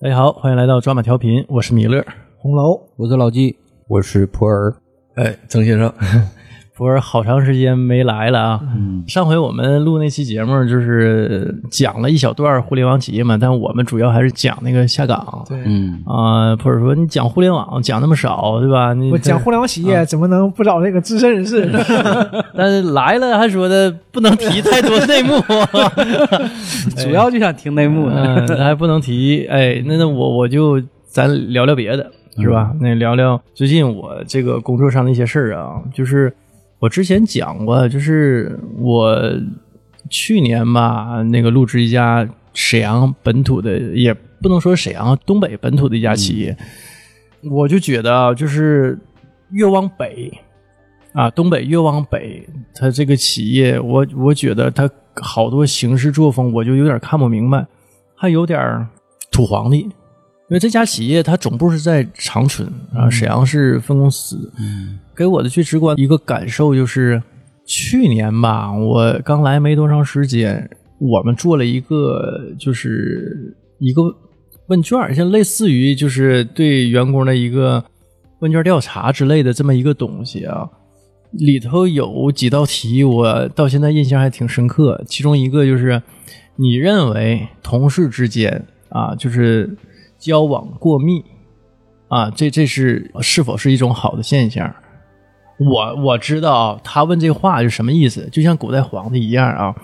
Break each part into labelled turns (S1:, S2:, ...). S1: 大家好，欢迎来到抓马调频，我是米勒。
S2: 红楼，
S3: 我是老纪，我是普洱。
S1: 哎，曾先 生，普洱好长时间没来了啊。
S2: 嗯
S1: 上回我们录那期节目，就是讲了一小段互联网企业嘛，但我们主要还是讲那个下岗。对
S3: 嗯，
S1: 啊、普洱说你讲互联网讲那么少，对吧？你
S2: 我讲互联网企业怎么能不找这个资深人士？
S1: 但是来了还说的不能提太多内 幕，
S3: 主要就想听内幕呢。
S1: 嗯，还不能提。哎，那那我我就咱聊聊别的，是吧？那聊聊最近我这个工作上的一些事儿啊，就是我之前讲过，就是我去年吧，那个入职一家沈阳本土的，也不能说沈阳，东北本土的一家企业，我就觉得啊，就是越往北。啊，东北越往北，它这个企业，我我觉得它好多行事作风，我就有点看不明白。还有点儿土皇帝，因为这家企业它总部是在长春啊，沈阳市分公司。给我的最直观一个感受就是，去年吧，我刚来没多长时间，我们做了一个就是一个问卷儿，像类似于就是对员工的一个问卷调查之类的这么一个东西啊。里头有几道题，我到现在印象还挺深刻。其中一个就是，你认为同事之间啊，就是交往过密啊，这这是是否是一种好的现象？我我知道他问这话是什么意思，就像古代皇帝一样啊，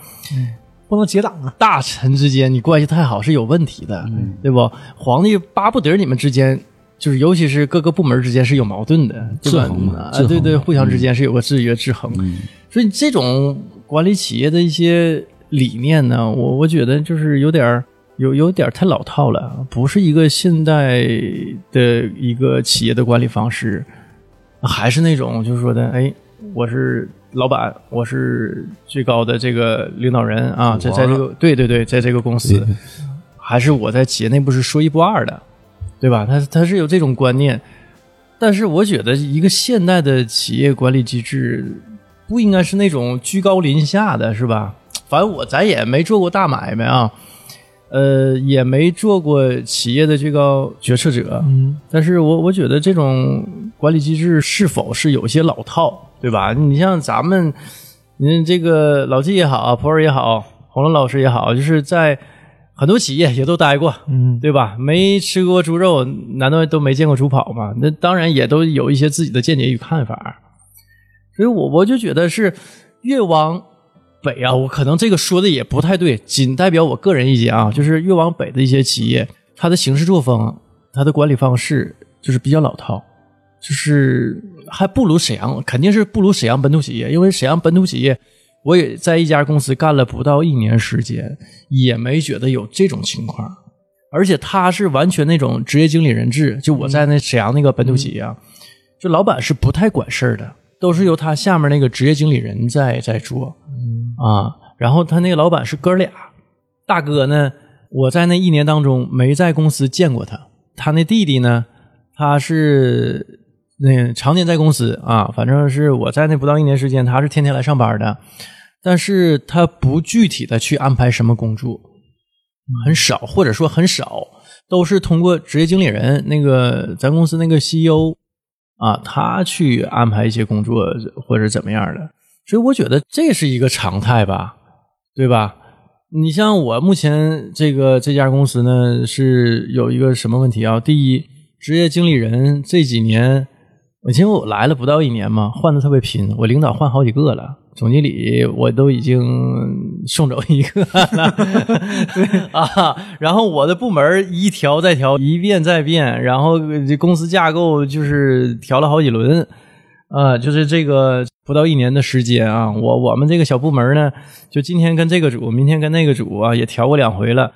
S2: 不能结党啊！
S1: 大臣之间你关系太好是有问题的，
S3: 嗯
S1: 对不？皇帝巴不得你们之间。就是，尤其是各个部门之间是有矛盾的，对吧
S3: 制衡嘛嗯
S1: 啊
S3: 制衡
S1: 对对，互相之间是有个制约制衡。所以这种管理企业的一些理念呢，我我觉得就是有点儿有有点儿太老套了，啊不是一个现代的一个企业的管理方式。还是那种就是说的，哎，我是老板，我是最高的这个领导人啊，在在这个对对对，在这个公司，还是我在企业内部是说一不二的，对吧？他他是有这种观念，但是我觉得一个现代的企业管理机制不应该是那种居高临下的，是吧？反正我咱也没做过大买卖啊，呃，也没做过企业的最高决策者，
S2: 嗯，
S1: 但是我我觉得这种管理机制是否是有些老套，对吧？你像咱们，您这个老纪也好，普洱也好，洪龙老师也好，就是在很多企业也都待过，
S2: 嗯，
S1: 对吧？没吃过猪肉，难道都没见过猪跑吗？那当然也都有一些自己的见解与看法。所以我我就觉得是越往北啊，我可能这个说的也不太对，仅代表我个人意见啊，就是越往北的一些企业，它的行事作风、它的管理方式就是比较老套，就是还不如沈阳，肯定是不如沈阳本土企业，因为沈阳本土企业。我也在一家公司干了不到一年时间，也没觉得有这种情况。而且他是完全那种职业经理人制，就我在那沈阳那个本土企业啊，就老板是不太管事儿的，都是由他下面那个职业经理人在在做，啊，然后他那个老板是哥俩，大哥呢，我在那一年当中没在公司见过他，他那弟弟呢，他是那常年在公司啊，反正是我在那不到一年时间，他是天天来上班的，但是他不具体的去安排什么工作，很少，或者说很少，都是通过职业经理人那个咱公司那个 CEO 啊，他去安排一些工作或者怎么样的，所以我觉得这是一个常态吧，对吧？你像我目前这个这家公司呢，是有一个什么问题啊？第一，职业经理人这几年，我因为我来了不到一年嘛，换的特别频，我领导换好几个了，总经理我都已经送走一个了 啊，然后我的部门一调再调，一变再变，然后呃这公司架构就是调了好几轮。啊，就是这个不到一年的时间啊，我我们这个小部门呢，就今天跟这个组，明天跟那个组啊，也调过两回了。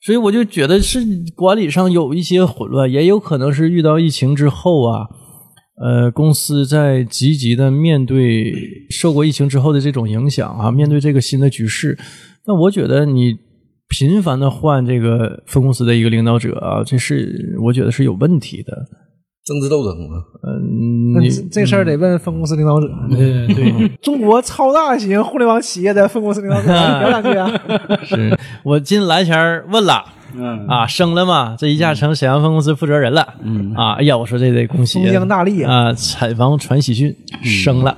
S1: 所以我就觉得是管理上有一些混乱，也有可能是遇到疫情之后啊，呃，公司在积极的面对受过疫情之后的这种影响啊，面对这个新的局势。但我觉得你频繁的换这个分公司的一个领导者啊，这是我觉得是有问题的。
S4: 政治斗争嘛，
S1: 嗯，
S2: 那
S1: 你
S2: 这这事儿得问分公司领导者。
S1: 呃对。
S2: 中国超大型互联网企业的分公司领导者，聊两句啊。
S1: 是我进来前儿问了，
S3: 嗯
S1: 啊，升了嘛，这一下成沈阳分公司负责人了。
S3: 嗯，
S1: 啊，哎呀，我说这得恭喜
S2: 封疆大吏啊，
S1: 啊！产房传喜讯，生了，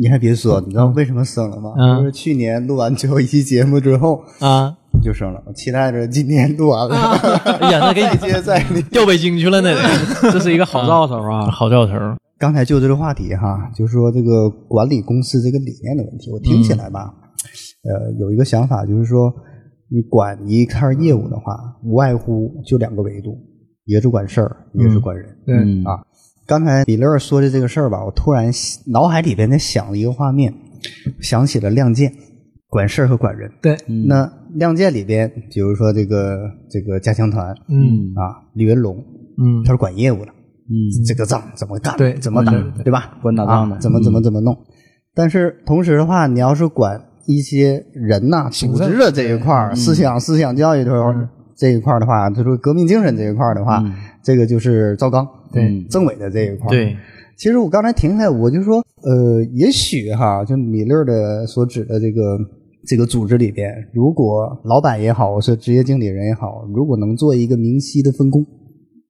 S4: 你还别说，你知道为什么生了吗？
S1: 嗯
S4: 就是去年录完最后一期节目之后
S1: 啊，
S4: 就生了，我期待着今年录完了，
S1: 哎呀，那给
S4: 再
S1: 你
S4: 接再厉。
S1: 调北京去了，那得
S3: 这是一个好兆头啊。
S1: 好兆头儿。
S4: 刚才就这个话题哈，就是说这个管理公司这个理念的问题，我听起来吧，
S2: 嗯
S4: 呃，有一个想法就是说，你管一摊业务的话，无外乎就两个维度，一个是管事儿，一个是管人。
S3: 嗯
S4: 啊刚才李乐说的这个事儿吧，我突然想脑海里边在想了一个画面，想起了《亮剑》，管事儿和管人。
S2: 对，
S4: 那《亮剑》里边，比如说这个这个加强团
S2: 嗯，
S4: 啊，李云龙，
S1: 嗯
S4: 他是管业务的，
S3: 嗯
S4: 这个仗怎么干，
S2: 对
S4: 怎么打
S2: 对对，对
S4: 对吧？
S3: 管打仗的嗯
S4: 啊，怎么怎么怎么弄。但是同时的话，你要是管一些人呐、
S2: 行
S4: 组
S2: 政
S4: 织的这一块儿、思
S3: 嗯
S4: 想思想教育这块儿这一块儿的话，就说革命精神这一块儿的话，这个就是赵刚
S3: 嗯对
S4: 政委的这一块儿。
S1: 对，
S4: 其实我刚才停下来，我就说，呃，也许哈，就米勒的所指的这个这个组织里边，如果老板也好，我说职业经理人也好，如果能做一个明晰的分工，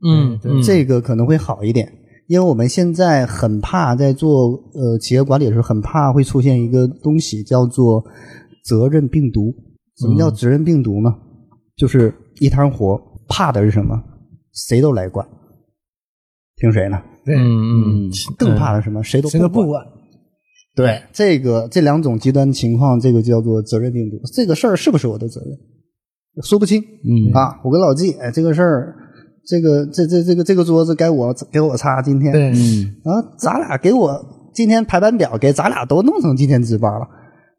S1: 嗯，嗯
S4: 哎这个可能会好一点。因为我们现在很怕在做呃企业管理的时候，很怕会出现一个东西叫做责任病毒。什么叫
S1: 嗯
S4: 责任病毒呢？就是一摊活，怕的是什么？谁都来管，听谁呢？
S2: 对，
S1: 嗯嗯，
S4: 更怕的是什么？谁都
S2: 谁都
S4: 不
S2: 不
S4: 管。
S2: 管，
S4: 对这个这两种极端情况，这个叫做责任病毒。这个事儿是不是我的责任，说不清。
S3: 嗯
S4: 啊，我跟老纪，哎，这个事儿，这个这这这个这个桌子该我给我擦，今天
S2: 对，
S3: 嗯
S4: 啊，咱俩给我今天排班表给咱俩都弄成今天值班了，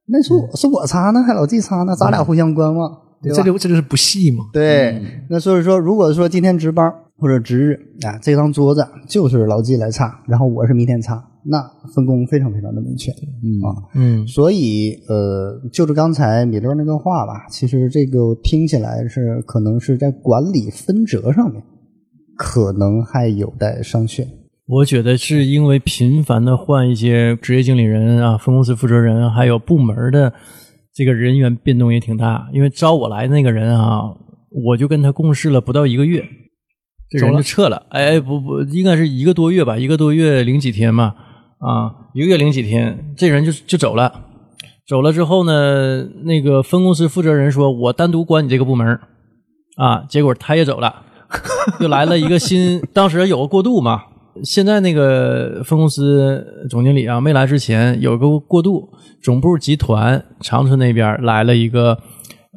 S4: 那是我是我擦呢，还老纪擦呢，咱俩互相观望，对吧
S2: 这就这就是不细嘛，
S4: 对，那所以说，如果说今天值班或者值日啊，这张桌子就是老纪来擦，然后我是明天擦，那分工非常非常的明确。
S3: 嗯
S1: 嗯
S4: 所以，呃，就是刚才米勒那个话吧，其实这个听起来是可能是在管理分责上面，可能还有待商榷。
S1: 我觉得是因为频繁的换一些职业经理人啊、分公司负责人，还有部门的这个人员变动也挺大。因为招我来那个人啊，我就跟他共事了不到一个月，这人就撤了。哎哎，不不，应该是一个多月吧，一个多月零几天嘛，啊，一个月零几天，这人就就走了。走了之后呢，那个分公司负责人说：“我单独管你这个部门儿啊。”结果他也走了，又来了一个新。当时有个过渡嘛，现在那个分公司总经理啊，没来之前有个过渡，总部集团长春那边来了一个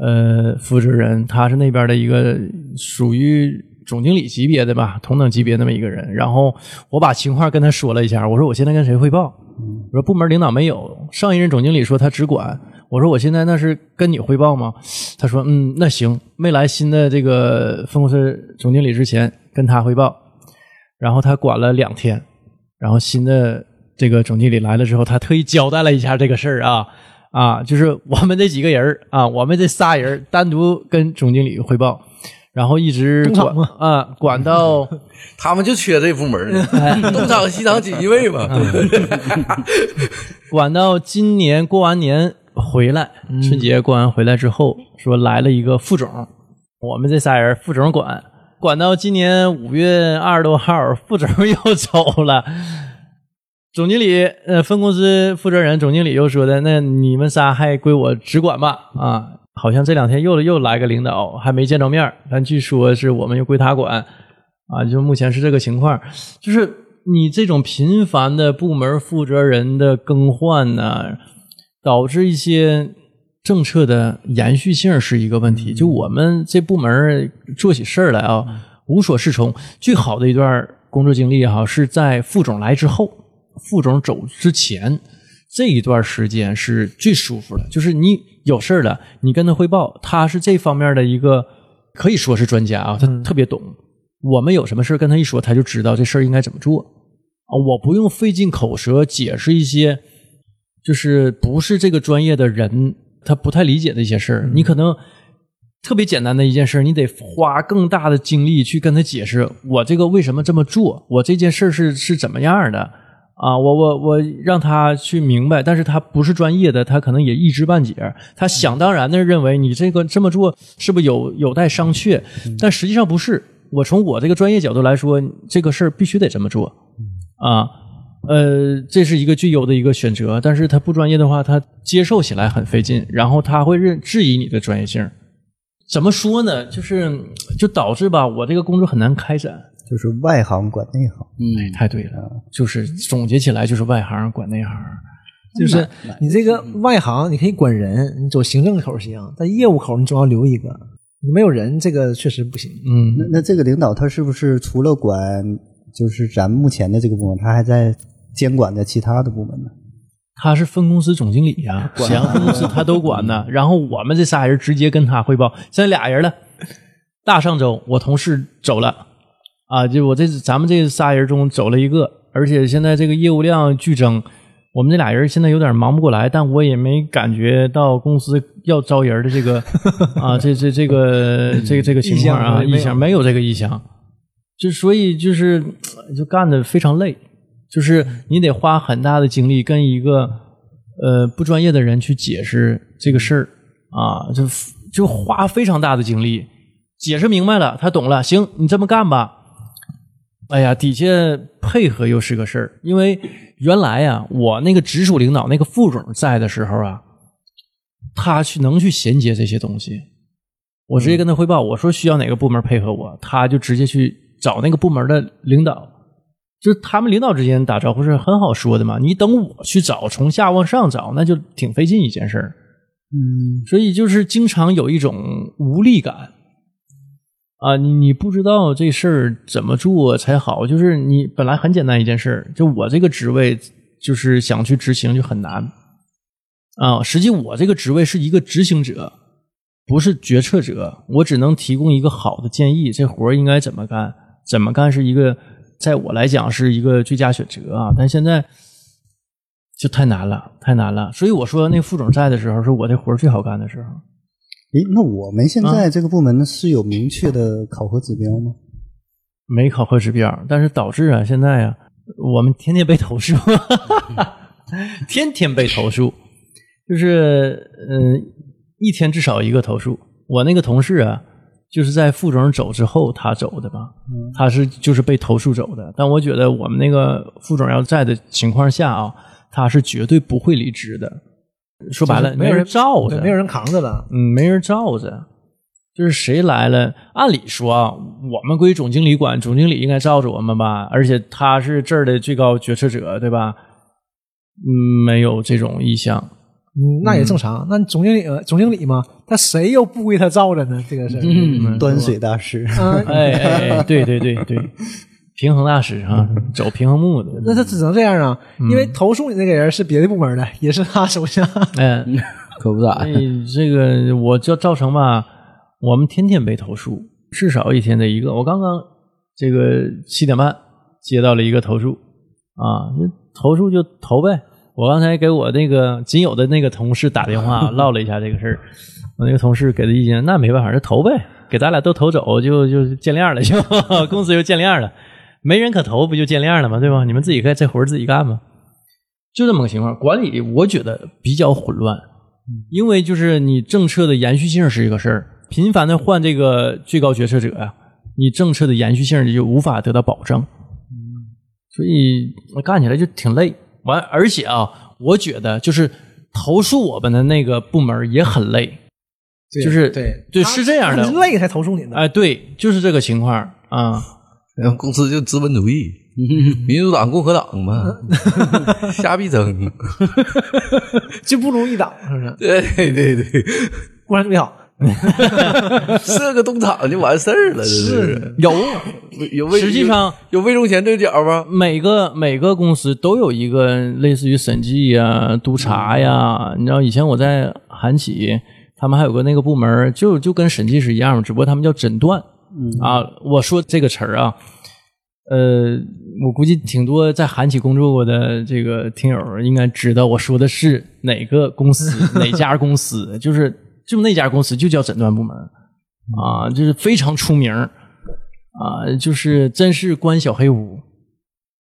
S1: 呃负责人，他是那边的一个呃属于总经理级别的吧，同等级别那么一个人。然后我把情况跟他说了一下，我说我现在跟谁汇报？我说部门领导没有，上一任总经理说他只管。我说我现在那是跟你汇报吗？他说嗯，那行，没来新的这个分公司总经理之前跟他汇报。然后他管了两天，然后新的这个总经理来了之后，他特意交代了一下这个事儿啊啊，就是我们这几个人儿啊，我们这仨人儿单独跟总经理汇报，然后一直管啊管到
S5: 他们就缺这部门呢，东厂西厂锦衣卫嘛。
S1: 管到今年过完年回来，春节过完回来之后，说来了一个副总，我们这仨人副总管，管到今年五月二十多号，副总又走了。 总经理，呃，分公司负责人，总经理又说的，那你们仨还归我直管吧？啊，好像这两天又又来个领导，还没见着面儿，但据说是我们又归他管，啊，就目前是这个情况。就是你这种频繁的部门负责人的更换呢、导致一些政策的延续性是一个问题。就我们这部门做起事儿来啊，无所适从。最好的一段工作经历哈、是在副总来之后，副总走之前。这一段时间是最舒服的，就是你有事儿了，你跟他汇报，他是这方面的一个可以说是专家啊，他特别懂。我们有什么事儿跟他一说，他就知道这事儿应该怎么做啊，我不用费尽口舌解释一些，就是不是这个专业的人他不太理解的一些事儿，你可能。特别简单的一件事儿，你得花更大的精力去跟他解释，我这个为什么这么做，我这件事儿是是怎么样的啊，我我我让他去明白，但是他不是专业的，他可能也一知半解，他想当然的认为你这个这么做是不是有有待商榷，但实际上不是。我从我这个专业角度来说，这个事儿必须得这么做啊。呃，这是一个最优的一个选择，但是他不专业的话，他接受起来很费劲，然后他会认质疑你的专业性。怎么说呢？就是就导致吧，我这个工作很难开展。
S4: 就是外行管内行，
S5: 嗯，
S1: 太对了，就是总结起来就是外行管内行。
S2: 就是你这个外行，你可以管人，你走行政口行，但业务口你总要留一个。你没有人，这个确实不行。
S1: 嗯
S4: 那那这个领导他是不是除了管就是咱目前的这个部门，他还在监管着其他的部门呢？
S1: 他是分公司总经理 呀、沈阳分公司他都管 呢。然后我们这仨人直接跟他汇报，现在俩人了。大上周我同事走了，啊，就我这咱们这仨人中走了一个，而且现在这个业务量剧增，我们这俩人现在有点忙不过来，但我也没感觉到公司要招人的这 个啊，这这这个这个这个情况啊，
S2: 意向
S1: 意向没有这个意向，就所以就是呃就干的非常累，就是你得花很大的精力跟一个呃不专业的人去解释这个事儿啊，就就花非常大的精力解释明白了，他懂了，行，你这么干吧。哎呀，底下配合又是个事儿，因为原来呀、我那个直属领导那个副总在的时候啊，他去能去衔接这些东西，我直接跟他汇报，我说需要哪个部门配合我，他就直接去找那个部门的领导，就是他们领导之间打招呼是很好说的嘛。你等我去找，从下往上找，那就挺费劲一件事儿。嗯，所以就是经常有一种无力感啊，你你不知道这事儿怎么做才好。就是你本来很简单一件事儿，就我这个职位，就是想去执行就很难啊。实际我这个职位是一个执行者，不是决策者，我只能提供一个好的建议，这活儿应该怎么干，怎么干是一个，在我来讲是一个最佳选择啊。但现在就太难了，太难了。所以我说，那副总在的时候，是我这活儿最好干的时候。
S4: 诶，那我们现在这个部门是有明确的考核指标吗？
S1: 没考核指标，但是导致啊，现在啊，我们天天被投诉，
S2: 嗯
S1: 天天被投诉，就是嗯、一天至少一个投诉。我那个同事啊，就是在副总走之后他走的吧，
S2: 嗯
S1: 他是就是被投诉走的。但我觉得我们那个副总要在的情况下啊，他是绝对不会离职的。说白了，
S2: 没有人
S1: 罩
S2: 对
S1: 着，
S2: 没有人扛着了。
S1: 嗯，没人罩着，就是谁来了，按理说啊，我们归总经理管，总经理应该罩着我们吧，而且他是这儿的最高决策者，对吧？嗯，没有这种意向，
S2: 嗯，那也正常。那总经理，呃总经理嘛，他谁又不归他罩着呢？这个事儿，
S3: 嗯，
S4: 端水大师，
S2: 啊，
S1: 哎哎，哎对对对对，平衡大师啊，走平衡木的，
S2: 那他只能这样啊，因为投诉你那个人是别的部门的，也是他手下。
S1: 哎，
S3: 可不咋
S1: 所。以哎这个我就造成吧，我们天天被投诉，至少一天得一个。我刚刚这个七点半接到了一个投诉啊，那投诉就投呗。我刚才给我那个仅有的那个同事打电 话唠了一下这个事儿，我那个同事给的意见，那没办法，就投呗，给咱俩都投走，就就见谅了，就公司就见谅了，没人可投，不就见谅了吗？对吧？你们自己干这活儿自己干吧，就这么个情况。管理我觉得比较混乱，因为就是你政策的延续性是一个事儿，频繁的换这个最高决策者呀，你政策的延续性就无法得到保证，所以我干起来就挺累。完，而且啊，我觉得就是投诉我们的那个部门也很累，就是
S2: 对
S1: 对
S2: 他
S1: 是这样的
S2: 他累才投诉你呢。
S1: 哎，对，就是这个情况啊。
S5: 然后公司就资本主义，民主党、共和党嘛，瞎逼争。
S2: 就不如一党，是不是？
S5: 对对对，
S2: 共产主义好，
S5: 设个东厂就完事儿了，这是
S1: 有，
S5: 有魏
S1: 实际上
S5: 有魏忠贤这脚吗？
S1: 每个每个公司都有一个类似于审计呀、督察呀、你知道以前我在韩企，他们还有个那个部门儿，就就跟审计是一样的，只不过他们叫诊断。啊，我说这个词儿啊，呃，我估计挺多在韩企工作过的这个听友应该知道我说的是哪个公司哪家公司，就是就那家公司就叫诊断部门啊，就是非常出名儿啊，就是真是关小黑屋。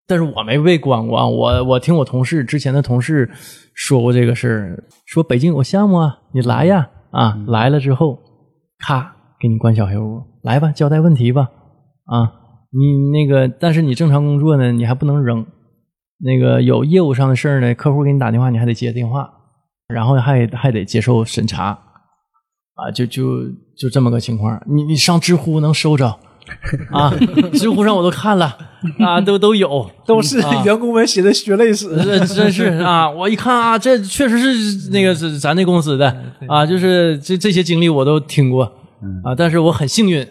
S1: 但是我没被关过啊，我我听我同事之前的同事说过这个事儿，说北京有项目啊，你来呀啊，来了之后，咔给你关小黑屋，来吧，交代问题吧，啊，你那个但是你正常工作呢，你还不能扔，那个有业务上的事儿呢，客户给你打电话，你还得接电话，然后还还得接受审查，啊，就就就这么个情况，你你上知乎能搜着。啊，知乎上我都看了啊，都都有，
S2: 都是员工们写的血泪史。
S1: 这真是啊！我一看啊，这确实是那个是咱那公司的啊，就是这这些经历我都听过啊，但是我很幸运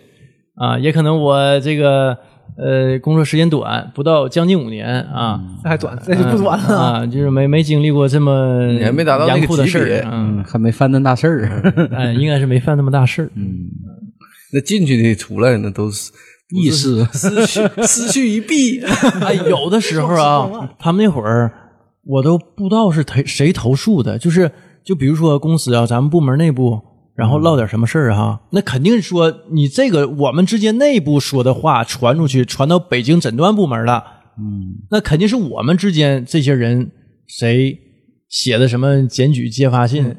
S1: 啊，也可能我这个呃工作时间短，不到将近五年啊，
S2: 这还短，这就不短嗯了。
S1: 啊，就是没没经历过这么
S5: 你还没达到那个
S1: 严酷的
S5: 级
S1: 事
S5: 别
S1: 儿，嗯，
S3: 还没犯那大事儿，
S1: 哎，应该是没犯那么大事儿，
S5: 那进去的出来那都是
S3: 意识
S5: 失去失去一臂，
S1: 哎，有的时候啊，他们那会儿我都不知道是谁谁投诉的，就是就比如说公司啊，咱们部门内部，然后唠点什么事儿、哈，那肯定说你这个我们之间内部说的话传出去，传到北京诊断部门了，嗯，那肯定是我们之间这些人谁写的什么检举揭发信。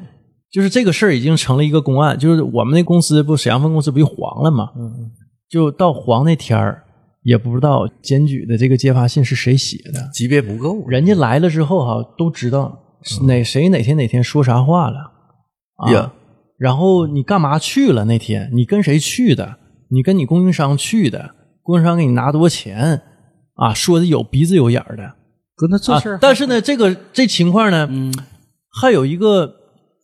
S1: 就是这个事儿已经成了一个公案，就是我们那公司不沈阳分公司不就黄了吗？就到黄那天儿，也不知道检举的这个揭发信是谁写的。
S5: 级别不够，
S1: 人家来了之后哈、都知道是哪谁哪天哪天说啥话了啊。
S5: 呀
S1: 然后你干嘛去了那天？你跟谁去的？你跟你供应商去的？供应商给你拿多少钱啊？说的有鼻子有眼儿的
S3: 不，那这
S1: 啊
S3: 事儿。
S1: 但是呢，这个这情况呢，还有一个，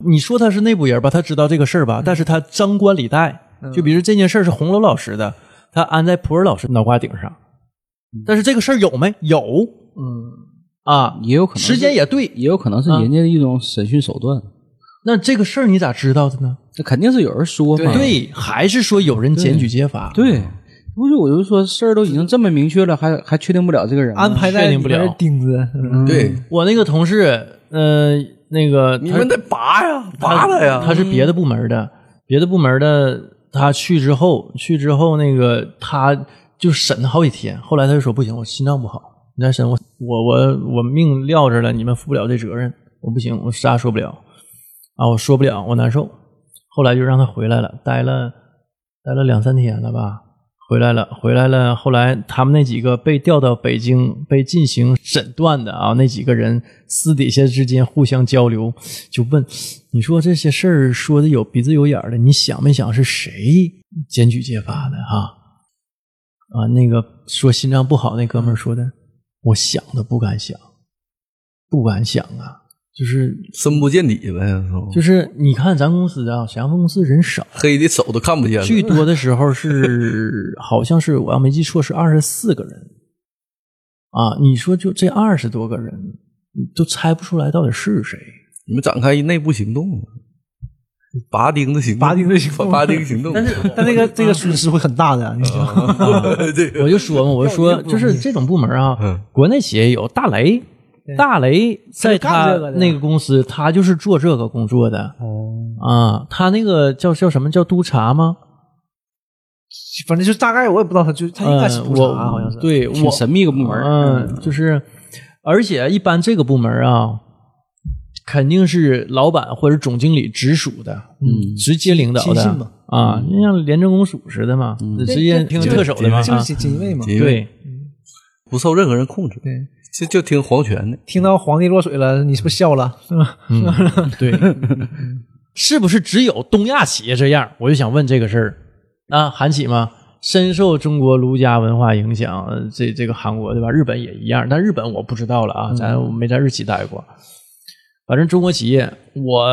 S1: 你说他是内部人吧，他知道这个事儿吧，但是他张冠李戴。就比如这件事儿是红楼老师的，他安在普洱老师脑瓜顶上，但是这个事儿有没有
S2: 嗯，
S1: 啊？
S3: 也有可能是
S1: 时间也对，
S3: 也有可能是人家的一种审讯手段，
S1: 那这个事儿你咋知道的呢？
S3: 这肯定是有人说嘛。
S1: 对，还是说有人检举揭发？
S3: 对，不是我就说事儿都已经这么明确了，还还确定不了这个人吗
S2: 安排在
S1: 确
S2: 里
S1: 定不了
S2: 边的钉子。嗯
S5: 对，
S1: 我那个同事，呃，那个
S5: 你
S1: 他
S5: 们得拔呀，拔他呀，
S1: 他是别的部门的，别的部门的，他去之后，去之后那个他就审了好几天，后来他就说不行，我心脏不好，你再审我，我我我命撂这了，你们负不了这责任，我不行，我啥也说不了啊，我说不了，我难受。后来就让他回来了，待了待了两三天了吧，回来了，回来了。后来他们那几个被调到北京被进行诊断的啊，那几个人私底下之间互相交流，就问你说这些事儿说的有鼻子有眼儿的，你想没想是谁检举揭发的哈、啊？那个说心脏不好那哥们儿说的，我想都不敢想，不敢想啊，就是
S5: 深不见底呗，是吧
S1: 就是你看咱公司啊，沈阳分公司人少。
S5: 黑的手都看不见了，
S1: 最多的时候是好像是我要没记错是二十四个人啊。你说就这二十多个人，你都猜不出来到底是谁。
S5: 你们展开内部行动，拔钉子行动，
S2: 拔钉子行动
S5: 拔钉行动，但是
S2: 但那个这个损失会很大的，你知道吗？
S5: 这个
S1: 我就说嘛，我就说就是这种部门啊
S5: 嗯，
S1: 国内企业有大雷，大雷在
S2: 他
S1: 他
S2: 就干这个的
S1: 那个公司，他就是做这个工作的
S2: 哦
S1: 啊。他那个叫叫什么叫督察吗？
S2: 反正就大概我也不知道他，就他应该是
S1: 嗯
S2: 不
S1: 我
S2: 查，好像是。
S1: 对
S3: 挺
S1: 我
S3: 神秘个部门
S2: 啊
S3: 儿。
S1: 嗯，就是，而且一般这个部门啊，肯定是老板或者总经理直属的，嗯，直接领导
S2: 亲信
S1: 的
S2: 嘛
S1: 啊，就像廉政公署似的嘛，直接听特首的嘛，
S2: 就
S1: 啊
S2: 是锦锦衣卫嘛。
S5: 锦衣卫
S1: 对，
S5: 不受任何人控制，
S2: 对，
S5: 就就听皇权的，
S2: 听到皇帝落水了，你是不是笑了？是吧？
S1: 嗯，对，是不是只有东亚企业这样？我就想问这个事儿啊，韩企嘛，深受中国儒家文化影响，呃这这个韩国对吧？日本也一样，但日本我不知道了啊，咱我没在日企待过。反正中国企业，我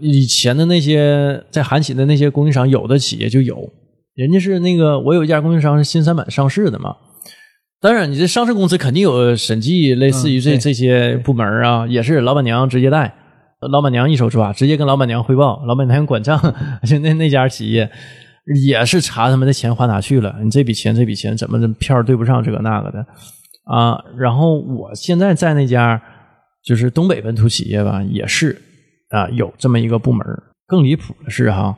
S1: 以前的那些在韩企的那些供应商，有的企业就有，人家是那个我有一家供应商是新三板上市的嘛。当然，你这上市公司肯定有审计，类似于这、这些部门啊，也是老板娘直接带，老板娘一手抓，直接跟老板娘汇报，老板娘管账。 就那那家企业也是查他们的钱花哪去了，你这笔钱这笔钱怎么这票对不上这个那个的啊？然后我现在在那家就是东北本土企业吧，也是啊，有这么一个部门儿。更离谱的是哈，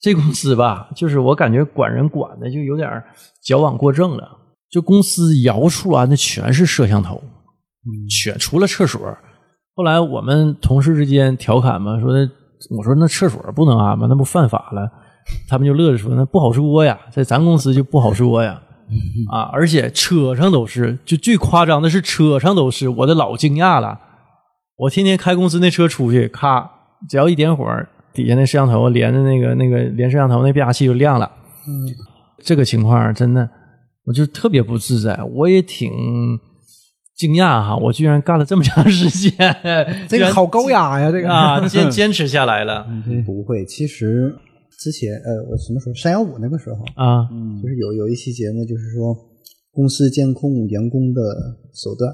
S1: 这公司吧，就是我感觉管人管的就有点儿矫枉过正了。就公司摇出来那全是摄像头，全除了厕所。后来我们同事之间调侃嘛，说我说那厕所不能安排，那不犯法了。他们就乐着说那不好说呀，在咱公司就不好说呀。啊，而且车上都是，就最夸张的是车上都是，我都老惊讶了。我天天开公司那车出去，咔，只要一点火，底下那摄像头连着那个那个连摄像头那变压器就亮了。
S4: 嗯
S1: 这个情况真的，我就特别不自在，我也挺惊讶哈，我居然干了这么长时间，
S2: 这
S1: 居
S2: 个
S1: 然
S2: 好嗯高雅呀，这个
S1: 啊，坚坚持下来了
S3: 嗯
S4: 不会，其实之前呃，我什么时候三幺五那个时候，
S1: 啊，
S3: 嗯
S4: 就是有有一期节目，就是说公司监控员工的手段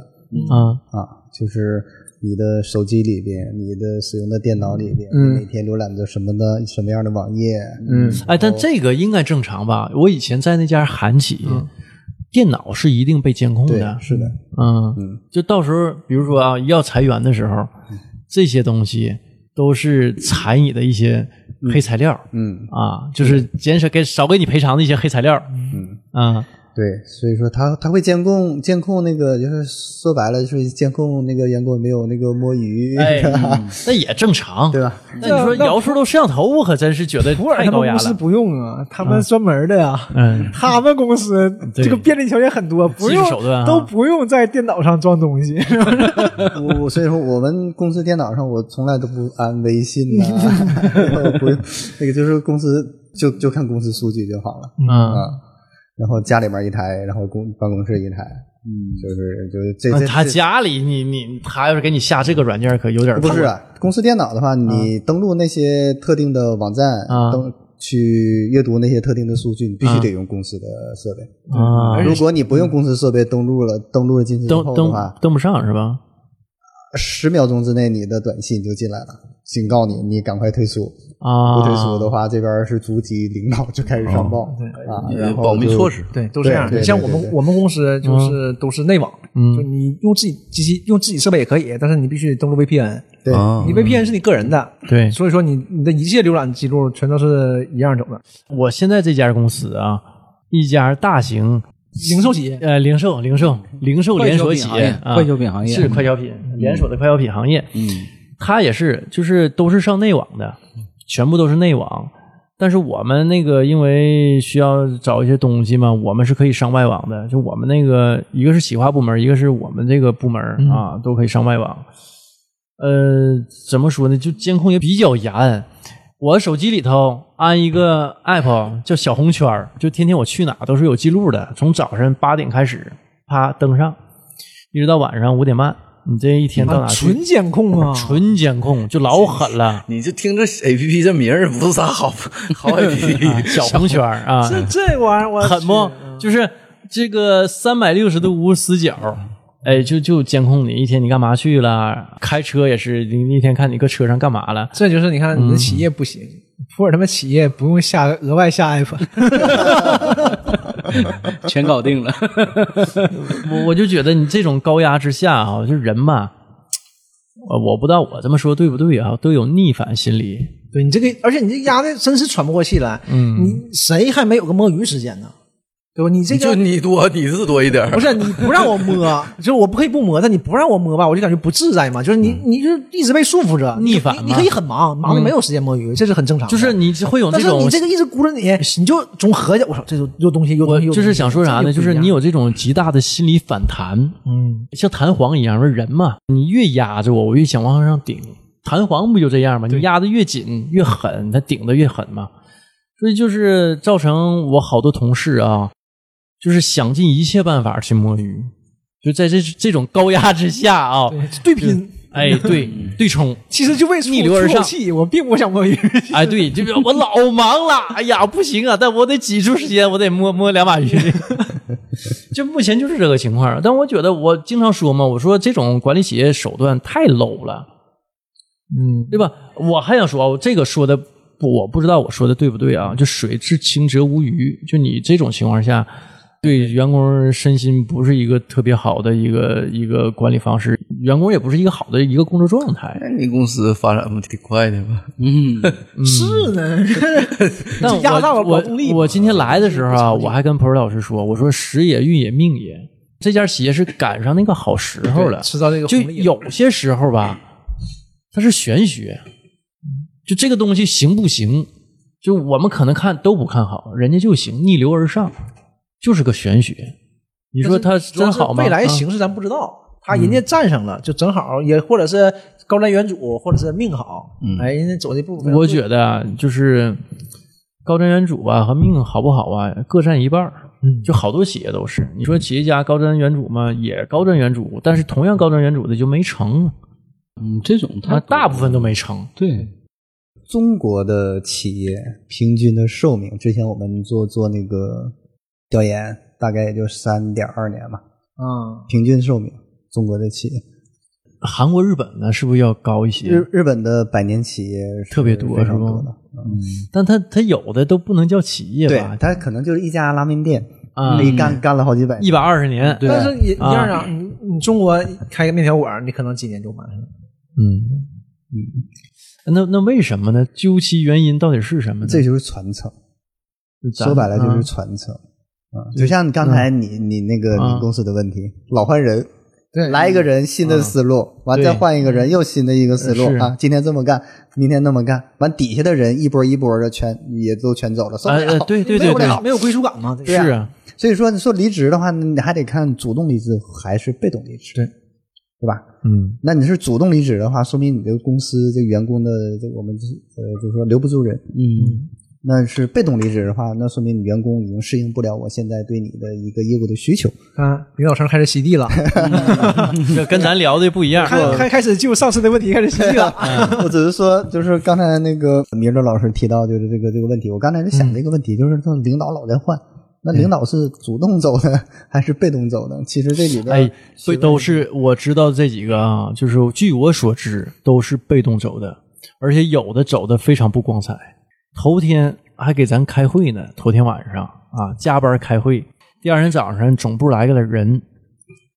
S1: 啊，
S4: 啊，就是你的手机里边、你的使用的电脑里边，
S2: 嗯
S4: 你每天浏览着什么的什么样的网页，
S2: 嗯
S1: 哎，但这个应该正常吧？我以前在那家韩企，
S2: 嗯
S1: 电脑是一定被监控
S4: 对
S1: 的，，
S4: 是的，
S1: 嗯
S4: 嗯，
S1: 就到时候比如说啊，要裁员的时候，这些东西都是裁你的一些黑材料。
S4: 嗯
S1: 啊，就是减少给少给你赔偿的一些黑材料
S4: 嗯，
S1: 啊，
S4: 对，所以说他他会监控监控那个，就是说白了就是监控那个员工有没有那个摸鱼，
S1: 哎，那也正常，
S4: 对？吧？
S1: 那你说
S2: 那
S1: 摇出都摄像头，我可真是觉得
S2: 普洱
S1: 太
S2: 他
S1: 高
S2: 们
S1: 压
S2: 公司
S1: 了。
S2: 不用啊，他们专门的呀。
S1: 嗯，
S2: 他们公司
S1: 对
S2: 这个便利条件很多，不
S1: 技
S2: 用
S1: 术手段啊
S2: 都不用在电脑上装东西。
S4: 我我所以说我们公司电脑上我从来都不安微信 呐、然后不用那个就是公司就就看公司数据就好了
S1: 嗯，
S4: 啊。然后家里面一台，然后公办公室一台，嗯，就是就是这这
S1: 他
S4: 这
S1: 家里你你他要是给你下这个软件，可有点
S4: 不是啊公司电脑的话，你登录那些特定的网站，
S1: 啊
S4: 登去阅读那些特定的数据，你必须得用公司的设备。
S1: 啊，
S4: 如果你不用公司设备 登录了，登录了进去之
S1: 登
S4: 后的
S1: 登
S4: 话，
S1: 登不上是吧？
S4: 十秒钟之内你的短信就进来了，警告你，你赶快退出。
S1: 啊，哦
S4: 不退出的话，这边是逐级领导就开始上报啊，然后
S5: 保密
S4: 就
S5: 措。施，
S2: 对，都这样。
S4: 对对
S2: 像我
S4: 对
S2: 们
S4: 对
S2: 我们公司就是都是内网，
S1: 嗯
S2: 就你用自己机器用自己设备也可以，但是你必须得登录 VPN。
S4: 对，
S5: 啊
S2: 你 VPN 是你个人的，
S1: 对，
S2: 所以说你你的一切浏览记录全都是一样走的。
S1: 我现在这家公司啊，一家大型
S2: 零售企业，
S1: 呃，零售、零售、零售连锁企业，啊
S3: 快消品行业嗯
S1: 是快消品连锁的快消品行业。嗯，它也是，就是都是上内网的，全部都是内网。但是我们那个因为需要找一些东西嘛，我们是可以上外网的。就我们那个一个是企划部门，一个是我们这个部门
S3: 嗯
S1: 啊，都可以上外网。呃，怎么说呢？就监控也比较严。我手机里头安一个 app 叫小红圈儿就天天我去哪都是有记录的，从早上八点开始，啪登上，一直到晚上五点半。你这一天到哪去？
S2: 纯监控啊，
S1: 纯监控就老狠了，
S5: 你就听这 A P P 这名儿不是啥好好 A P
S1: 啊
S5: P，
S1: 小红圈儿啊，
S2: 这这玩意儿我
S1: 狠不？就是这个三百六十度无死角，哎，就就监控你一天你干嘛去了，开车也是，你你一天看你搁车上干嘛了。
S2: 这就是你看
S1: 嗯
S2: 你的企业不行，普洱他们企业不用下额外下 app，
S3: 全搞定了。
S1: 我我就觉得你这种高压之下啊，就是人嘛，呃，我不知道我这么说对不对啊，都有逆反心理。
S2: 对你这个，而且你这压的真是喘不过气来。
S1: 嗯
S2: 你谁还没有个摸鱼时间呢？对吧？你这
S5: 就
S2: 个
S5: 你多你是多一点儿
S2: 不是你不让我摸，就是我不可以不摸，但你不让我摸吧，我就感觉不自在嘛。就是你，你就一直被束缚着，
S1: 嗯逆反
S2: 你
S1: 嘛嗯
S2: 你可以很忙，忙的没有时间摸鱼，这是很正常的。
S1: 就是你会有
S2: 但
S1: 这
S2: 是
S1: 种
S2: 你，这个一直鼓着你，你就总合计，我操，这有有东西，有东
S1: 我
S2: 西，有
S1: 就是想说啥呢？就是你
S2: 有，
S1: 有这种极大的心理反弹，
S2: 嗯，
S1: 像弹簧一样。说人嘛，你越压着我，我越想往上顶。弹簧不就这样吗？你压的越紧越狠，它顶的越狠嘛。所以就是造成我好多同事啊，就是想尽一切办法去摸鱼，就在这这种高压之下啊，
S2: 对拼，
S1: 哎，对，对冲，
S2: 其实就为
S1: 逆流而上
S2: 出口气，我并不想摸鱼。
S1: 哎，对，就是我老忙了，哎呀，不行啊，但我得挤出时间，我得摸摸两把鱼。 就目前就是这个情况，但我觉得我经常说嘛，我说这种管理企业手段太 low 了，
S2: 嗯，
S1: 对吧？我还想说，啊我这个说的不，我不知道我说的对不对啊？就水至清则无鱼，就你这种情况下，对员工身心不是一个特别好的一个一个管理方式，员工也不是一个好的一个工作状态。
S5: 那你公司发展不挺快的吗？
S3: 嗯，
S2: 是呢，
S1: 但
S2: 压榨了
S1: 我
S2: 劳动力
S1: 我
S2: 嘛
S1: 我今天来的时候啊，我还跟彭老师说，我说时也运也命也，这家企业是赶上那个好时候了，
S2: 吃到这个
S1: 就
S2: 红利了
S1: 有些时候吧，它是玄学，就这个东西行不行，就我们可能看都不看好，人家就行，逆流而上，就是个玄学。你说它
S2: 主要
S1: 真
S2: 是
S1: 好吗？
S2: 未来
S1: 啊嗯
S2: 形势咱不知道，他人家站上了，就正好也或者是高瞻远瞩，或者是命好，哎，人家走这步非常对。
S1: 嗯我觉得啊，就是高瞻远瞩啊吧和命好不好啊，各占一半儿
S2: 嗯
S1: 就好多企业都是，你说企业家高瞻远瞩嘛，也高瞻远瞩，但是同样高瞻远瞩的就没成，
S3: 嗯这种
S1: 啊，
S3: 他
S1: 大部分都没成。
S3: 对，
S4: 中国的企业平均的寿命，之前我们做做那个调研，大概也就三点二年吧，
S2: 啊，
S4: 平均寿命。中国的企业，
S1: 韩国、日本呢，是不是要高一些
S4: 日？日本的百年企业是
S1: 特别多
S4: 非常
S1: 是吗
S4: 多的，
S1: 但它它有的都不能叫企业
S4: 对
S1: 吧，？
S4: 它可能就是一家拉面店，
S1: 啊
S4: 可以干干了好几百年，
S1: 一百二十年，对
S2: 但是也一
S1: 啊
S2: 样啊，你你中国开个面条馆，你可能几年就完事了。
S1: 嗯嗯，那那为什么呢？究其原因到底是什么呢？
S4: 这就是传承。
S1: 嗯咱
S4: 说白了就
S1: 啊
S4: 是传承。啊，就像你刚才你你那个
S1: 啊
S4: 你公司的问题，老换人，
S2: 对
S4: 来一个人新的思路，完
S1: 对
S4: 再换一个人又新的一个思路
S1: 是
S4: 啊，今天这么干，明天那么干，完底下的人一波一波的全也都全走了，受不
S1: 呃
S4: 了
S1: 呃，对对
S2: 没
S1: 对
S2: 有
S1: 对，
S2: 没有归属感嘛？这个
S4: 啊
S1: 是啊，
S4: 所以说你说离职的话，你还得看主动离职还是被动离职，
S2: 对
S4: 对吧？
S1: 嗯，
S4: 那你是主动离职的话，说明你这个公司这个员工的这个我们就是呃就是说留不住人，
S3: 嗯
S4: 那是被动离职的话，那说明你员工已经适应不了我现在对你的一个业务的需求。
S2: 看领导层开始洗 地了，
S1: 这跟咱聊的不一样。
S2: 开开开始就上次的问题开始洗地
S1: 啊
S2: 了。
S4: 嗯我只是说，就是刚才那个明哲老师提到，就是这个这个问题，我刚才就想这个问题，就是说领导老在换，那领导是主动走的还是被动走的？其实这里边，
S1: 哎，所以都是我知道这几个啊，就是据我所知都是被动走的，而且有的走的非常不光彩。头天还给咱开会呢，头天晚上啊加班开会，第二天早上总部来个人，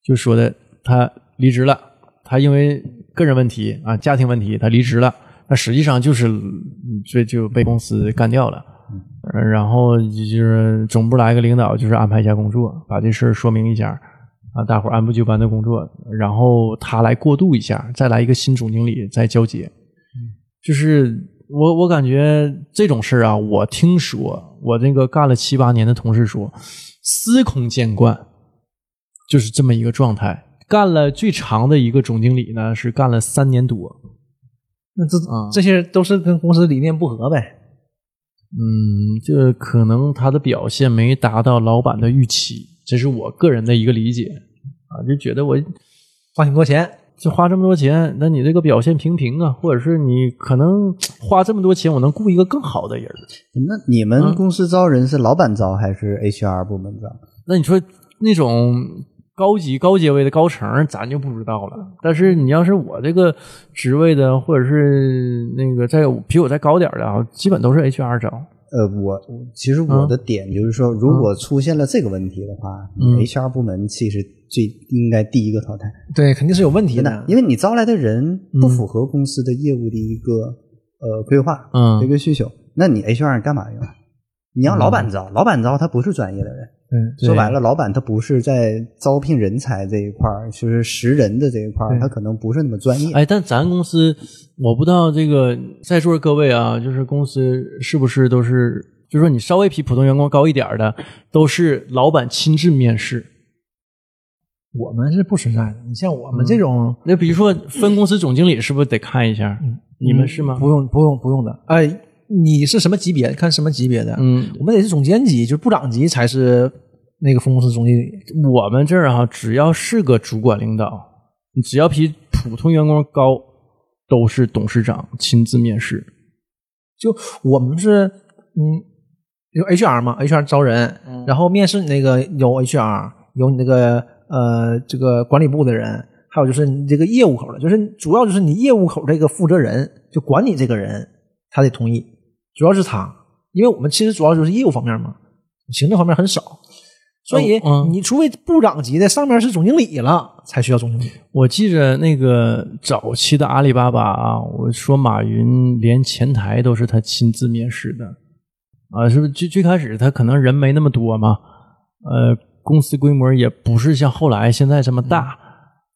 S1: 就说的他离职了，他因为个人问题啊家庭问题他离职了，那实际上就是嗯这就被公司干掉了。呃然后就是总部来个领导，就是安排一下工作，把这事儿说明一下，啊，大伙儿按部就班的工作，然后他来过渡一下，再来一个新总经理再交接。就是我我感觉这种事儿啊，我听说我那个干了七八年的同事说，司空见惯，就是这么一个状态。干了最长的一个总经理呢，是干了三年多。
S2: 那这
S1: 啊
S2: 这些都是跟公司理念不合呗？
S1: 嗯，这可能他的表现没达到老板的预期，这是我个人的一个理解啊，就觉得我
S2: 花挺多钱，
S1: 就花这么多钱，那你这个表现平平啊，或者是你可能花这么多钱，我能雇一个更好的人儿。
S4: 那你
S1: 嗯
S4: 们公司招人是老板招还是 HR 部门招？
S1: 那你说那种高级高阶位的高层，咱就不知道了。但是你要是我这个职位的，或者是那个再比我再高点儿的啊，基本都是 HR 招。
S4: 呃，我我其实我的点就是说，如果出现了这个问题的话，
S1: 嗯
S4: 你 HR 部门其实最应该第一个淘汰，
S2: 对，啊嗯肯定是有问题
S4: 真
S2: 的
S4: 的，。因为你招来的人不符合公司的业务的一个呃规划，
S1: 嗯
S4: 一个需求，那你 HR 干嘛用？你让老板招，老板招他不是专业的人，
S2: 嗯，
S4: 说白了，老板他不是在招聘人才这一块儿，就是识人的这一块儿，
S2: 对
S4: 他可能不是那么专业。
S1: 哎，但咱公司我不知道这个在座各位啊，就是公司是不是都是，就是说你稍微比普通员工高一点儿的，都是老板亲自面试。
S2: 我们是不存在的。你像我们
S1: 嗯
S2: 这种，
S1: 那比如说分公司总经理是不是得看一下？你们是吗？
S2: 不用不用不用的。哎，你是什么级别？看什么级别的？
S1: 嗯，
S2: 我们得是总监级，就是部长级才是那个分公司总经理。
S1: 嗯我们这儿哈、只要是个主管领导，你只要比普通员工高，都是董事长亲自面试。
S2: 就我们是嗯，有 HR 嘛，HR 招人，然后面试你那个有 HR，有你那个呃这个管理部的人，还有就是你这个业务口的，就是主要就是你业务口这个负责人，就管你这个人，他得同意，主要是他，因为我们其实主要就是业务方面嘛，行政方面很少。所以
S1: 哦嗯
S2: 你除非部长级的，上面是总经理了，才需要总经理。
S1: 我记着那个早期的阿里巴巴啊，我说马云连前台都是他亲自面试的，啊，是不是最最开始他可能人没那么多嘛，呃，公司规模也不是像后来现在这么
S2: 嗯
S1: 大，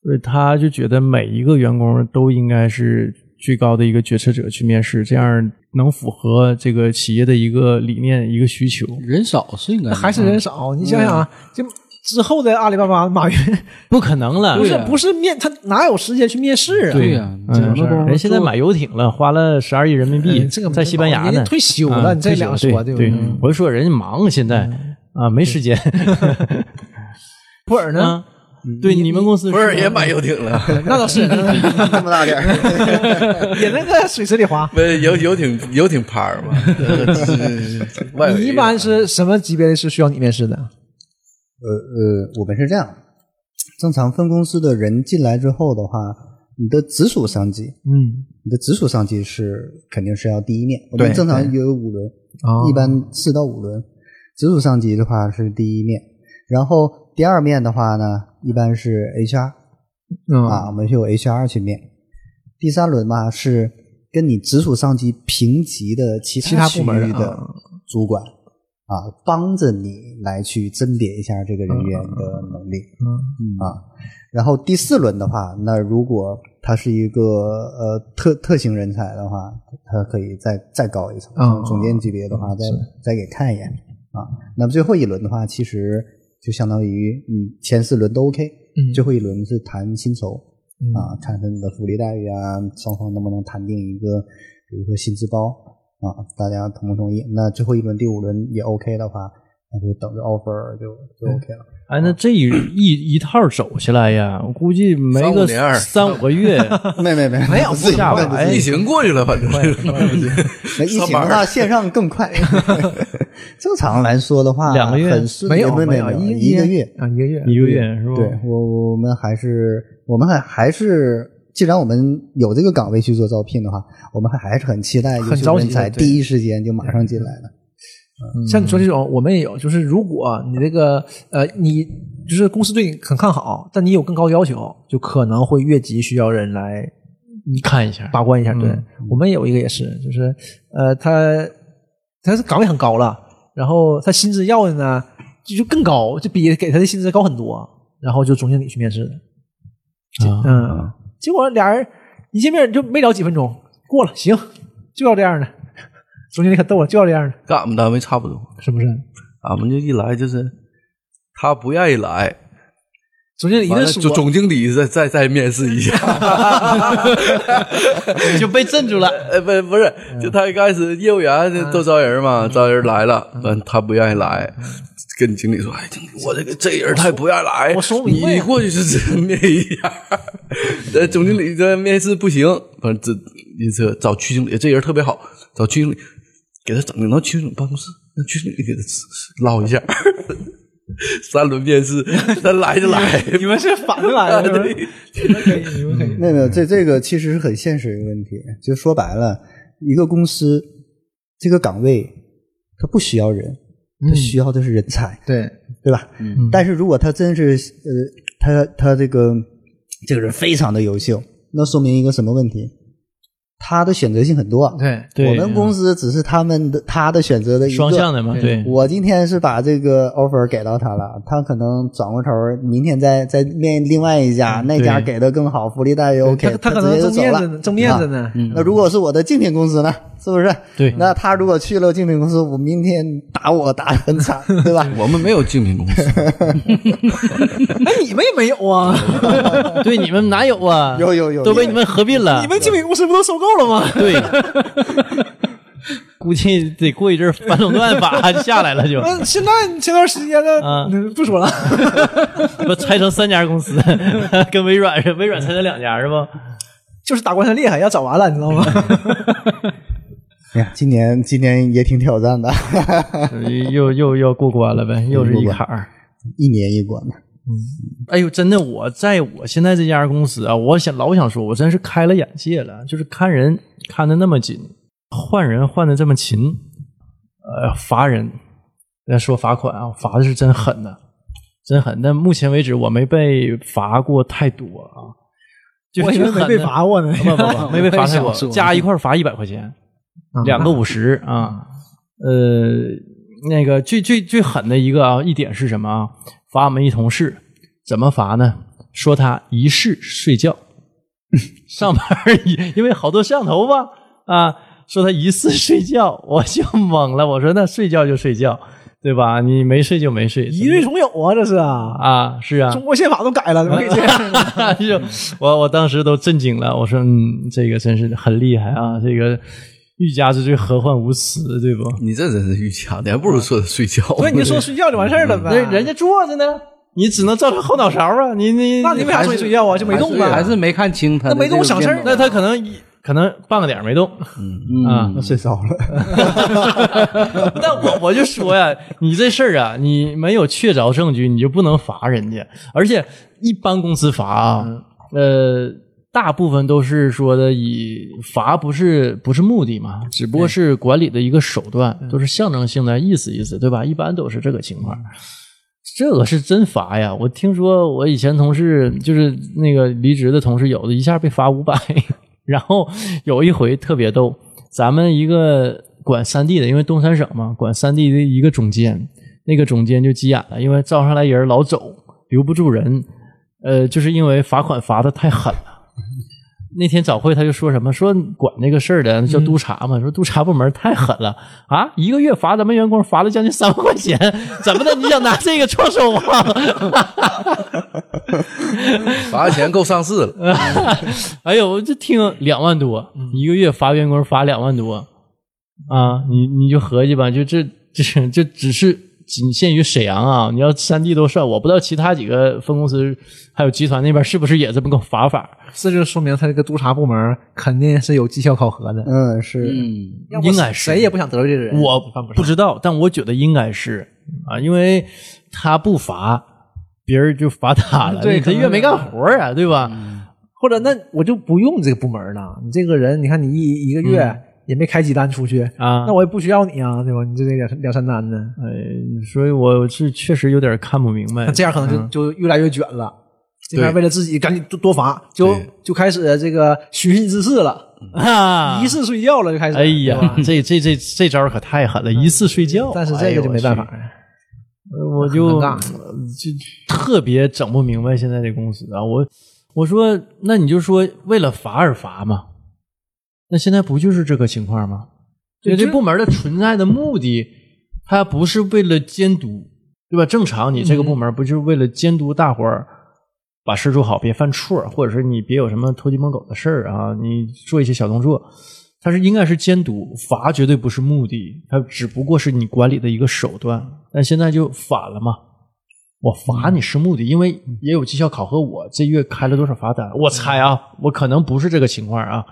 S1: 所以他就觉得每一个员工都应该是最高的一个决策者去面试，这样能符合这个企业的一个理念、一个需求。
S3: 人少是应该
S2: 还是人少，你想想啊，这之后的阿里巴巴，马云
S1: 不可能了，
S2: 不
S3: 对
S2: 是
S3: 啊
S2: 不是面，他哪有时间去面试啊？
S3: 对呀、
S1: 嗯
S3: 整个
S1: 是
S3: 功夫
S1: 人现在
S3: 做
S1: 买游艇了，花了十二亿人民币，
S2: 嗯这个没
S1: 在西班牙
S2: 人家
S1: 呢，
S2: 退休
S1: 啊
S2: 了你这
S1: 退休
S2: 两说
S1: 对
S2: 对不对嗯
S1: 我就说人家忙现在啊，没时间。
S2: 普洱呢？
S1: 啊，对，你们公司
S5: 不是
S1: 吗
S5: 也买游艇了？
S2: 那倒是
S4: 这么大点儿，
S2: 也那个水池里滑。
S5: 不是游游艇游艇拍儿嘛？外围
S2: 你一般是什么级别的是需要你面试的？
S4: 呃呃，我们是这样，正常分公司的人进来之后的话，你的直属上级，
S2: 嗯，
S4: 你的直属上级是肯定是要第一面。我们
S2: 对
S4: 正常有五轮，
S2: 哦
S4: 一般四到五轮，直属上级的话是第一面，然后第二面的话呢，一般是 HR 啊，
S2: 啊
S4: 我们是有 HR 去面。第三轮嘛是跟你直属上级平级的其
S2: 其他部
S4: 区
S2: 门的
S4: 域的
S2: 啊
S4: 主管啊，帮着你来去甄别一下这个人员
S2: 嗯
S4: 的能力。啊。然后第四轮的话，那如果他是一个呃特特型人才的话，他可以再再高一层，
S2: 嗯
S4: 像总监级别的话，再再给看一眼啊。那么最后一轮的话，其实就相当于嗯前四轮都 OK，、
S2: 嗯
S4: 最后一轮是谈薪酬、
S2: 嗯
S4: 啊，看看你的福利待遇啊，双方能不能谈定一个，比如说薪资包啊，大家同不同意？那最后一轮第五轮也 OK 的话，那就等着 offer 就就 OK 了。
S1: 哎，那这一一一套走下来呀，我估计没
S5: 三五
S1: 个
S5: 年儿
S1: 三五个月，
S4: 没没没没有
S1: 不下不来
S5: 疫情过去了，反正
S4: 那疫情
S5: 上班哎儿
S4: 的话，线上更快。正常来说的话，
S1: 两个月
S4: 很顺
S2: 没有
S4: 没
S2: 没
S4: 有
S2: 有
S4: 一个月。
S2: 啊，一个月
S1: 一个嗯月是吧？
S4: 对我我们还是我们还还是，既然我们有这个岗位去做招聘的话，我们还还是很期待优
S2: 很
S4: 秀
S2: 着急
S4: 人才
S2: 对
S4: 第一时间就马上进来了。
S2: 像你说这种，我们也有，就是如果你这个呃，你就是公司对你很看好，但你有更高的要求，就可能会越级需要人来
S1: 你看一下，
S2: 把关一下。对、
S1: 嗯
S2: 我们有一个也是，就是呃，他他是岗位很高了，然后他薪资要的呢就就更高，就比给他的薪资高很多，然后就总经理去面试的，
S1: 啊
S2: 嗯，结果俩人一见面就没聊几分钟，过了，行，就要这样的。总经理可逗了，就要这样的，
S5: 跟俺们单位差不多，
S2: 是不是？
S5: 俺啊们就一来就是他不愿意来，
S2: 总经理一
S5: 完
S2: 顿啊
S5: 了
S2: 说，
S5: 总总经理再再再面试一下，
S1: 就被镇住了。
S5: 呃不不是，就他一开始业务员就都招人嘛，招人来了，完他不愿意来。跟经理说：“哎，经理，我这个这人太不愿意来，
S2: 我说我明
S5: 你
S2: 白
S5: 你
S2: 呀
S5: 过去是只面一下。呃，总经理这面试不行，反正这一次找区经理，这人特别好，找区经理给他整到区经理办公室，让区经理给他捞一下。三轮面试，他来就来，
S2: 你们是反着 来的，是不是？
S4: 没有没有，这这个其实是很现实的问题。就说白了，一个公司这个岗位，它不需要人，它需要的是人才。
S2: 对，
S4: 对吧？嗯、但是如果他真是呃，他他这个这个人非常的优秀，那说明一个什么问题？他的选择性很多。啊
S2: 对
S1: 对嗯
S4: 我们公司只是他们的他的选择的一个
S1: 双向的嘛，对，
S4: 我今天是把这个 offer 给到他了，他可能转过头儿明天再再面另外一家，那家
S1: 嗯对
S4: 给的更好，福利待遇 OK，
S2: 他他可
S4: 直接
S2: 能
S4: 就
S2: 正
S4: 走
S2: 面
S4: 了
S1: 嗯
S2: 子呢，正面子。呢，
S4: 啊那如果是我的竞品公司呢？是不是？
S1: 对
S4: 那他如果去了竞品公司，我明天打我打得很惨，对吧？
S5: 我们没有竞品公司，
S2: 那哎你们也没有啊？
S1: 对，你们哪有啊？
S4: 有有有
S1: 都被你们合并了。
S2: 你们经理公司不都收购了吗？
S1: 对，估计得过一阵儿反垄断法 下来 了就，
S2: 那现在前段时间的
S1: 啊
S2: 嗯不说了，
S1: 不拆成三家公司， 跟微软是微软拆成两家是吧？
S2: 就是打官司厉害，要找完了，你知 道吗？
S4: 哎呀，今年今年也挺挑战的，
S1: 又又又过关了呗，又是一坎儿。
S4: 一年一关呢。
S1: 哎呦，真的，我在我现在这家公司啊，我想老想说，我真是开了眼界了，就是看人看的那么紧，换人换的这么勤，呃，罚人，呃说罚款啊，罚的是真狠呐、真狠。但目前为止，我没被罚过太多啊，就
S2: 我以为
S1: 真狠
S2: 没
S1: 的啊
S2: 被罚过呢。
S1: 不不 不，没被罚太
S3: 我
S1: 多
S3: 也想说，
S1: 加一块儿罚一百块钱，两个五十啊。呃，那个最最最狠的一个啊，一点是什么啊？罚我们一同事，怎么罚呢？说他疑似睡觉， 上班儿也因为好多摄像头嘛啊，说他疑似睡觉， 我就懵了。我说那睡觉就睡觉，对吧？你没睡就没睡，
S2: 一日从有啊，这是啊，
S1: 啊，是啊，
S2: 中国宪法都改了，怎么可以这样？
S1: 就我我当时都震惊了，我说嗯，这个真是很厉害啊，这个欲加之罪何患无辞，对不？
S5: 你这真是欲强，你还不如说睡觉。
S2: 所以你 就说睡觉就完事儿了呗。
S1: 那人家坐着呢，你只能照他后脑勺啊，你你
S2: 那你为啥说你睡觉啊？就没动
S3: 还
S2: 啊？
S3: 是没看清他的
S2: 那没
S3: 这个
S2: 动省事儿
S3: 变
S1: 那他可能一可能半个点儿没动，嗯啊，
S4: 睡着了。
S1: 那我我就说呀，你这事儿啊，你没有确凿证据，你就不能罚人家。而且一般公司罚啊，呃，大部分都是说的以罚不是不是目的嘛，只不过是管理的一个手段，都是象征性的意思意思，对吧？一般都是这个情况。这个是真罚呀！我听说我以前同事就是那个离职的同事，有的一下被罚五百，然后 有一回特别逗，咱们一个管三 D 的，因为东三省嘛，管三 D 的一个总监，那个总监就急眼了，因为招上来人老走，留不住人，呃，就是因为罚款罚的太狠了。那天早会他就说什么说管那个事儿的叫督察嘛，说督察部门太狠了啊，一个月罚咱们员工罚了将近三万块钱，怎么的？你想拿这个创收啊？
S5: 罚钱够上市
S2: 嗯
S5: 了，
S1: 哎呦，我就听两万多，一个月罚员工罚两万多啊！你你就合计吧，就这 这这只是仅限于沈阳啊！你要三地都算，我不知道其他几个分公司还有集团那边是不是也这么个罚法。
S2: 这就说明他这个督察部门肯定是有绩效考核的，
S4: 嗯，是
S3: 嗯，
S2: 要不
S1: 应该是
S2: 谁也不想得罪这个人。
S1: 我
S2: 犯不
S1: 不
S2: 上。
S1: 知道，但我觉得应该是啊，因为他不罚，别人就罚他了，
S2: 对
S1: 你他
S2: 可能
S1: 越
S2: 是嗯
S1: 没干活啊，对吧？
S2: 或者那我就不用这个部门了。你这个人，你看你一一个月也没开几单出去，
S1: 啊，
S2: 那我也不需要你啊，对吧？你这这两两三单呢，
S1: 哎，所以我是确实有点看不明白
S2: 那，这样可能
S1: 嗯
S2: 就、就越来越卷了。这边
S5: 对
S2: 为了自己赶紧多多罚，就
S5: 对
S2: 就开始这个寻衅滋事了，
S1: 啊
S2: 疑似睡觉了就开始。
S1: 哎
S2: 对
S1: 呀
S2: 吧，，嗯
S1: 这这这这招可太狠了，疑似睡觉。
S2: 但是这个就没办法，呀。
S1: 哎呦，我去我就
S2: 很
S1: 呃
S2: 尴
S1: 就特别整不明白现在这公司啊。我我说，那你就说为了罚而罚嘛？那现在不就是这个情况吗？
S2: 对
S1: 因为这
S2: 这
S1: 部门的存在的目的，它不是为了监督，对吧？正常，你这个部门不就是为了监督大伙儿把事做好，别犯错儿，或者是你别有什么偷鸡摸狗的事儿啊？你做一些小动作，它是应该是监督，罚绝对不是目的，它只不过是你管理的一个手段。但现在就反了嘛，我罚你是目的，因为也有绩效考核我，这月开了多少罚单？我猜啊，我可能不是这个情况啊。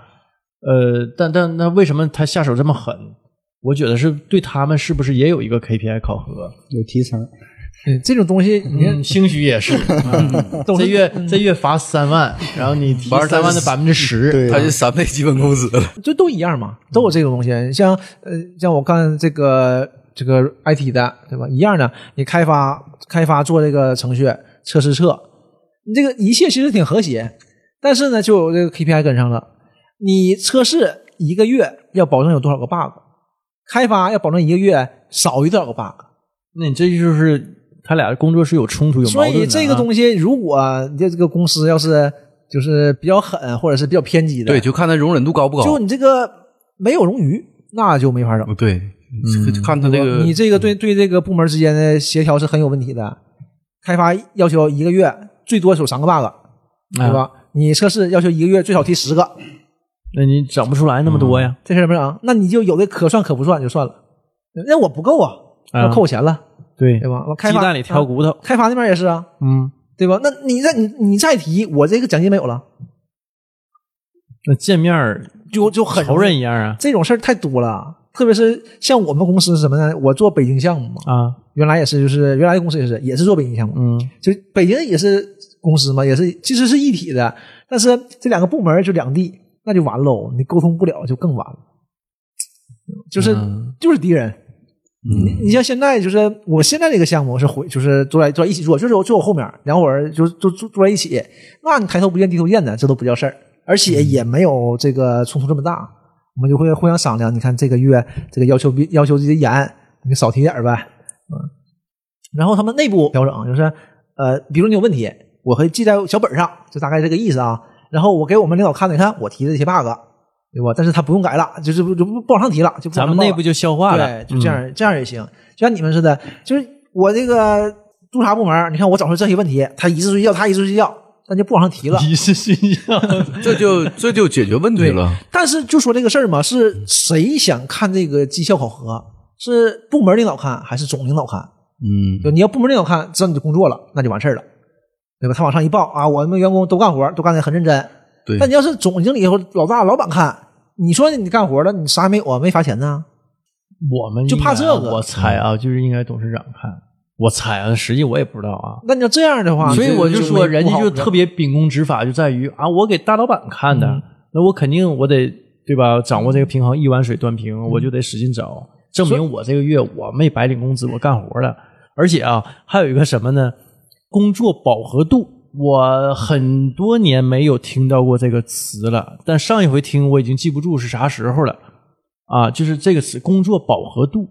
S1: 呃，但但那为什么他下手这么狠？我觉得是对他们是不是也有一个 KPI 考核？
S4: 有提成，
S2: 嗯这种东西，你看
S1: 嗯，兴许也是。嗯
S2: 都是
S1: 这月这月罚三万，然后你提
S5: 罚
S1: 三万的百分之十，
S4: 对
S5: 他是三倍基本工资 了。
S2: 就都一样
S1: 嗯
S2: 嘛，都有这种东西。像呃，像我干这个这个 IT 的，对吧？一样的，你开发开发做这个程序测试测，你这个一切其实挺和谐，但是呢，就有这个 KPI 跟上了。你测试一个月要保证有多少个 bug，开发要保证一个月少于多少个 bug。
S1: 那你这就是他俩工作是有冲突、有矛
S2: 所
S1: 盾的啊、
S2: 以这个东西，如果你这个公司要是就是比较狠，或者是比较偏激的，
S5: 对，就看他容忍度高不高。
S2: 就你这个没有冗余，那就没法整。
S5: 对，就看他这个
S2: 啊你这个对对这个部门之间的协调是很有问题的。开发要求一个月最多有三个 bug，对
S1: 啊
S2: 吧？你测试要求一个月最少提十个，
S1: 那你整不出来那么多呀？
S2: 这事儿不是啊？那你就有的可算可不算就算了。那我不够啊，
S1: 啊
S2: 我扣我钱了，
S1: 对
S2: 对吧？我开
S1: 鸡
S2: 发
S1: 蛋里挑
S2: 啊
S1: 骨头，
S2: 开发那边也是啊，
S1: 嗯，
S2: 对吧？那你再你你再提，我这个奖金没有了，
S1: 那见面儿
S2: 就就很
S1: 仇人一样啊
S2: 这种事儿太多了。特别是像我们公司是什么呢？我做北京项目嘛，
S1: 啊，
S2: 原来也是，就是原来的公司也是，也是做北京项目，
S1: 嗯，
S2: 就北京也是公司嘛，也是其实是一体的，但是这两个部门就两地，那就哦完喽，你沟通不了就更完了，就是、就是敌人，你你像现在就是我现在这个项目是回就是坐在坐在一起做，就是我坐我后面两伙人就就坐坐在一起，那你抬头不见低头见的，这都不叫事儿，而且
S1: 嗯
S2: 也没有这个冲突这么大。我们就会互相商量，你看这个月这个要求比要求自己严，你少提点儿呗，嗯。然后他们内部调整就是，呃，比如你有问题，我会记在小本上，就大概这个意思啊。然后我给我们领导看，你看我提的这些 bug，对吧？但是他不用改了，就是不就不不往上提了，就不
S1: 咱
S2: 往上
S1: 们
S2: 报
S1: 内
S2: 了
S1: 部就消化了，
S2: 对，就这样、这样也行。就像你们似的，就是我这个督察部门，你看我找出这些问题，他一致睡觉，他一致睡觉，咱就不往上提了。
S1: 一次性
S2: 嗯
S5: 这就这就解决问题了。
S2: 但是就说这个事儿嘛，是谁想看这个绩效考核？是部门领导看还是总领导看？
S5: 嗯，
S2: 就你要部门领导看，知道你的工作了，那就完事儿了，对吧？他往上一报啊，我们员工都干活，都干得很认真。
S5: 对
S2: 但你要是总经理或者老大、老板看，你说你干活了，你啥也没有啊，没罚钱呢？
S1: 我们
S2: 就怕
S1: 应该
S2: 这个
S1: 我猜啊，就是应该董事长看，我猜啊，实际我也不知道啊。
S2: 那你要这样的话，
S1: 所以我就
S2: 没
S1: 说，人
S2: 不
S1: 家
S2: 好
S1: 就
S2: 整
S1: 特别秉公执法，就在于啊，我给大老板看
S2: 嗯
S1: 的，那我肯定我得对吧，掌握这个平衡，一碗水端平，
S2: 嗯
S1: 我就得使劲找，证明我这个月我没白领工资，我干活了。而且啊，还有一个什么呢？工作饱和度，我很多年没有听到过这个词了，但上一回听我已经记不住是啥时候了。啊，就是这个词，工作饱和度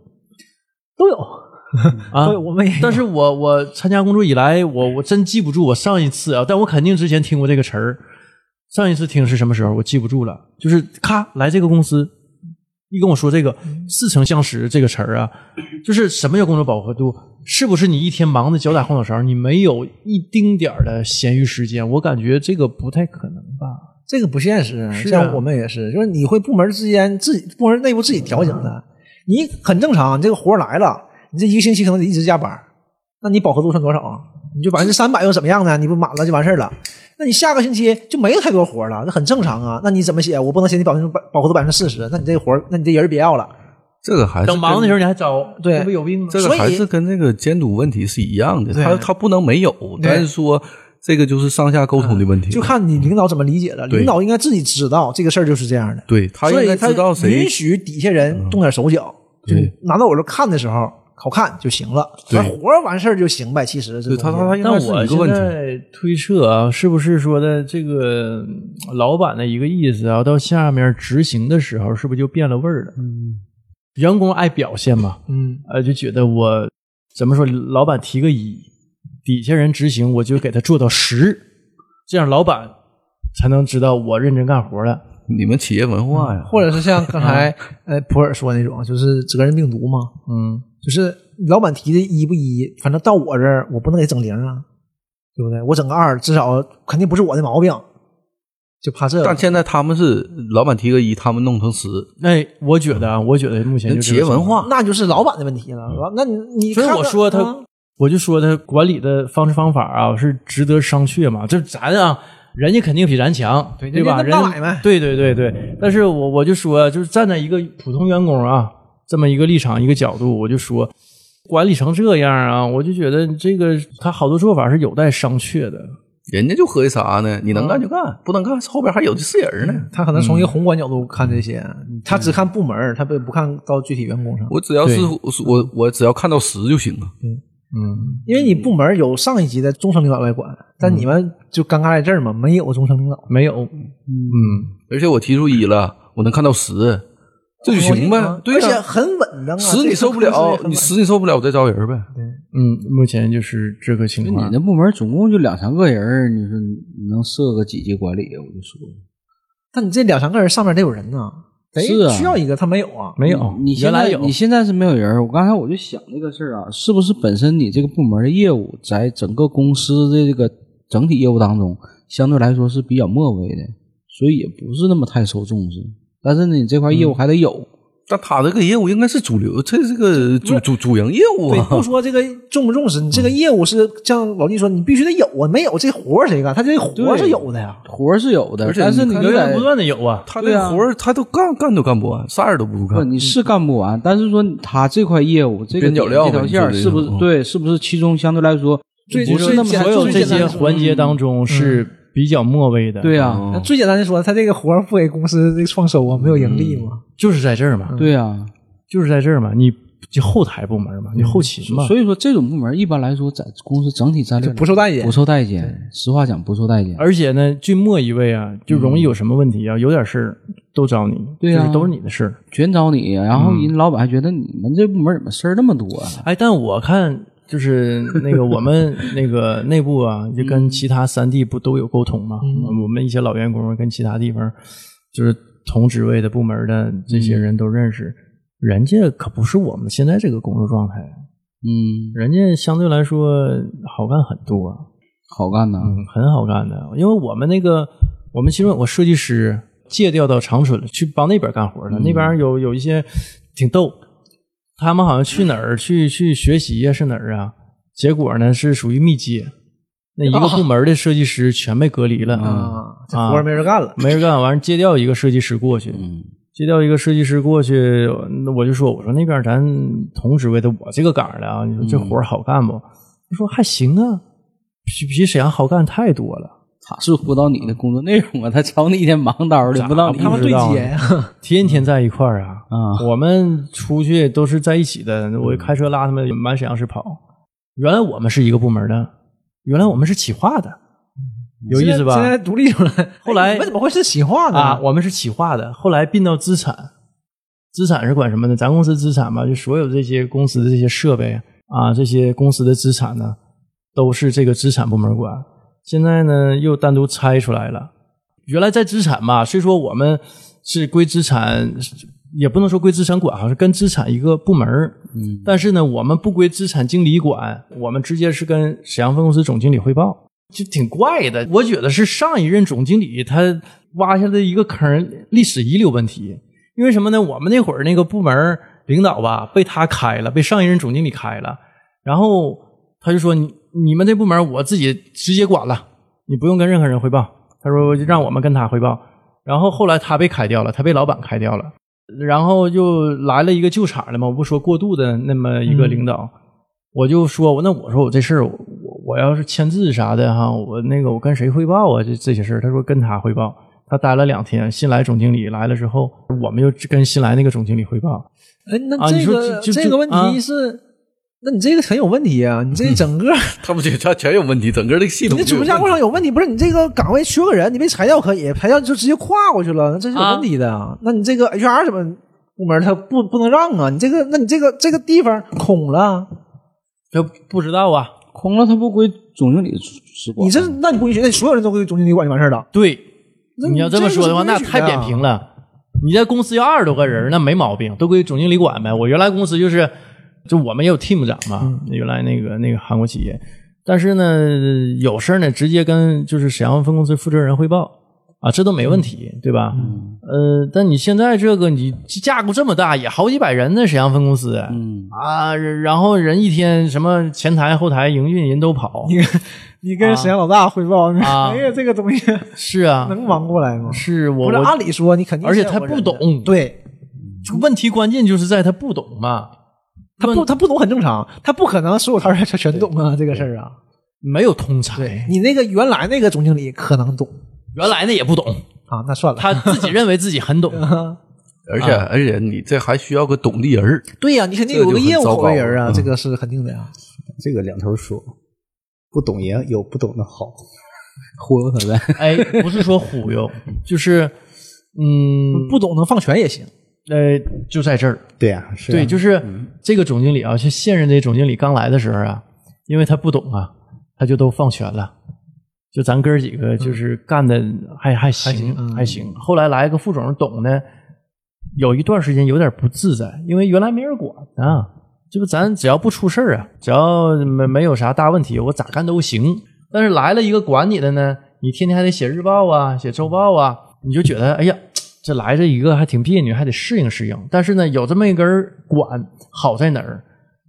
S2: 都有，
S1: 啊，
S2: 对我们也嗯有
S1: 但是我我参加工作以来，我我真记不住我上一次啊，但我肯定之前听过这个词儿。上一次听是什么时候？我记不住了。就是咔来这个公司，一跟我说这个“似曾相识”这个词儿啊，就是什么叫工作饱和度？是不是你一天忙得脚打后脑勺，你没有一丁点儿的闲余时间？我感觉这个不太可能吧。
S2: 这个不现实。
S1: 是啊
S2: 像我们也是，就是你会部门之间自己部门内部自己调整
S5: 嗯
S2: 的，你很正常。你这个活儿来了，你这一个星期可能得一直加班儿，那你饱和度算多少啊？你就百分之三百又怎么样呢？你不满了就完事儿了。那你下个星期就没有太多活儿了，那很正常啊。那你怎么写？我不能写你百分之百饱和度百分之四十，那你这活儿，那你这人别要了。
S5: 这个还是
S1: 等忙的时候你还招，
S2: 对
S1: 这不有病吗？
S5: 这个
S2: 所以啊
S5: 还是跟这个监督问题是一样的，他他不能没有，
S2: 对
S5: 但是说这个就是上下沟通的问题，
S2: 就看你领导怎么理解了。
S5: 嗯对
S2: 领导应该自己知道这个事儿就是这样的。
S5: 对他
S2: 所
S5: 应
S2: 以
S5: 该
S2: 他
S5: 知道谁嗯
S2: 允许底下人动点手脚，就
S5: 对
S2: 拿到我这看的时候好看就行了，
S5: 对
S2: 完活儿完事儿就行呗。其实这
S5: 对他
S2: 东西
S5: 他他应
S1: 但
S5: 该是
S1: 我
S5: 一个
S1: 现
S5: 问题，
S1: 在推测啊，是不是说的这个嗯老板的一个意思啊？到下面执行的时候，是不是就变了味儿了？嗯，员工爱表现嘛，
S2: 嗯，
S1: 呃，就觉得我怎么说，老板提个一，底下人执行，我就给他做到十，这样老板才能知道我认真干活了。
S5: 你们企业文化呀，
S2: 或者是像刚才呃普尔说那种，就是责任病毒嘛，
S1: 嗯，
S2: 就是老板提的一不一，反正到我这儿我不能给整零啊，对不对？我整个二，至少肯定不是我的毛病，就怕这
S5: 但
S2: 个。
S5: 现在他们是老板提个一，他们弄成十，
S1: 哎，我觉得啊，我觉得目前就
S5: 人
S1: 这
S5: 企
S1: 个
S5: 业
S1: 情况
S5: 文化
S2: 那就是老板的问题了，是吧？那你你
S1: 所以
S2: 看
S1: 我
S2: 看
S1: 说他
S2: 啊
S1: 我就说他管理的方式方法啊是值得商榷嘛，这咱啊，人家肯定比咱强，对
S2: 人家
S1: 吧？
S2: 那
S1: 人嗯
S2: 大买卖
S1: 对对对对。但是我我就说，啊就是站在一个普通员工啊这么一个立场一个角度，我就说，管理成这样啊，我就觉得这个他好多做法是有待商榷的。
S5: 人家就合计啥呢？你
S2: 啊
S5: 能干就干，不能干后边还有的是人呢。
S2: 他可能从一个宏观角度看这些，他只看部门儿，他不不看到具体员工上。
S5: 我只要是我我只要看到十就行了。
S1: 嗯，
S2: 因为你部门有上一级的中层领导来管，但你们就尴尬在这儿嘛，没有中层领导，
S1: 没有，嗯，
S5: 而且我提出一了，我能看到十，这就行呗。对
S2: 哦啊而且
S5: 呀，
S2: 很稳当啊。
S5: 十
S2: 这
S5: 你
S2: 个
S5: 受不
S2: 公司也
S5: 了
S2: 很，稳
S5: 你十你受不了，我再招人呗。
S1: 嗯，目前就是这个情
S3: 就你
S1: 况。
S3: 那部门总共就两三个人儿，你说你能设个几级管理？我就说，
S2: 但你这两三个人上面得有人呐，得
S3: 是啊
S2: 需要一个，他没有啊。
S1: 没有，
S3: 你
S1: 哦原
S3: 现
S1: 来
S3: 在
S1: 有，
S3: 你现在是没有人儿。我刚才我就想这个事儿啊，是不是本身你这个部门的业务在整个公司的这个整体业务当中，相对来说是比较末位的，所以也不是那么太受重视。但是呢，你这块业务还得有，
S5: 但他这个业务应该是主流，这是个主主主营业务
S2: 对，
S5: 啊
S2: 不。说这个重不重视，你这个业务是像老季说，你必须得有啊，没有这活儿谁干？他这活儿是有的呀。
S3: 活儿是有的
S5: 而，且
S3: 但是
S5: 你
S3: 你
S5: 看
S3: 就
S1: 源源
S3: 得
S1: 不断的有啊。
S5: 他这活儿他都干干都干不完，啥人都不如
S3: 不，
S5: 干。
S3: 你是干不完，但是说他这块业务这个
S5: 边角料呗
S3: 这条线儿
S5: 你
S3: 是
S5: 说的
S3: 不
S5: 意思
S3: 是对？是不是其中相对来说
S2: 最
S3: 不
S2: 就是
S3: 那么
S2: 简
S1: 所有这些环节当中是比较末位的，
S3: 对呀、啊
S5: 嗯
S2: 最简单的说，他这个活儿不给公司这个创收啊，没有盈利嘛。
S1: 就是在这儿嘛。
S3: 对呀、啊
S1: 就是在这儿嘛，你就后台部门嘛，你后勤嘛，
S3: 所以说这种部门一般来说在公司整体战略
S2: 就不受待见
S3: 嗯不受待见。实话讲，不受待见。
S1: 而且呢，最末一位啊，就容易有什么问题啊，有点事儿都找你，
S3: 对呀
S1: 就是都是你的事儿。
S3: 全找你，啊然后人老板还觉得你们这部门怎么事儿那么多啊？
S1: 哎，但我看就是那个我们那个内部啊，就跟其他三地不都有沟通嘛？我们一些老员工跟其他地方就是同职位的部门的这些人都认识，人家可不是我们现在这个工作状态，啊
S3: 嗯，
S1: 人家相对来说好干很多、啊
S3: 好干呐，
S1: 嗯，很好干的，因为我们那个我们其中有个设计师借调到长春了去帮那边干活了，那边有有一些挺逗，他们好像去哪儿去去学习呀，是哪儿啊？结果呢是属于密接，那一个部门的设计师全被隔离了，嗯
S2: 啊，这活儿没人干了，
S1: 没人干，完借调一个设计师过去，
S3: 嗯
S1: 借调一个设计师过去，那我就说我说那边咱同职位的我这个岗儿的啊，你
S2: 嗯
S1: 说这活儿好干不？他说还行啊，比比沈阳好干太多了。
S3: 他是辅导你的工作内容啊，他找你一天忙叨的，不知道你
S1: 咋
S2: 啊他们对嗯接呀，
S1: 天天在一块儿 啊。
S3: 啊
S1: 我们出去都是在一起的，
S2: 嗯
S1: 我开车拉他们满沈阳市跑。原来我们是一个部门的，原来我们是企划的，有意思吧
S2: 现？在独立出来，
S1: 后来
S2: 哎你们怎么会是企划呢？
S1: 啊，我们是企划的，后来并到资产，资产是管什么呢？咱公司资产吧，就所有这些公司的这些设备啊，这些公司的资产呢，都是这个资产部门管。现在呢，又单独拆出来了。原来在资产吧，虽说我们是归资产，也不能说归资产管，好像是跟资产一个部门儿
S3: 嗯
S1: 但是呢，我们不归资产经理管，我们直接是跟沈阳分公司总经理汇报，就挺怪的。我觉得是上一任总经理他挖下的一个坑，历史遗留问题。因为什么呢？我们那会儿那个部门领导吧，被他开了，被上一任总经理开了，然后他就说：“你你们这部门我自己直接管了，你不用跟任何人汇报。”他说：“让我们跟他汇报。”然后后来他被开掉了，他被老板开掉了。然后又来了一个救场的嘛，我不说过渡的那么一个领导，我就说，那我说我这事儿，我我要是签字啥的哈，我那个我跟谁汇报啊？这这些事儿，他说跟他汇报。他待了两天，新来总经理来了之后，我们就跟新来那个总经理汇报。
S2: 哎，
S1: 啊
S2: 那
S1: 你
S2: 这
S1: 说
S2: 个
S1: 就就
S2: 这个问
S1: 啊嗯
S2: 题是，那你这个很有问题啊！你这整个
S5: 他们这他全有问题，整个这个系
S2: 你
S5: 统
S2: 这
S5: 就有
S2: 组织
S5: 问
S2: 架构
S5: 题。
S2: 上有问题，不是你这个岗位缺个人，你被裁掉可以，裁掉就直接跨过去了，那这是有问题的。啊、那你这个 HR 怎么部门他不不能让啊？你这个，那你这个这个地方空了，
S1: 这不知道啊，
S3: 空了他不归总经理直管。
S2: 你这那你不允许，那所有人都归总经理管就完事儿了。
S1: 对，
S2: 那
S1: 你要这么说的话，那太扁平
S2: 了。
S1: 了。你在公司要二十多个人，那没毛病，都归总经理管呗。我原来公司就是，就我们也有 team 长
S2: 嗯
S1: 嘛，原来那个那个韩国企业，但是呢，有事儿呢直接跟就是沈阳分公司负责人汇报啊，这都没问题，
S2: 嗯
S1: 对吧？呃，但你现在这个你架构这么大，也好几百人呢，沈阳分公司，
S3: 嗯，
S1: 啊，然后人一天什么前台、后台、营运人都跑，
S2: 你跟沈阳老大汇报，
S1: 啊
S2: 哎呀，这个东西
S1: 是啊，
S2: 能忙过来吗？
S1: 是我
S2: 不是，
S1: 我
S2: 按理说你肯定
S1: 而
S2: 是
S1: 且
S2: 有
S1: 他
S2: 人的，
S1: 不懂，
S2: 对
S1: 问题关键就是在他不懂嘛，
S2: 他不他不懂很正常，他不可能所有摊儿他全懂啊，这个事儿啊。
S1: 没有通才，
S2: 你那个原来那个总经理可能懂
S1: 原来呢也不懂，
S2: 啊，那算了。
S1: 他自己认为自己很懂。
S5: 而且
S2: 啊
S5: 而且你这还需要个懂的人儿，
S2: 对呀、你肯定
S5: 这
S2: 有
S5: 就
S2: 个
S5: 很
S2: 业务
S5: 糟
S2: 口
S5: 糕
S2: 味人啊，
S5: 了
S2: 这个是肯定的呀。
S4: 这个两头说，不懂也有不懂的 好。
S3: 忽悠他呗。
S1: 哎，不是说忽悠，就是嗯，
S2: 不懂能放权也行，
S1: 呃，就在这儿，
S4: 对呀、是啊、
S1: 对，就是这个总经理啊，就现任这总经理刚来的时候啊，因为他不懂啊，他就都放权了。就咱哥儿几个就是干的还、嗯还行嗯还行，后来来个副总懂呢，有一段时间有点不自在，因为原来没人管啊，这不咱只要不出事儿啊，只要没没有啥大问题，我咋干都行。但是来了一个管你的呢，你天天还得写日报啊，写周报啊，你就觉得哎呀，这来这一个还挺别扭，还得适应适应。但是呢，有这么一根儿管，好在哪儿？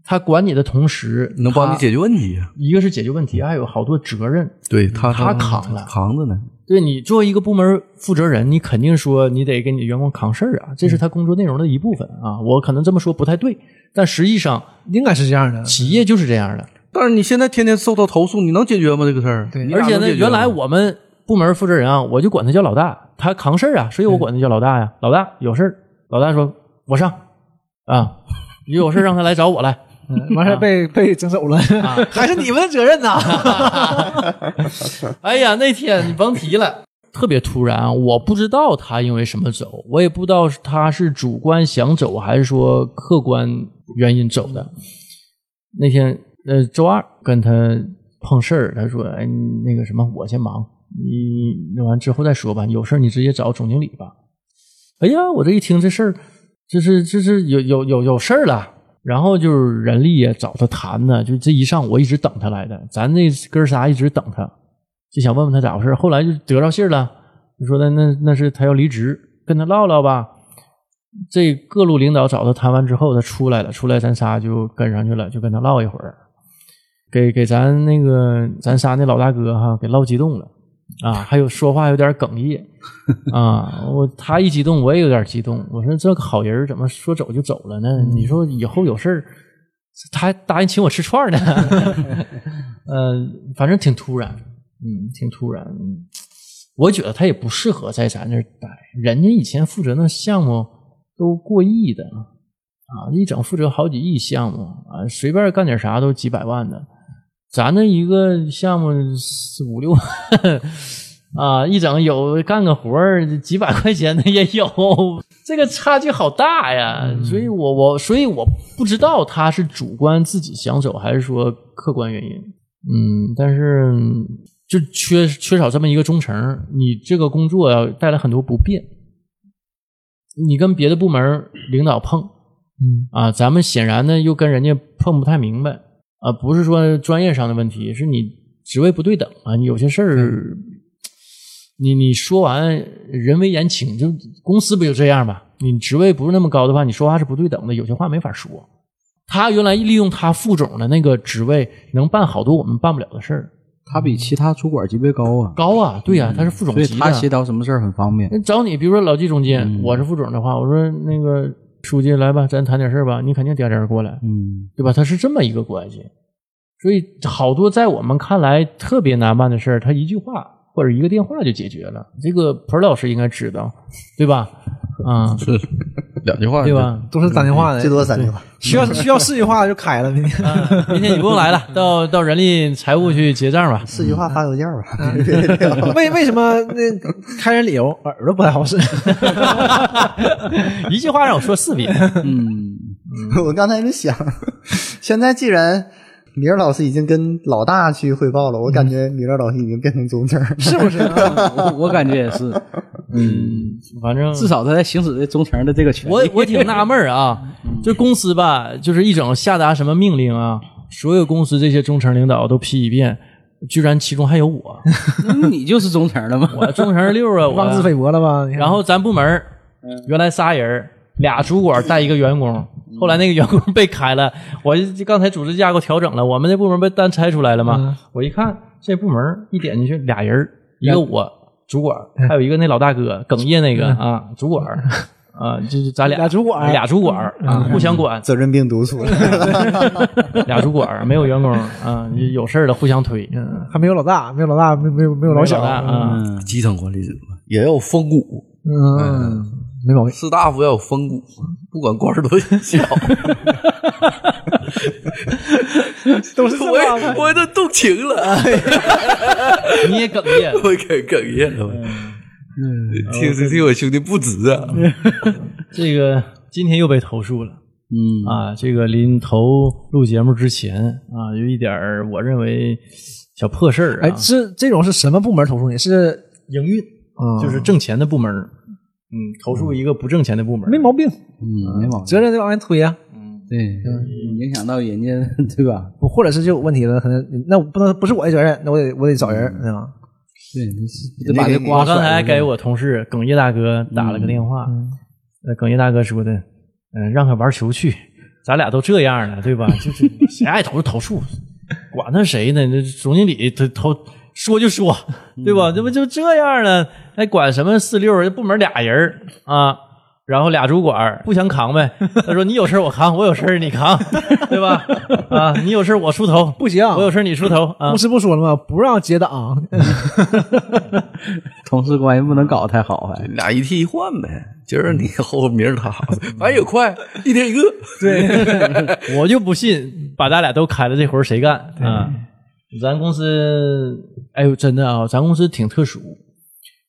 S1: 他管你的同时，
S5: 能帮你
S1: 他
S5: 解决问题。
S1: 一个是解决问题，还有好多责任。
S5: 对他
S1: 他
S5: 扛
S1: 扛了
S5: 扛着呢，
S1: 对你作为一个部门负责人，你肯定说你得给你的员工扛事儿啊，这
S5: 嗯
S1: 是他工作内容的一部分啊。我可能这么说不太对，但实际上
S2: 应该是这样的。
S1: 企业就是这样的。
S5: 但是你现在天天受到投诉，你能解决吗？这个事儿，
S2: 对
S5: 你俩
S1: 而且呢，
S5: 能解决
S1: 原来
S5: 吗
S1: 我们部门负责人啊，我就管他叫老大，他
S5: 嗯
S1: 扛事儿啊，所以我管他叫老大呀。老大有事儿，老大说我上啊，有事让他来找我来。
S2: 嗯完事儿被被整走了， 还是你们的责任呐。
S1: 哎呀，那天你甭提了，特别突然，我不知道他因为什么走，我也不知道他是主观想走还是说客观原因走的。那天呃，周二跟他碰事儿，他说：“哎，那个什么，我先忙，你那完之后再说吧，有事儿你直接找总经理吧。”哎呀，我这一听这事儿，这是这是有有有有事儿了。然后就是人力也找他谈呢，就这一上午我一直等他来的，咱那哥仨一直等他，就想问问他咋回事。后来就得着信儿了，就说那那那是他要离职，跟他唠唠吧。这各路领导找他谈完之后，他出来了，出来咱仨就跟上去了，就跟他唠一会儿，给给咱那个咱仨那老大哥哈给唠激动了啊，还有说话有点哽咽啊，我他一激动我也有点激动，我说这个好人儿怎么说走就走了呢？你说以后有事儿，他还答应请我吃串儿呢，呃，反正挺突然，嗯，挺突然，嗯我觉得他也不适合在咱这儿待，人家以前负责那项目都过亿的啊，一整负责好几亿项目啊，随便干点啥都几百万的，咱那一个项目是五六万啊，一整有干个活儿几百块钱的也有，这个差距好大呀！所以我我所以我不知道他是主观自己想走，还是说客观原因。嗯，但是嗯就缺缺少这么一个忠诚，你这个工作要带来很多不便。你跟别的部门儿领导碰，嗯啊，咱们显然呢又跟人家碰不太明白啊，不是说专业上的问题，是你职位不对等啊，你有些事
S3: 嗯
S1: 儿，你你说完人微言轻，就公司不就这样吗？你职位不是那么高的话，你说话是不对等的，有些话没法说。他原来利用他副总的那个职位，能办好多我们办不了的事儿。
S3: 他比其他主管级别高啊，
S1: 高啊，对呀、他是副总
S3: 嗯所以
S1: 级的。
S3: 他嗯协调什么事儿很方便。
S1: 那找你，比如说老季总监，我是副总的话，我说那个书记来吧，咱谈点事儿吧，你肯定颠颠儿过来，
S3: 嗯，
S1: 对吧？他是这么一个关系，所以好多在我们看来特别难办的事儿，他一句话或者一个电话就解决了。这个盆儿老师应该知道，对吧？啊、
S5: 是 两句话，
S1: 对？吧？
S2: 都是打电话的，
S4: 最多三句话。
S2: 需要需要四句话就开了，明天
S1: 明天你不用来了，到到人力财务去结账吧。
S4: 四句话发邮件吧，
S1: 嗯
S2: 为为什么那个开人理由耳朵不太好使？
S1: 一句话让我说四遍，
S3: 嗯
S4: 我刚才就想， 现在既然米勒老师已经跟老大去汇报了，我感
S1: 嗯
S4: 觉米勒老师已经变成中层，是不是？
S3: 我我感觉也是，嗯，
S1: 反正
S3: 至少他在行使这中层的这个权利。
S1: 我我挺纳闷儿啊，就公司吧，就是一整下达什么命令啊，所有公司这些中层领导都批一遍，居然其中还有我，
S3: 那你就是中层的吗？
S1: 我中层 六啊，
S2: 妄自
S1: 我。
S2: 菲薄了吧？
S1: 然后咱部门儿
S2: 嗯
S1: 原来仨人儿，俩主管带一个员工，
S2: 嗯
S1: 后来那个员工被开了，我就刚才组织架构调整了，我们这部门被单拆出来了嘛，我一看这部门儿一点进去俩人儿，一个我主管，还有一个那老大哥哽咽那个啊主管儿。啊，就是咱俩
S2: 俩主管儿
S1: 俩主管儿啊，互相管，
S4: 责任病毒出来了，
S1: 俩主管儿没有员工啊，有事儿了互相推。嗯，
S2: 还没有老大，没有老大，没没有没有老小，
S1: 啊，
S3: 嗯，
S5: 基层管理者嘛，也要有风骨，
S2: 嗯，没毛病。
S5: 士大夫要有风骨，不管官儿多 小。
S2: 都是哎
S5: 我也我都动情了，
S1: 你也哽咽。
S5: 我哽哽咽了。
S2: 嗯
S5: 嗯听听听，我兄弟不值啊！
S2: 嗯
S1: 这个今天又被投诉了。
S3: 嗯
S1: 啊，这个临头录节目之前啊，有一点儿我认为小破事儿
S2: 哎，
S1: 啊，
S2: 这这种是什么部门投诉你？是
S1: 营运
S2: 啊，
S1: 就是挣钱的部门儿，嗯，投诉一个不挣钱的部门儿，
S2: 没毛病，
S3: 嗯，没毛病。
S2: 责任得往前推啊。
S3: 对，影响到人家对吧？
S2: 不或者是就有问题了，可能那我不能不是我的责任，那我得我得找人，对吧？
S3: 对，你是得把
S2: 嗯
S3: 这哎瓜
S1: 我刚
S3: 甩
S1: 才
S3: 了
S1: 给我同事哽咽大哥打了个电话，呃，哽咽大哥说的，嗯、让他玩球去，咱俩都这样了，对吧？ 就是谁爱投就投诉，管他谁呢？那总经理他投说就说，对吧？这不就这样了，还管什么四六？这部门俩人儿啊，然后俩主管儿互相扛呗。他说：“你有事儿我扛，我有事儿你扛， 对吧？啊，你有事儿我出头，
S2: 不行
S1: 我有事儿你出头啊
S2: 牧。师不说了吗？不让结党，
S3: 同事关系不能搞得太好，
S2: 嗯
S3: 还
S5: 俩一替一换呗，今儿你后明儿他，反正也快，一天一
S2: 嗯
S5: 个。
S1: 我就不信把咱俩都开了，这活儿谁干啊？咱公司，哎呦，真的啊，咱公司挺特殊，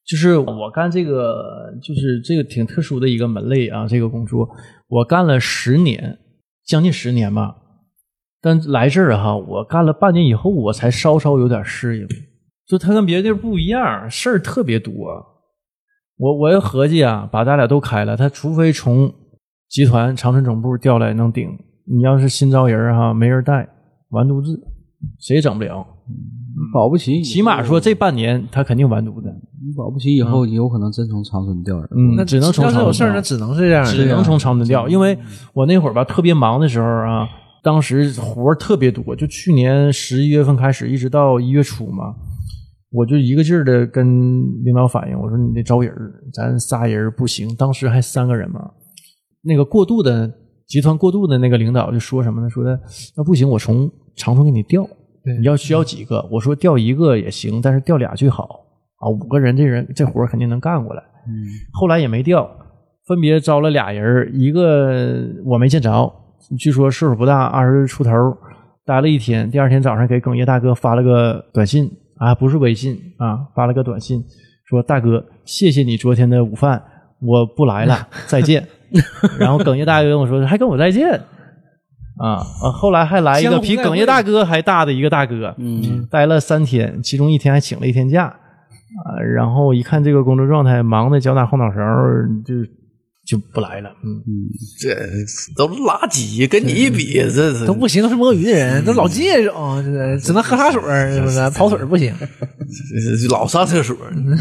S1: 就是我干这个，就是这个挺特殊的一个门类啊，这个工作我干了十年，将近十年吧。但来这儿哈、啊我干了半年以后，我才稍稍有点适应，就它跟别的地儿不一样，事儿特别多。我我要合计啊，把咱俩都开了，他除非从集团长春总部调来能顶，你要是新招人儿哈、没人带，完犊子，谁也整不了。
S3: 保不齐，
S1: 起码说这半年他肯定完犊子，
S3: 你保不齐以
S2: 嗯
S3: 后有可能真从长春调人。
S1: 嗯
S2: 那
S1: 只能从
S2: 要是
S1: 长
S2: 有
S1: 春
S2: 事儿，
S1: 调
S2: 那只能是这啊嗯样。
S1: 只能从长春调。因为我那会儿吧特别忙的时候啊，当时活儿特别多，就去年十一月份开始，一直到一月初嘛，我就一个劲儿的跟领导反映，我说你得招人儿，咱仨人儿不行，当时还三个人嘛。那个过渡的集团过渡的那个领导就说什么呢？说的那不行，我从长春给你调，你要需要几个？我说调一个也行，但是调俩最好啊，五个人这人这活儿肯定能干过来。
S2: 嗯
S1: 后来也没调，分别招了俩人儿，一个我没见着，据说岁数不大，二十出头，待了一天。第二天早上给哽咽大哥发了个短信啊，不是微信啊，发了个短信说：“大哥，谢谢你昨天的午饭，我不来了，再见。” 然后哽咽大哥跟我说：“还跟我再见。”啊啊！后来还来一个
S2: 相互
S1: 比
S2: 再
S1: 哽
S2: 会
S1: 咽大哥还大的一个大哥，
S3: 嗯，
S1: 待了三天，其中一天还请了一天假，啊、然后一看这个工作状态，忙的脚打后脑勺，就就不来了，嗯，
S5: 这都是垃圾，跟你一比，这是
S2: 都不行，都是摸鱼的人，都老借这种，就是只能喝茶水儿，是不是？跑腿儿不行，
S5: 老上厕所，
S2: 嗯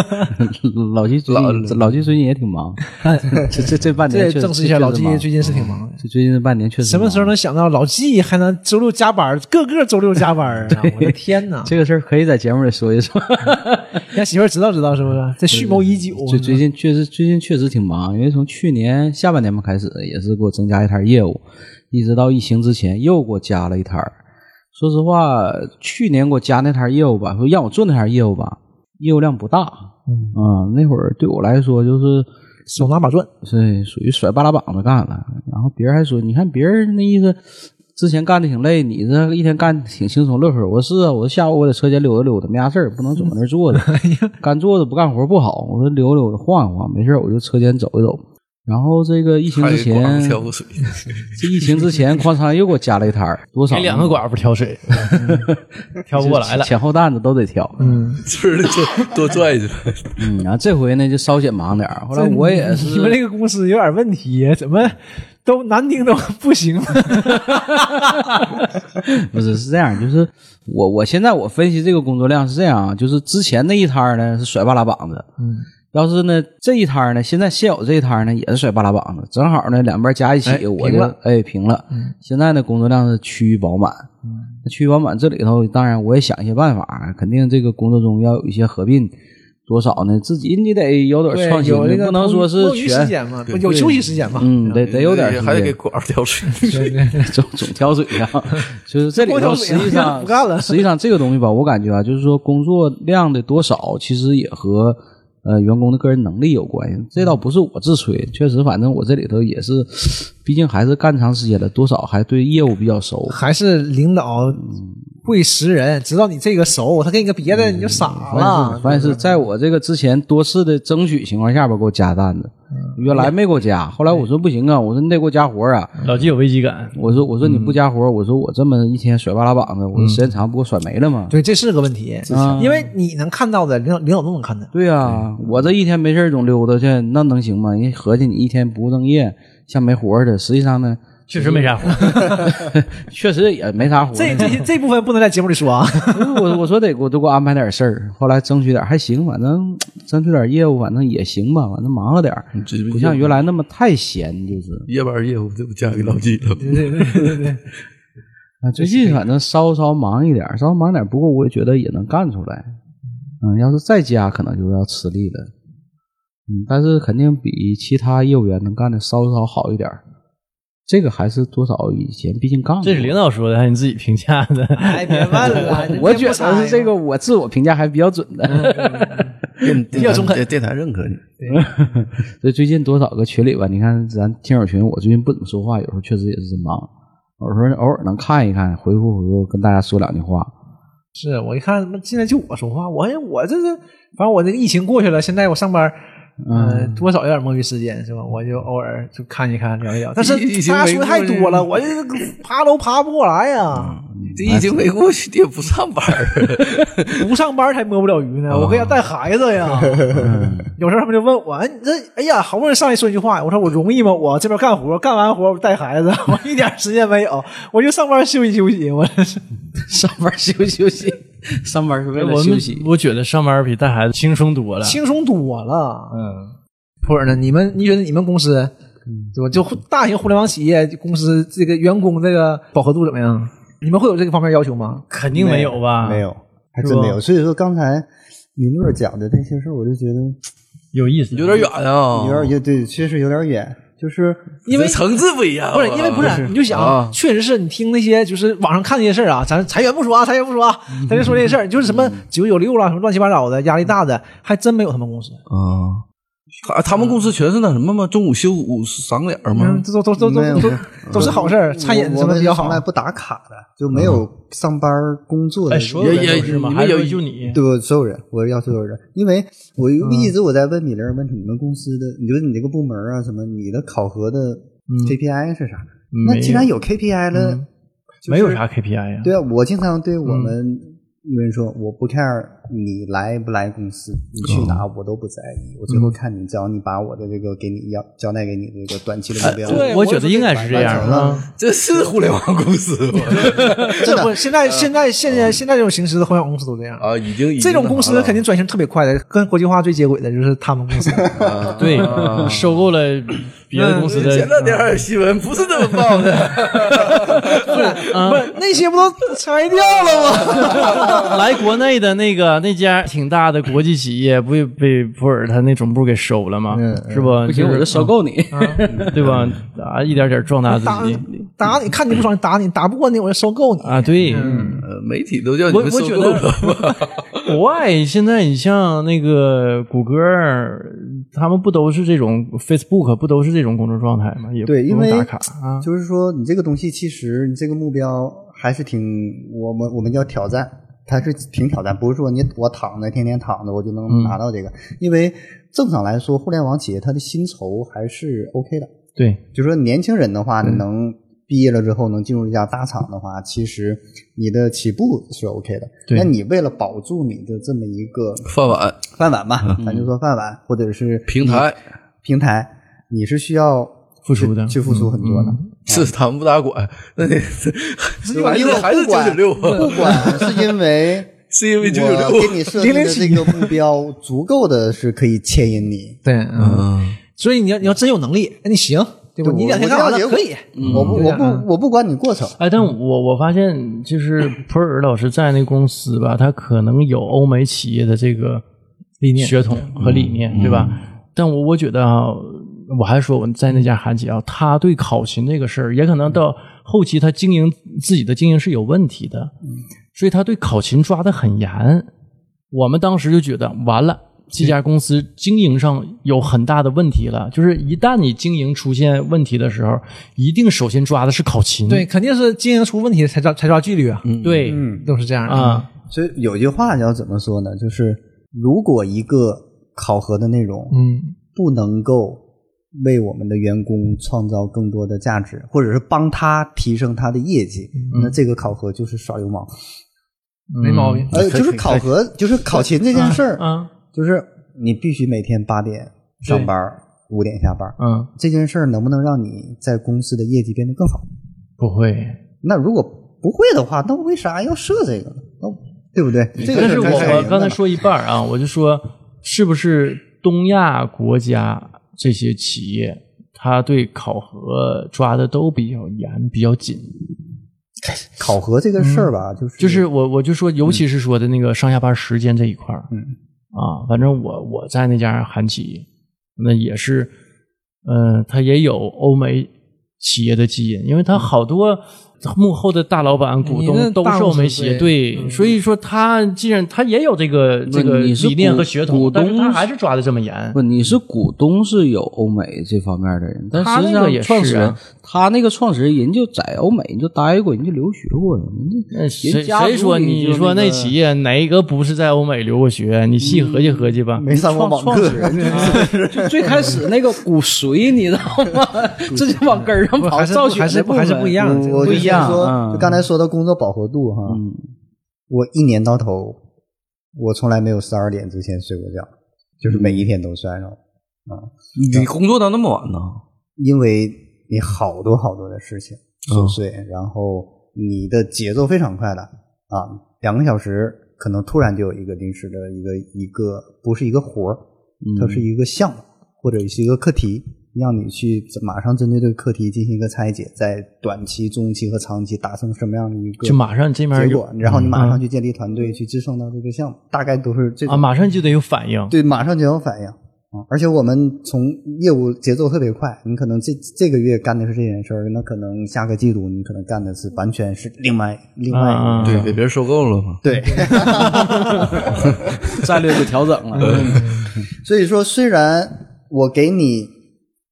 S3: 老季最
S5: 老
S3: 近老季最近也 挺忙， 这这这嗯半年
S2: 这
S3: 确
S2: 证实一
S3: 确
S2: 下，
S3: 实
S2: 老季
S3: 忙
S2: 最近是挺忙的。
S3: 这最近这半年确实
S2: 什么时候
S3: 忙
S2: 能想到老季还能周六加班儿？个个周六加班儿啊！我的天哪！
S3: 这个事儿可以在节目里说一说。
S2: 让媳妇儿知道知道是不是？这蓄谋已久。
S3: 最最近确实最近确实挺忙，因为从去年下半年吧开始，也是给我增加一摊儿业务，一直到疫情之前又给我加了一摊儿。说实话，去年给我加那摊儿业务吧，说让我做那摊儿业务吧，业务量不大。嗯那会儿对我来说就是
S2: 手拿把攥，
S3: 是属于甩巴拉膀子干了。然后别人还说，你看别人那意思，之前干的挺累，你这一天干挺轻松乐呵。我说是啊，我说下午我在车间溜达溜达，没啥事儿，不能总搁那儿 坐着，干坐着不干活不好。我说溜达溜达晃一晃，没事儿我就车间走一走。然后这个疫情
S5: 还
S3: 之前，
S5: 光挑个水，
S3: 这疫情 之前，矿商又给我加了一摊儿，多少
S1: 给
S3: 呢
S1: 两个寡妇挑水，挑不过来了。
S3: 前后担子都得挑。
S2: 嗯
S5: 吃的多多拽着。
S3: 嗯，然后这回呢就稍显忙点儿。后来我也是，
S2: 你们这个公司有点问题，怎么都难听都不 行？
S3: 不是是这样，就是我我现在我分析这个工作量是这样啊，就是之前那一摊儿呢是甩半拉膀子，嗯，要是呢这一摊儿呢，现在现有这一摊儿呢也是甩半拉膀子，正好呢两边加一起，
S2: 哎
S3: 我
S2: 平
S3: 就
S2: 了嗯
S3: 哎平了。现在呢工作量是趋于饱满，那趋于饱满这里头，当然我也想一些办法，啊肯定这个工作中要有一些合并，多少呢自己你得有点创新，
S2: 有
S3: 你
S2: 这个
S3: 不能说是
S2: 摸鱼时
S3: 全。
S2: 间嘛，不有休息时间嘛？
S3: 嗯，得得有点时间，
S5: 呃还得给寡妇挑 水。
S3: 总总挑嘴呀、 就是这里
S2: 光挑
S3: 头
S2: 嘴
S3: 实际上
S2: 不干了
S3: 实际上这个东西吧，我感觉啊，就是说工作量的多少，其实也和呃员工的个人能力有关系。这倒不是我自吹，确实，反正我这里头也是，毕竟还是干长时间了，多少还对业务比较熟。
S2: 还是领导会识人，知道你这个熟，他给你个别的你
S3: 嗯
S2: 就傻了。
S3: 但是在我这个之前多次的争取情况下吧，给我加单子，原来没给我加，后来我说不行啊，我说你得给我加活啊，
S1: 老季有危机感，
S3: 我说我说你不加活，我说我这么一天甩巴拉膀子，我说时间长不给我甩没了吗？
S2: 对，这是个问题，因为你能看到的，领导领导都能看到。
S3: 对呀、啊我这一天没事儿总溜达去，那能行吗？人家合计你一天不务正业，像没活儿似的。实际上呢，
S1: 确实没啥活。
S3: 确实也没啥活儿。
S2: 这这些这部分不能在节目里说啊。
S3: 我我说得给我都给我安排点事儿，后来争取点儿还行，反正争取点儿业务，反正也行吧，反正忙活点儿，不像原来那么太闲，就是
S5: 夜班业务这不嫁给老季了？
S3: 啊，最近反正稍稍忙一点儿，稍稍忙点儿，不过嗯我也觉得也能干出来。嗯，要是再加可能就要吃力了。嗯，但是肯定比其他业务员能干的稍稍好一点儿。这个还是多少以前，毕竟干过。
S1: 这是领导说的，还是你自己评价的？
S2: 哎，别问 了，人家
S3: 我
S2: 不
S3: 觉
S2: 参
S3: 得
S2: 与
S3: 是这个，我自我评价还比较准
S1: 嗯
S3: 的。
S5: 电 电
S2: 较
S5: 台
S2: 中肯
S5: 电电台认可你，
S3: 所以最近多少个群里吧，你看咱听友群，我最近不怎么说话，有时候确实也是真忙，有时候偶尔能看一看，回复回复，跟大家说两句话。
S2: 是我一看，现在就我说话，我哎我这是，反正我这个疫情过去了，现在我上班，呃，
S5: 嗯
S2: 多少有点摸鱼时间是吧？我就偶尔就看一看，聊一聊。但是
S5: 疫疫情
S2: 大家
S5: 没
S2: 说
S5: 过
S2: 的太
S5: 去
S2: 多了，我这 个爬都爬不过来呀、
S5: 这疫情没过去，你也不上班 儿啊嗯
S2: 不上班才摸不了鱼呢，我还
S5: 哦
S2: 要带孩子呀。
S5: 嗯
S2: 有时候他们就问我，哎，你这哎呀，好不容易上来说一句话，我说我容易吗？我这边干活，干完活我带孩子， 我一点时间没有，我就上班休息休息。我这是
S3: 上班休息休息，上班是为
S1: 我们。我觉得上班比带孩子轻松多了。
S2: 轻松多了。
S1: 嗯，
S2: 普洱呢？你们你觉得你们公司，
S4: 嗯
S2: 对吧？就大型互联网企业公司这个员工这个饱和度怎么样？你们会有这个方面要求吗？
S1: 肯定没有吧？
S4: 没，有，还真没有。所以说刚才米诺讲的这些事儿，我就觉得
S1: 有意思。
S5: 有点远啊，
S4: 有点有对，确实有点远。就是
S2: 因为
S5: 层次不一样啊，
S2: 不是因为不 是，你就想，
S5: 啊
S2: 确实是你听那些就是网上看那些事儿啊，咱裁员不说啊，裁员不说啊，
S4: 嗯
S2: 咱就说这些事 儿，就是什么九九六啦，啊什么乱七八糟的，压力大的，还真没有他们公司，
S5: 啊。他他们公司全是那什么吗？中午休五赏脸儿
S2: 嗯，
S5: 吗？
S2: 这都都都
S4: 没有
S2: 都都
S4: 没 有
S2: 都是好事儿，餐饮
S4: 我
S2: 什
S4: 我
S2: 么
S4: 们
S2: 比较好
S4: 从，来不打卡的，就没有上班工作的
S1: 哎，
S4: 人。
S1: 所有人
S5: 也
S1: 都是吗？
S5: 也
S1: 还是
S5: 也
S1: 说就你？
S4: 对不？所有人，我要求所有人，因为我一直我在问米玲儿问题，你们公司的，你觉得你这个部门啊什么，你的考核的 KPI 是啥？那既嗯然有嗯 KPI 了，就是
S1: 没有啥 KPI 呀、
S4: 对啊，我经常对我们人说，我不 care 你来不来公司，你去哪我都不在意，我最后看你，只要你把我的这个给你要交代给你这个短期的目标，
S2: 哎对
S1: 我我觉得应该是这
S4: 完
S1: 样啊
S4: 成
S1: 的。
S4: 了，
S5: 这是互联网公司吗？
S2: 这不现在现
S4: 嗯
S2: 在现在现在这种形式的互联网公司都这样。
S5: 啊，已经已经
S2: 这种公
S5: 那
S2: 司
S5: 啥
S2: 肯
S5: 了
S2: 定转型特别快的，跟国际化最接轨的就是他们公 司。
S5: 啊
S1: 对
S5: 啊，
S1: 收购了别的公司
S5: 前
S1: 的，
S5: 两天还有新闻不是这么报的，
S1: 啊
S2: 不是那些不都拆掉了吗？
S1: 来国内的那个那家挺大的国际企业，不也被普洱他那总部给收了吗？是嗯不？
S3: 不行，我就嗯收购你。
S1: 就是， 对吧？ 啊，一点点壮大自
S2: 打
S1: 己
S2: 打你，看你不爽，打你，打不过你，我就收购你。
S1: 啊，对。
S4: 嗯
S5: 呃媒体都叫你
S1: 我
S5: 们
S1: 我
S5: 收
S1: 觉
S5: 购了
S1: 得 国外现在你像那个谷歌，他们不都是这种 Facebook 不都是这种工作状态吗？也不
S4: 对，因
S1: 用
S4: 为
S1: 打卡啊，
S4: 就是说你这个东西其实你这个目标还是挺我们我们叫挑战。它是挺挑战，不是说你我躺着天天躺着我就能拿到这
S1: 嗯
S4: 个，因为正常来说，互联网企业它的薪酬还是 OK 的，
S1: 对，
S4: 就说年轻人的话，
S1: 嗯
S4: 你能毕业了之后能进入一家大厂的话，其实你的起步是 OK 的。
S1: 对
S4: 那你为了保住你的这么一个
S5: 饭碗
S4: 饭碗吧，
S1: 嗯
S4: 咱就说饭碗，或者是
S5: 平台
S4: 平台，你是需要
S1: 付出的嗯
S4: 去去付出很多的。
S5: 是他们不打管，那你 还
S4: 因
S5: 嗯是
S4: 为我
S5: 还是
S4: 不
S5: 九九
S4: 管
S5: 六
S4: 不
S5: 啊？
S4: 管是因为。
S5: 是因为九九
S4: 我
S5: 六
S4: 给你设定的这个目标足够的是可以牵引你，
S2: 对，嗯，
S5: 嗯，
S2: 所以你要你要真有能力，那你行，对吧？
S4: 对
S2: 你
S4: 我
S2: 两天
S4: 我
S2: 干完
S4: 了解
S2: 了可以，
S4: 我不我不我不管你过程，
S1: 哎，但我我发现就是普洱老师在那公司吧，他可能有欧美企业的这个理念、嗯血统和理念，对吧？但我我觉得啊，我还说我在那家韩企啊，他对考勤这个事儿，也可能到后期他经营自己的经营是有问题的，所以他对考勤抓得很严。我们当时就觉得完了。这家公司经营上有很大的问题了，就是一旦你经营出现问题的时候，一定首先抓的是考勤。
S2: 对，肯定是经营出问题才抓才抓纪律啊，
S1: 对，
S4: 嗯
S2: 都是这样的。
S1: 嗯啊，
S4: 所以有句话叫怎么说呢？就是如果一个考核的内容，
S2: 嗯，
S4: 不能够为我们的员工创造更多的价值，或者是帮他提升他的业绩，那这个考核就是耍流氓。
S2: 没
S1: 嗯
S2: 毛病。
S4: 呃，就是考核，就是考勤这件 事儿，
S1: 啊，
S4: 就是你必须每天八点上班儿，五点下班儿。
S1: 嗯，
S4: 这件事儿能不能让你在公司的业绩变得更好？
S1: 不会。
S4: 那如果不会的话，那为啥要设这个呢？那对不对？这个
S1: 但是
S4: 事
S1: 我
S4: 儿才是
S1: 我
S4: 赢的
S1: 刚 才
S4: 嘛
S1: 说一半儿啊，我就说是不是东亚国家这些企业，他对考核抓的都比较严、比较紧。
S4: 考核这个事儿吧，就
S1: 嗯
S4: 是
S3: 嗯
S1: 就是我我就说，尤其是说的那个上下班时间这一块儿，
S4: 嗯
S1: 啊，反正我我在那家韩企，那也是，嗯、它也有欧美企业的基因，因为它好多幕后的大老板、股
S3: 嗯你那
S1: 东都
S3: 大
S1: 是
S3: 公
S1: 欧
S3: 司
S1: 美企业，
S3: 对嗯
S1: 对，所以说它既然它也有这个这个
S3: 你是
S1: 理念
S3: 股
S1: 和血统
S3: 股，
S1: 但是
S3: 东
S1: 它还是抓的这么严。
S3: 不，你是股东是有欧美这方面的人，但
S1: 他
S3: 实际
S1: 那个
S3: 上
S1: 也
S3: 创始
S1: 是
S3: 人，
S1: 啊
S3: 他那个创始人人就在欧美人就待过，人就留学过，人家
S1: 那呃谁
S3: 人家族
S1: 谁说
S3: 里
S1: 你
S3: 就
S1: 说那
S3: 那个嗯
S1: 企业哪个不是在欧美留过学？你细合计合计吧。
S4: 没上过网课，
S3: 就最开始那个骨髓，你知道吗？这就往根儿上跑，
S2: 还是
S3: 造血
S2: 还是
S3: 那
S2: 还是不一
S3: 部分。
S2: 样的，
S4: 我
S2: 这个
S4: 我就
S3: 不一
S4: 是
S3: 样
S4: 说，
S3: 嗯
S4: 就刚才说的工作饱和度哈，
S3: 嗯
S4: 我一年到头，我从来没有十二点之前睡过觉，就是每一天都睡着，
S5: 你你工作到那么晚呢？
S4: 因为你好多好多的事情
S1: 嗯
S4: 琐碎，然后你的节奏非常快的啊，两个小时可能突然就有一个临时的一个一个不是一个活儿，
S1: 嗯
S4: 它是一个项目或者是一个课题，让你去马上针对这个课题进行一个拆解，在短期、中期和长期达成什么样的一个
S1: 就嗯马上这面
S4: 结
S1: 有
S4: 果，然后你马上去建立团队，去支撑到这个项目，大概都是这种
S1: 啊，马上就得有反应。
S4: 对，马上就有反应啊！而且我们从业务节奏特别快，你可能这这个月干的是这件事儿，那可能下个季度你可能干的是完全是另外另外一个。
S1: 啊，
S5: 嗯 对，给别人收购了嘛。
S4: 对，
S3: 嗯战略就调整啊了。
S4: 所以说虽然我给你，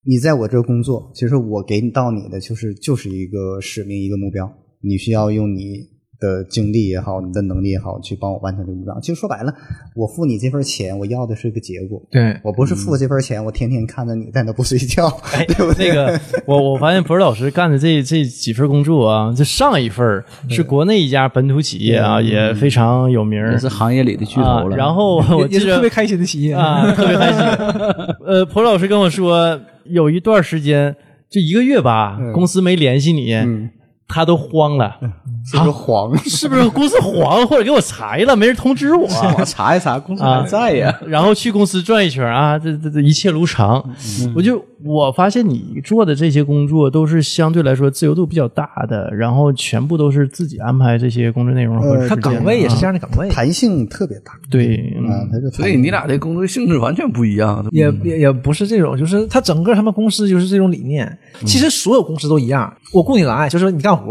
S4: 你在我这儿工作，其实我给你到你的就是就是一个使命，一个目标，你需要用你的精力也好，你的能力也好，去帮我完成这个目标。其实说白了，我付你这份钱，我要的是个结果。
S2: 对，
S4: 我不是付这份钱，我天天看着你在那不睡觉，
S1: 哎
S4: 对不，对？
S1: 那个，我我发现博士老师干的这这几份工作啊，这上一份儿是国内一家本土企业啊，也非常有名儿
S3: 也是行业里的巨
S1: 啊
S3: 头。了。
S1: 然后我
S2: 也也
S1: 记
S2: 是
S1: 着
S2: 特别开心的企业，
S1: 啊，特别开心。呃，博士老师跟我说，有一段时间，就一个月吧，公司没联系你，他都慌了，
S4: 是啊 不是黄？
S1: 是不是公司黄或者给我裁了，没人通知我？
S3: 啊我查一查，公司
S1: 啊
S3: 还在呀。
S1: 然后去公司转一圈啊，这这这一切如常。我就我发现你做的这些工作都是相对来说自由度比较大的，然后全部都是自己安排这些工作内容和时
S4: 呃
S2: 它
S1: 间的
S2: 岗位也是这
S1: 啊
S2: 样的岗位，
S4: 弹性特别大
S1: 对，嗯
S4: 啊，它就
S5: 所以你俩这工作性质完全不一样。
S2: 也也也不是这种，就是他整个他们公司就是这种理念。其实所有公司都一样，我雇你来就是你干活，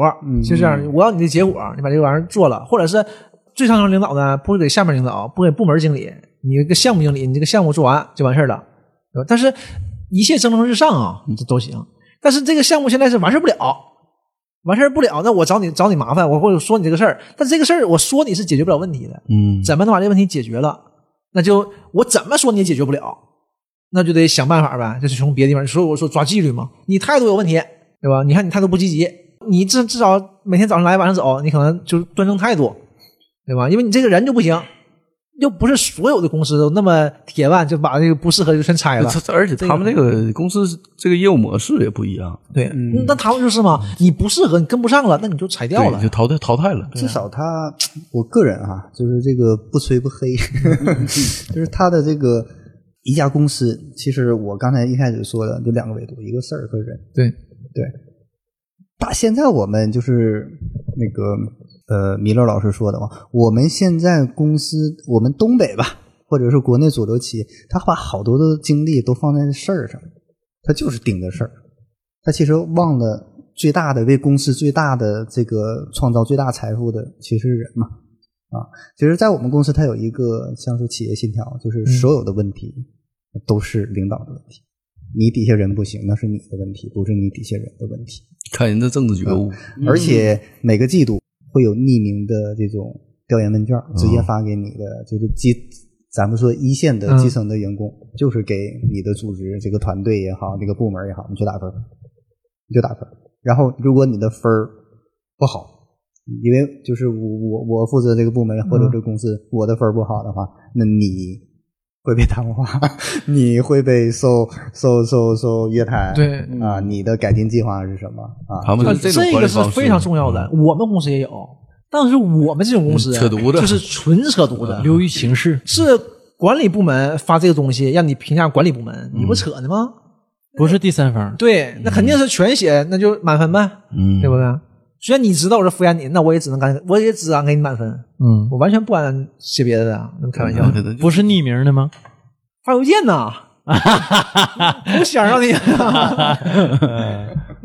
S2: 就这样。我要你的结果，你把这个玩意儿做了，或者是最上层领导呢，不给下面领导，不给部门经理，你这个项目经理，你这个项目做完就完事儿了，对吧？但是一切蒸蒸日上啊，这都行。但是这个项目现在是完事儿不了，完事儿不了，那我找你找你麻烦，我或者说你这个事儿，但这个事儿我说你是解决不了问题的，
S5: 嗯，
S2: 怎么能把这问题解决了？那就我怎么说你也解决不了，那就得想办法呗，就是从别的地方。所以我说抓纪律嘛，你态度有问题，对吧？你看你态度不积极，你至至少每天早上来晚上走，你可能就是端正态度，对吧？因为你这个人就不行，又不是所有的公司都那么铁腕，就把这个不适合就全拆了。
S5: 他而且他们这个公司这个业务模式也不一样，
S2: 对，那他们就是嘛，你不适合，你跟不上了，那你就裁掉了
S5: 嗯对，就。淘汰淘汰了。
S4: 至少它，我个人啊，就是这个不吹不黑， 就是它的这个一家公司，其实我刚才一开始说的就两个维度，一个事儿和人。
S2: 对
S4: 对，大现在我们就是那个呃，米勒老师说的嘛，我们现在公司，我们东北吧，或者是国内主流企业，他把好多的精力都放在事儿上，他就是盯着事儿，他其实忘了最大的为公司最大的这个创造最大财富的其实是人嘛。啊，其实，在我们公司，它有一个像是企业信条，就是所有的问题都是领导的问题，你底下人不行，那是你的问题，不是你底下人的问题。
S5: 看人的政治觉悟，
S4: 而且每个季度会有匿名的这种调研问卷，直
S2: 哦
S4: 接发给你的，就是基，咱们说一线的
S2: 嗯
S4: 基层的员工，就是给你的组织这个团队也好，这个部门也好，你去打分儿，你就打分儿。然后如果你的分儿不好，因为就是我我我负责这个部门或者
S2: 嗯
S4: 这个公司，我的分儿不好的话，那你。会被谈话， 你会被受受受受约谈，
S2: 对
S4: 啊，你的改进计划是什么啊？
S5: 他们
S2: 啊，
S5: 嗯是这种
S2: 这
S5: 管
S2: 个
S5: 理
S2: 是
S5: 方式嗯
S2: 非常重要的，我们公司也有，但是我们这种公司
S5: 嗯扯犊子嗯
S2: 就是纯扯犊子，
S1: 流于形式。
S2: 是管理部门发这个东西让你评价管理部门，
S5: 嗯
S2: 你不扯呢吗？
S1: 不是第三方，
S2: 对，那肯定是全写，那就满分呗，
S5: 嗯
S2: 对不对？虽然你知道我是敷衍你，那我也只能敢，我也只敢给你满分，
S1: 嗯，
S5: 嗯
S2: 我完全不敢写别的啊，那么开玩笑，
S5: 可能就
S1: 不是匿名的吗？
S2: 发邮件呐，不想让你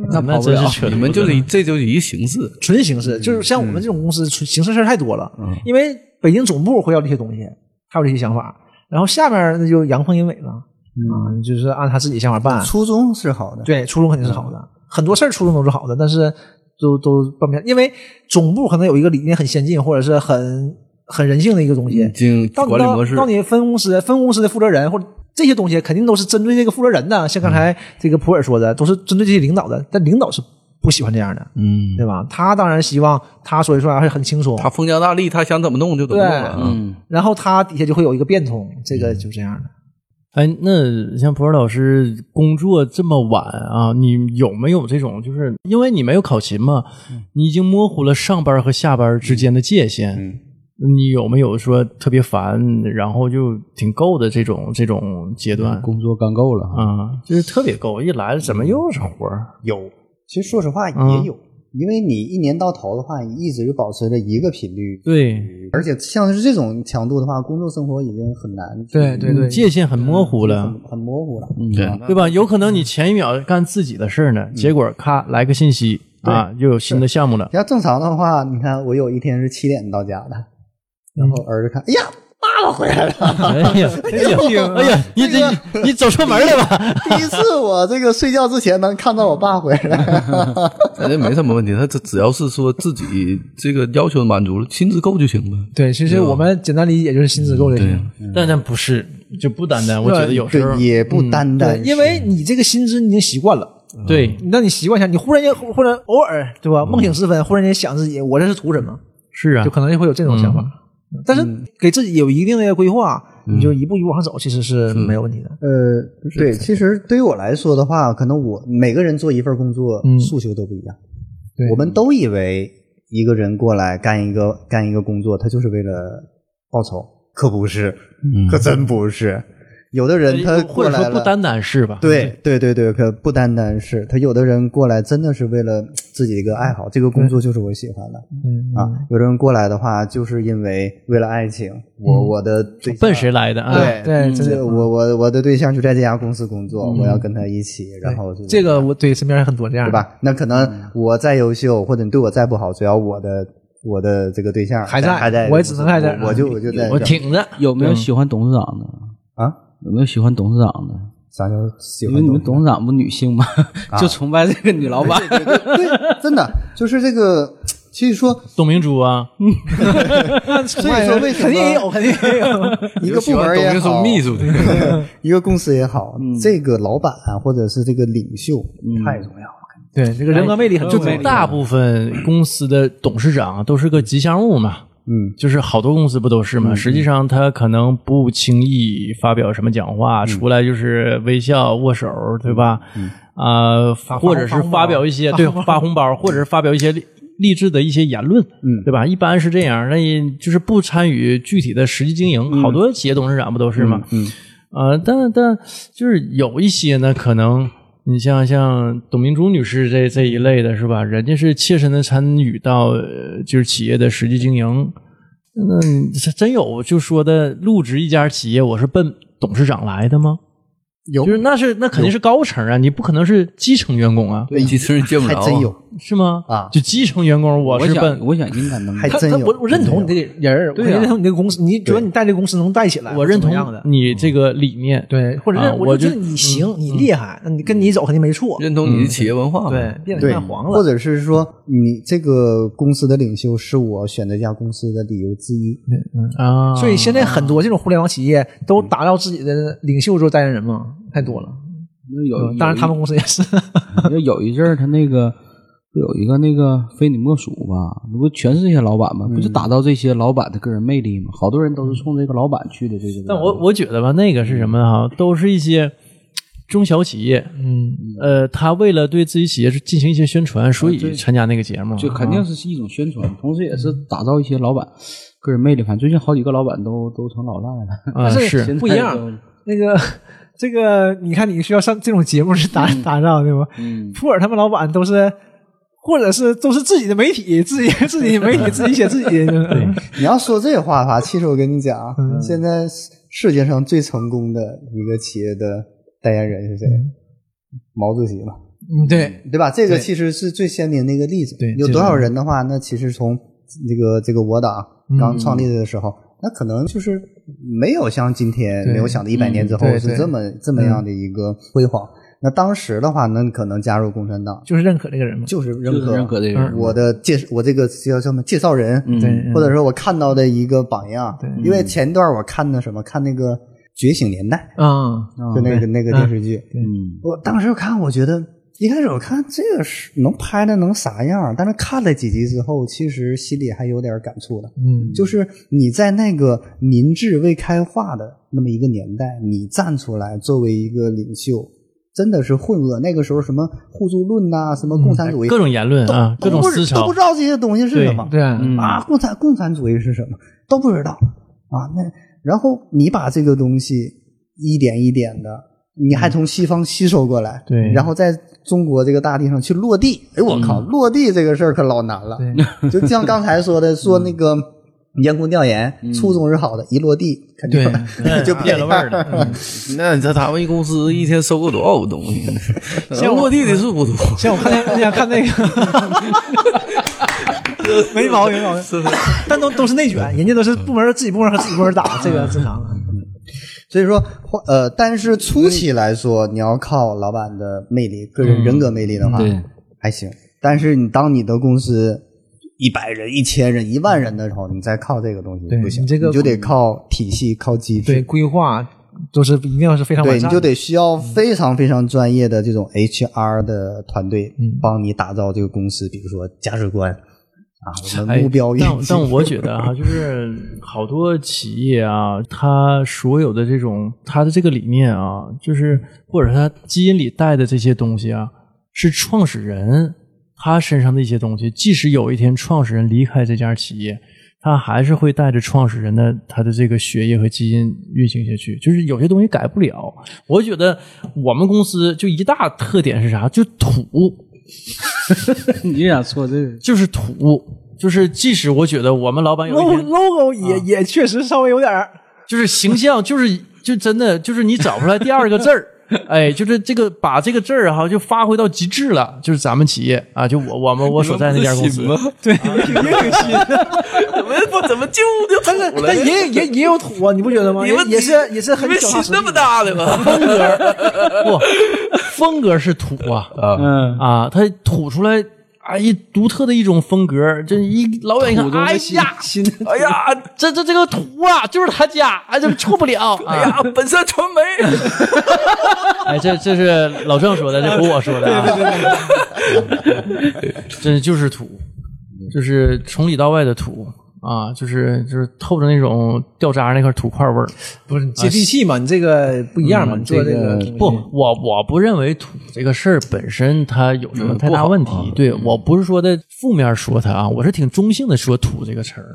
S1: 那
S3: 跑不
S1: 真是
S3: 了
S1: 扯犊子
S5: 啊你们就是一这就是一个形式，
S2: 纯形
S5: 嗯
S2: 式，就是像我们这种公司，纯形式事儿太多了。因为北京总部会要这些东西，他有这些想法，然后下面那就阳奉阴违了
S5: 嗯
S2: 啊，就是按他自己想法办。
S4: 初衷是好的，
S2: 对，初衷肯定是好
S5: 嗯
S2: 的，很多事儿初衷都是好的，但是都都办不下，因为总部可能有一个理念很先进，或者是很很人性的一个东西
S5: 已。经
S2: 到
S5: 嗯
S2: 你
S5: 管理模式
S2: 到，到你分公司，分公司的负责人或者这些东西，肯定都是针对这个负责人的。像
S5: 嗯
S2: 刚才这个普尔说的，都是针对这些领导的，但领导是不喜欢这样的，
S5: 嗯，
S2: 对吧？他当然希望他说一说，而且很轻松。
S5: 他封疆大吏，他想怎么弄就怎么弄了啊。
S3: 嗯，
S2: 然后他底下就会有一个变通，这个就这样的。
S1: 哎，那像普尔老师工作这么晚啊，你有没有这种，就是因为你没有考勤嘛，你已经模糊了上班和下班之间的界限。
S5: 嗯
S1: 你有没有说特别烦，然后就挺够的这种这种阶段
S3: 工作干够了哈。
S1: 啊、就是特别够，一来怎么又是活儿？
S4: 有。其实说实话
S1: 嗯
S4: 也有，因为你一年到头的话，你一直保持着一个频率，
S1: 对
S4: 而且像是这种强度的话，工作生活已经很难去，
S2: 对对
S1: 嗯界限很模糊了。
S4: 很很模糊了。
S1: 嗯
S5: 对
S1: 对嗯吧？有可能你前一秒干自己的事儿呢，结果咔来个信息啊，又有新的项目了。
S4: 要正常的话，你看我有一天是七点到家的，然后儿子看，哎呀，爸爸回来了。
S1: 哎呀，哎呀，哎呀，你这你走错门了吧？
S4: 第一次我这个睡觉之前能看到我爸回来，
S5: 反哎正没什么问题，他只只要是说自己这个要求满足了，薪资够就行呗。
S2: 对，其实我们简单理解就是薪资够就
S5: 对
S2: 行。
S5: 呀，
S1: 但但不是，就不单单，我觉得有时候
S4: 对，也不单单
S2: 嗯对，因为你这个薪资你已经习惯了，
S1: 对
S2: 那你习惯一下，你忽然间或者偶尔对吧，梦醒时分，忽然间想自己我这是图什么，
S1: 是啊
S2: 就，可能就会有这种想法。但是给自己有一定的规划，你就一步一步往上走，其实嗯是没有问题的。
S4: 呃，对，其实对于我来说的话，可能我每个人做一份工作
S2: 嗯
S4: 诉求都不一样，
S2: 对
S4: 我们都以为一个人过来干一个干一个工作，他就是为了报酬，可不是，可真不是。有的人他
S1: 或
S4: 过
S1: 者
S4: 来
S1: 说不
S4: 了，
S1: 单单是吧？
S4: 对对对对，可不单单是他，有的人过来真的是为了自己一个爱好，这个工作就是我喜欢的
S2: 嗯
S4: 啊。有的人过来的话，就是因为为了爱情，我我的对象
S1: 奔谁来的啊？
S4: 对
S2: 对嗯真的
S4: 这我我我的对象就在这家公司工作，我要跟他一起，然后就
S2: 这个我对身边很多这样
S4: 对
S2: 的，
S4: 吧？那可
S2: 嗯
S4: 能我再优秀，或者你对我再不好，只要我的我的这个对象
S2: 还
S4: 在
S2: 在
S4: 还
S2: 我也只能还在嗯
S4: 我我就我就在
S1: 我
S4: 这儿
S1: 挺着。
S3: 有没有喜欢董事长的？
S4: 啊，
S3: 有没有喜欢董事长的？
S4: 啥叫喜
S3: 因
S4: 欢
S3: 为
S4: 东
S3: 你们
S4: 西
S3: 董事长不女性吗？ 就崇拜这个女老板。
S4: 对，真的就是这个。所 以说，
S1: 董明珠啊，
S4: 所以说为什
S2: 肯定也
S4: 么
S2: 有，肯定也有。
S4: 一个部门也
S5: 有喜欢董
S4: 好
S5: 明珠，秘书的，
S4: 一个公司也好，
S2: 嗯
S4: 这个老板啊，或者是这个领袖太重要了。
S2: 对，这个人格魅力很
S1: 就
S2: 重要。
S1: 大部分公司的董事长都是个吉祥物嘛。
S4: 嗯，
S1: 就是好多公司不都是嘛？实际上他可能不轻易发表什么讲话，出来就是微笑握手，对吧？啊、或者是发表一些对发红包，或者是发表一些励励志的一些言论，
S4: 嗯
S1: 对吧？一般是这样，那也就是不参与具体的实际经营。好多企业董事长不都是嘛？
S4: 嗯，
S1: 呃，但但就是有一些呢，可能你像像董明珠女士这这一类的是吧？人家是切身的参与到呃就是企业的实际经营。嗯，这真有就说的入职一家企业，我是奔董事长来的吗？
S4: 有
S1: 就是那是那肯定是高层啊，你不可能是基层员工啊，
S5: 对，其实人见不
S4: 还
S5: 着，
S4: 真有，
S1: 是吗？
S4: 啊
S1: 就基层员工我
S3: 我
S1: 是
S3: 想，
S1: 奔
S3: 我想应该能。
S4: 还
S2: 他
S4: 真
S2: 他
S4: 有。
S2: 我我认同你这个人儿，我
S3: 对啊
S2: 认同你这个公司，你觉得你带这个公司能带起来，
S1: 我认
S2: 怎么样
S1: 同
S2: 的。
S1: 你这个理念，
S2: 对，或者
S1: 啊
S2: 认
S1: 我
S2: 觉得
S1: 就
S2: 你行，你厉害，那你跟你走肯定没错。
S5: 认同你的企业文化嘛。
S2: 对，变得
S4: 对
S2: 太黄
S4: 或
S2: 了。
S4: 者是说你这个公司的领袖是我选择这家公司的理由之一。
S1: 啊，
S2: 所以现在很多这种互联网企业都打造自己的领袖做代言人嘛，太多了。
S3: 有，
S2: 当然他们公司也是。
S3: 有有一阵儿，他那个不有一个那个非你莫属吧？那不全是这些老板吗？不就打造这些老板的个人魅力吗？好多人都是冲这个老板去的这些。
S1: 但我我觉得吧，那个是什么哈、都是一些中小企业，
S2: 嗯，
S1: 呃，他为了对自己企业进行一些宣
S4: 啊
S1: 传，所以参加那个节目，
S3: 就肯定是一种宣传，同时也是打造一些老板个人魅力。反正最近好几个老板都都成老 赖了，
S1: 啊、是
S2: 不一样。 那个这个，你看你需要上这种节目是打打造对吧？
S3: 嗯，
S2: 普洱他们老板都是，或者是都是自己的媒体，自己自 己媒体自己写自己。对，
S4: 啊
S2: 嗯
S4: 你要说这话吧，其实我跟你讲，现在世界上最成功的一个企业的代言人是谁？毛主席嘛，
S2: 嗯，对，
S4: 对吧？这个其实是最鲜明的一个例子。
S2: 对
S4: 有
S2: 这
S4: 多
S2: 个
S4: 少人的话，那其实从这个这个我党
S2: 嗯
S4: 刚创立的时候，那可能就是没有像今天
S2: 对
S4: 没有想到一百年之后
S2: 嗯对
S4: 是
S2: 对
S4: 这么这么样的一个辉煌。那当时的话，那可能加入共产党
S2: 就是认可这个人嘛。
S4: 就是认
S3: 就是
S4: 可
S3: 认可这个人
S4: 我的介我这个叫什么介绍人，
S3: 嗯
S2: 对，
S1: 嗯
S4: 或者说我看到的一个榜样。
S2: 对
S4: 因为前段我看的什么，看那个《觉醒年代
S1: 嗯哦
S2: 啊，》，
S4: 就那个那个电视剧，
S3: 嗯，
S4: 我当时看，我觉得一开始我看这个是能拍的能啥样，但是看了几集之后，其实心里还有点感触的。
S2: 嗯，
S4: 就是你在那个民智未开化的那么一个年代，你站出来作为一个领袖，真的是混噩。那个时候什么互助论呐、什么共产主
S1: 嗯
S4: 义，
S1: 各种言论啊，各种
S4: 都不
S1: 思
S4: 都
S1: 潮
S4: 不知，道这些东西是什么。
S2: 对啊，
S3: 嗯
S4: 啊，共产共产主义是什么都不知道啊。那然后你把这个东西一点一点的，你还从西方吸收过来，
S2: 对
S4: 然后在中国这个大地上去落地。哎，我靠，落地这个事儿可老难了。 就像刚才说的，说那个员工调研，初衷是好的，一落地肯定 就
S1: 变了味儿了。嗯
S5: 那你这他们一公司一天收购多少个东 西？像落地的是不多，
S2: 像我看那，你想看那个，没毛病，没毛病，
S5: 是不嗯是？
S2: 但都都是内卷，人家都是部门自己部门和自己部门
S5: 嗯
S2: 打，这个正常的。
S4: 所以说，花呃，但是初期来说，你要靠老板的魅力、个人人格魅力的话，
S3: 对
S4: 还行。但是你当你的公司一百人、一千人、一万人的时候，你再靠这个东西
S2: 对
S4: 不行，
S2: 你这个
S4: 就得靠体系、靠机
S2: 对，
S4: 制，
S2: 规划都是一定要是非常
S4: 对，
S2: 完
S4: 你
S2: 善，
S4: 就得需要非常非常专业的这种 HR 的团队
S2: 嗯
S4: 帮你打造这个公司，比如说价值观啊，我们
S1: 哎
S4: 目标远
S1: 但
S4: 景
S1: 但我觉得啊，就是好多企业啊，它所有的这种它的这个理念啊，就是或者它基因里带的这些东西啊，是创始人他身上的一些东西。即使有一天创始人离开这家企业，他还是会带着创始人的他的这个血液和基因运行下去。就是有些东西改不了。我觉得我们公司就一大特点是啥？就土。
S3: 你想说这个？
S1: 就是土，就是即使我觉得我们老板有一
S2: logo
S1: 天
S5: 啊
S2: logo 也也确实稍微有点儿
S1: 就是形象，就是就真的就是你找不出来第二个字儿。哎，就是这个，把这个字儿哈就发挥到极致了，就是咱们企业啊，就我我们我所在那家公司
S5: 你，们不是
S2: 对，也有心，
S5: 怎么不怎么就
S2: 但是但也也也有土啊，你不觉得吗？
S5: 你
S2: 也
S5: 们
S2: 也是也是很
S5: 你们
S2: 脚踏
S5: 心
S2: 实
S5: 那
S2: 地
S5: 么大的吗？
S1: 不，风格是土啊
S3: 嗯，
S1: 啊，它吐出来哎一独特的一种风格，这一老远一看
S3: 土，中
S1: 哎
S3: 的心
S1: 呀，
S3: 心的
S1: 哎呀，这这这个土啊，就是他家，哎，这错不了，哎
S5: 哎呀，本山传媒，
S1: 哎，这这是老郑说的，这不是我说的、啊。对对对，这就是土，就是从里到外的土啊，就是就是透着那种掉渣那块土块味儿。
S2: 不啊是接地气嘛？你这个不一
S5: 嗯
S2: 样嘛？你做这个
S3: 这个
S1: 不，我我不认为土这个事儿本身它有什么太大问题。对我不是说的负面说它啊，我是挺中性的说土这个词儿。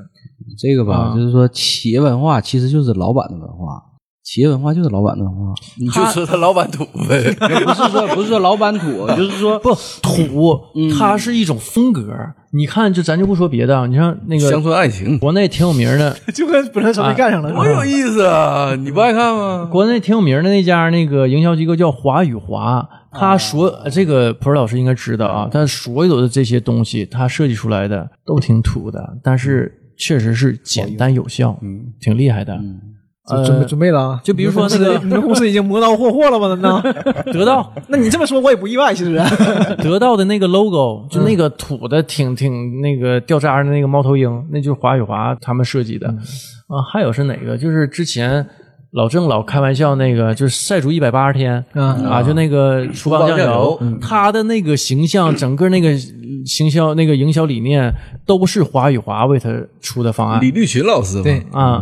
S3: 这个吧，
S1: 啊
S3: 就是说企业文化其实就是老板的文化，企业文化就是老板的文 化，
S5: 你就说他老板土呗。
S3: 不是说不是说老板 土，就是说
S1: 不，土它是一种风格。你看，就咱就不说别的，啊，你像那
S5: 乡
S1: 个
S5: 村爱情
S1: 国内挺有名的，
S2: 就跟本来稍微干上了，
S5: 多有意思啊！你不爱看吗？
S1: 国内挺有名的那家那个营销机构叫华宇华，他所、这个普尔老师应该知道啊，他所有的这些东西，他设计出来的都挺土的，但是确实是简单有效，嗯，挺厉害的。
S2: 就准备准备了啊！
S1: 就比如说那
S2: 你
S1: 个
S2: 们公司你们公司已经磨刀霍霍了吗？难道？
S1: 得到
S2: 那你这么说我也不意外，其实。
S1: 得到的那个 logo，就
S5: 嗯
S1: 那个土的挺挺那个掉渣儿的那个猫头鹰，那就是华宇华他们设计
S5: 嗯
S1: 的。啊，还有是哪个？就是之前。老郑老开玩笑，那个就是晒足一百八十天啊，就那个厨
S5: 嗯厨
S1: 房
S5: 房
S1: 酱
S5: 酱
S1: 油
S5: 油，嗯
S1: 他的那个形象，整个那个行销、那个营销理念，都是华宇华为他出的方案
S5: 李立群老师嘛，
S2: 对
S1: 啊。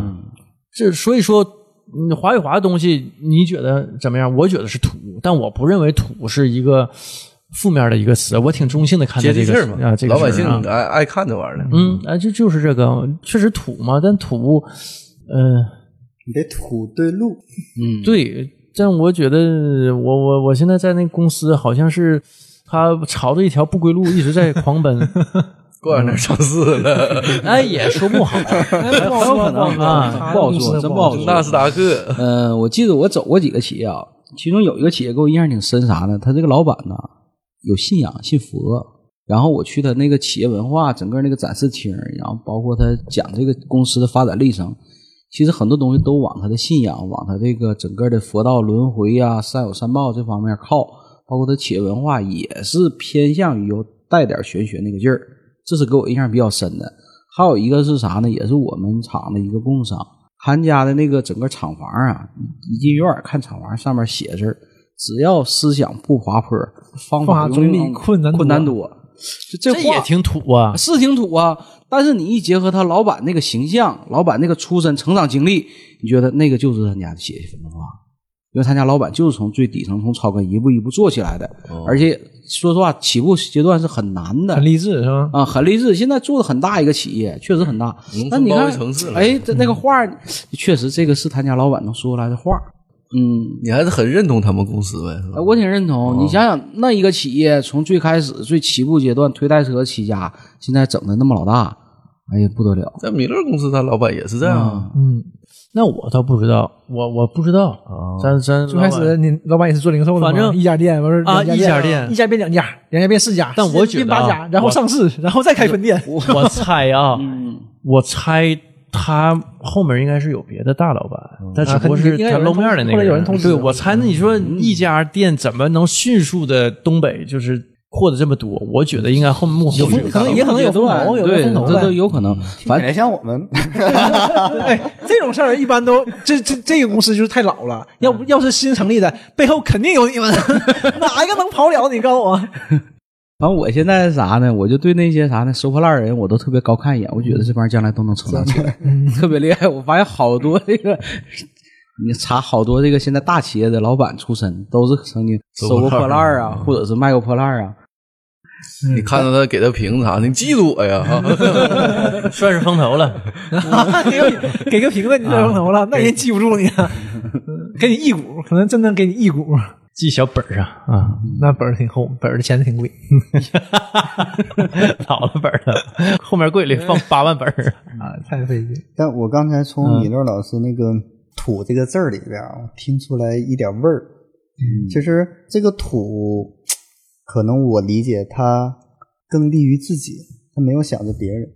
S1: 这所以说，嗯华宇华的东西，你觉得怎么样？我觉得是土，但我不认为土是一个负面的一个词，我挺中性的看待
S5: 接
S1: 这
S5: 地气
S1: 个
S5: 儿
S1: 事
S5: 嘛
S1: 啊，这，个
S5: 老百
S1: 事
S5: 姓
S1: 儿啊
S5: 爱爱看这玩意儿的。
S1: 嗯，啊，就就是这个，确实土嘛，但土，嗯、
S4: 你得土对路，
S1: 对，但我觉得我我我现在在那公司好像是他朝着一条不归路一直在狂奔，
S5: 过两天上市了，
S1: 那也说不好，
S3: 不好说，不
S1: 啊
S3: 好说，真不好说。
S5: 纳斯达克，
S3: 呃，我记得我走过几个企业啊，其中有一个企业给我印象挺深，啥呢？他这个老板呢有信仰，信佛。然后我去他那个企业文化整个那个展示厅，然后包括他讲这个公司的发展历程，其实很多东西都往他的信仰，往他这个整个的佛道轮回呀、三有三报这方面靠，包括他企业文化也是偏向于有带点玄学那个劲儿，这是给我印象比较深的。还有一个是啥呢？也是我们厂的一个供商，他们家的那个整个厂房啊，一进院儿看厂房上面写字儿，只要思想不滑坡，方
S2: 方
S3: 法
S2: 法
S3: 用
S2: 总比
S3: 力
S2: 困难多
S3: 困难多。就这
S1: 这
S3: 话
S1: 也挺土啊。
S3: 是挺土啊，但是你一结合他老板那个形象、老板那个出身、成长经历，你觉得那个就是他家的企业文化，因为他家老板就是从最底层、从草根一步一步做起来的，
S5: 哦
S3: 而且说实话，起步阶段是很难的，
S2: 很励志是吧？
S3: 啊，很励志。现在做的很大一个企业，确实很大
S5: 农村。
S3: 那你
S5: 包
S3: 看
S5: 围城市，了
S3: 哎，这那个话，确实这个是他家老板能说出来的话。嗯，
S5: 你还是很认同他们公司呗？
S1: 啊
S5: 是吧
S3: 呃我挺认
S2: 嗯
S3: 同。你想想，那一个企业从最开始最起步阶段推代车起家，现在整的那么老大，哎呀不得了。
S5: 在米勒公司，他老板也是这
S1: 啊
S5: 样，啊
S2: 嗯，
S1: 那我倒不知道，我我不知道，咱咱
S2: 哦最开
S1: 老 板
S2: 始你老板也是做零售的嘛，
S1: 反正
S2: 一家店完事儿
S1: 啊
S2: 两
S1: 一家
S2: 店，
S1: 店
S2: 一家变两家，两家变四家，
S1: 但我
S2: 四家变
S1: 觉得啊
S2: 八家，然后
S1: 我
S2: 上市，然后再开分店。
S1: 我猜啊，
S3: 嗯，
S1: 我猜他后面应该是有别的大老板，他只不过是
S2: 啊肯定应
S1: 他
S2: 该有人
S1: 露面的那个
S2: 通知或者有人通知啊嗯
S1: 对，我猜那你说一家店怎么能迅速的东北就是扩的这么多？我觉得应啊该后幕后有
S2: 可能也可能有风投，有
S3: 对，
S1: 啊
S2: 风嗯投
S3: 这都
S2: 呗。
S3: 有可能。
S4: 感
S3: 反正
S4: 觉像我们
S2: 哎，这种事儿一般都这这这个公司就是太老了，要不要是新成立的，背后肯定有你们，哪一个能跑了？你告诉我，
S3: 反正我现在是啥呢？我就对那些啥呢收破烂人，我都特别高看一眼。我觉得这帮人将来都能成长起来，特别厉害。我发现好多这个，你查好多这个现在大企业的老板出身，都是曾经收过破烂儿
S2: 嗯
S3: 啊，或者是卖过破烂儿啊。嗯
S5: 你看到他给他评啥，你嫉妒我呀？哈
S1: 算是风投 了。
S2: 给个给个瓶子你就风投了，那人记不住你啊，给你一股，可能真能给你一股。
S1: 记小本儿上 啊，
S2: 那本儿挺厚，本儿的钱挺贵。
S1: 老了本儿了，后面柜里放八万本儿。
S2: 啊，太费劲。
S4: 但我刚才
S2: 嗯
S4: 从米勒老师那个“土”这个字儿里边啊，我听出来一点味儿。
S2: 嗯
S4: 其实这个“土”，可能我理解它更利于自己，他没有想着别人，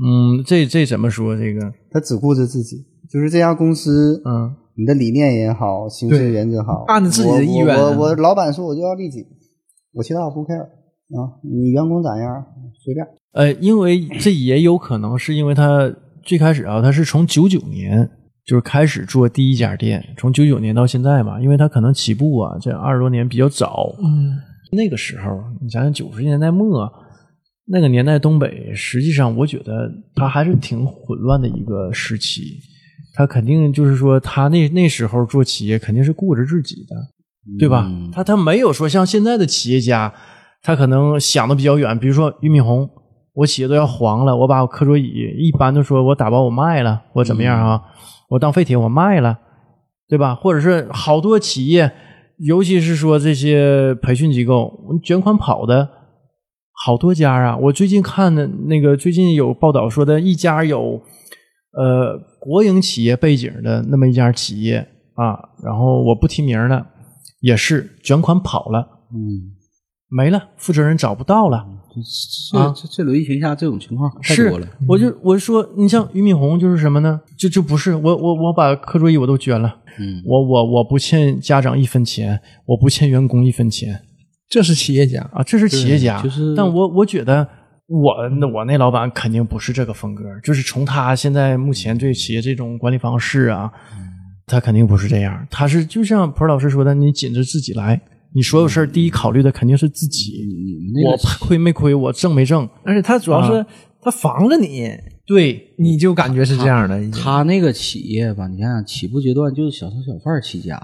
S1: 嗯，这这怎么说？这个
S4: 他只顾着自己。就是这家公司，
S1: 嗯，
S4: 你的理念也好，行事原则好，
S2: 按着自己的意愿
S4: 我我我老板说我就要利己，我其他我不 care 啊。你员工咋样随便。
S1: 呃，因为这也有可能是因为他最开始啊，他是从九九年就是开始做第一家店，从九九年到现在嘛，因为他可能起步啊，这二十多年比较早。
S2: 嗯，
S1: 那个时候，你想想九十年代末，那个年代东北，实际上我觉得它还是挺混乱的一个时期。他肯定就是说，他那那时候做企业肯定是顾着自己的，对吧？
S3: 嗯
S1: 他他没有说像现在的企业家，他可能想的比较远，比如说俞敏洪，我企业都要黄了，我把我课桌椅一般都说我打包我卖了，我怎么样啊？我当废铁我卖了，对吧？或者是好多企业，尤其是说这些培训机构卷款跑的好多家啊。我最近看的那个最近有报道说的一家有呃国营企业背景的那么一家企业啊，然后我不提名了，也是卷款跑了，
S3: 嗯，
S1: 没了，负责人找不到了。
S3: 这啊这这轮疫情下这种情况太
S1: 是
S3: 多了。，嗯
S1: 我就我说，你像俞敏洪就是什么呢？就就不是我我我把课桌椅我都捐了，
S3: 嗯
S1: 我我我不欠家长一分钱，我不欠员工一分钱
S2: 这是企业家，
S1: 啊，这是企业家。
S3: 就是
S1: 但我我觉得我那我那老板肯定不是这个风格，就是从他现在目前对企业这种管理方式啊，
S3: 嗯
S1: 他肯定不是这样，他是就像蒲老师说的，你紧着自己来，你所有事
S3: 嗯
S1: 儿第一考虑的肯定是自己，
S3: 你们那
S1: 我
S3: 个
S1: 亏没亏，我挣没挣，
S2: 而且他主要是
S1: 啊
S2: 他防着你，
S1: 对。
S2: 你就感觉是这样的。已经
S3: 他那个企业吧，你想想起步阶段就是小商小贩儿起家，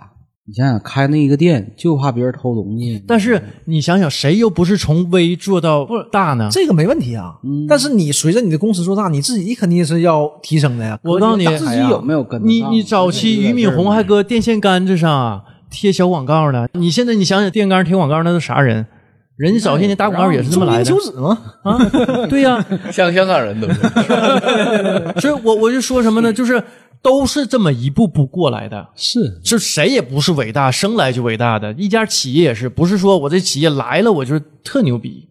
S3: 你想想开那一个店就怕别人偷东西。
S1: 但是你想想，谁又不是从微做到大呢？
S2: 这个没问题啊，
S1: 嗯
S2: 但是你随着你的公司做大，你自己肯定是要提升的呀。
S1: 我告诉你，哎
S3: 自己有没有跟得
S1: 你
S3: 上
S1: 你早期俞敏洪还搁电线杆子上啊贴小广告呢，你现在你想想电线杆贴广告那都啥人？人家早些年打广告也是这么来的
S2: 中英休止吗？
S1: 啊，对呀、
S5: 像香港人都是，
S1: 所以我我就说什么呢？就是都是这么一步步过来的，
S3: 是
S1: 就谁也不是伟大，生来就伟大的。一家企业也是，不是说我这企业来了我就是特牛逼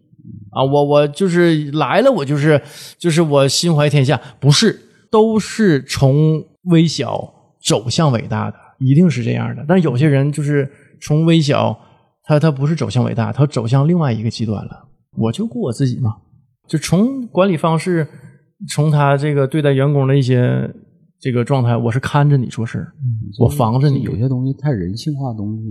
S1: 啊，我我就是来了我就是就是我心怀天下，不是，都是从微小走向伟大的，一定是这样的。但有些人就是从微小，他他不是走向伟大，他走向另外一个极端了。我就顾我自己嘛，就从管理方式，从他这个对待员工的一些这个状态，我是看着你做事儿，
S3: 嗯
S1: 我防着你
S3: 有些东西太人性化的东西，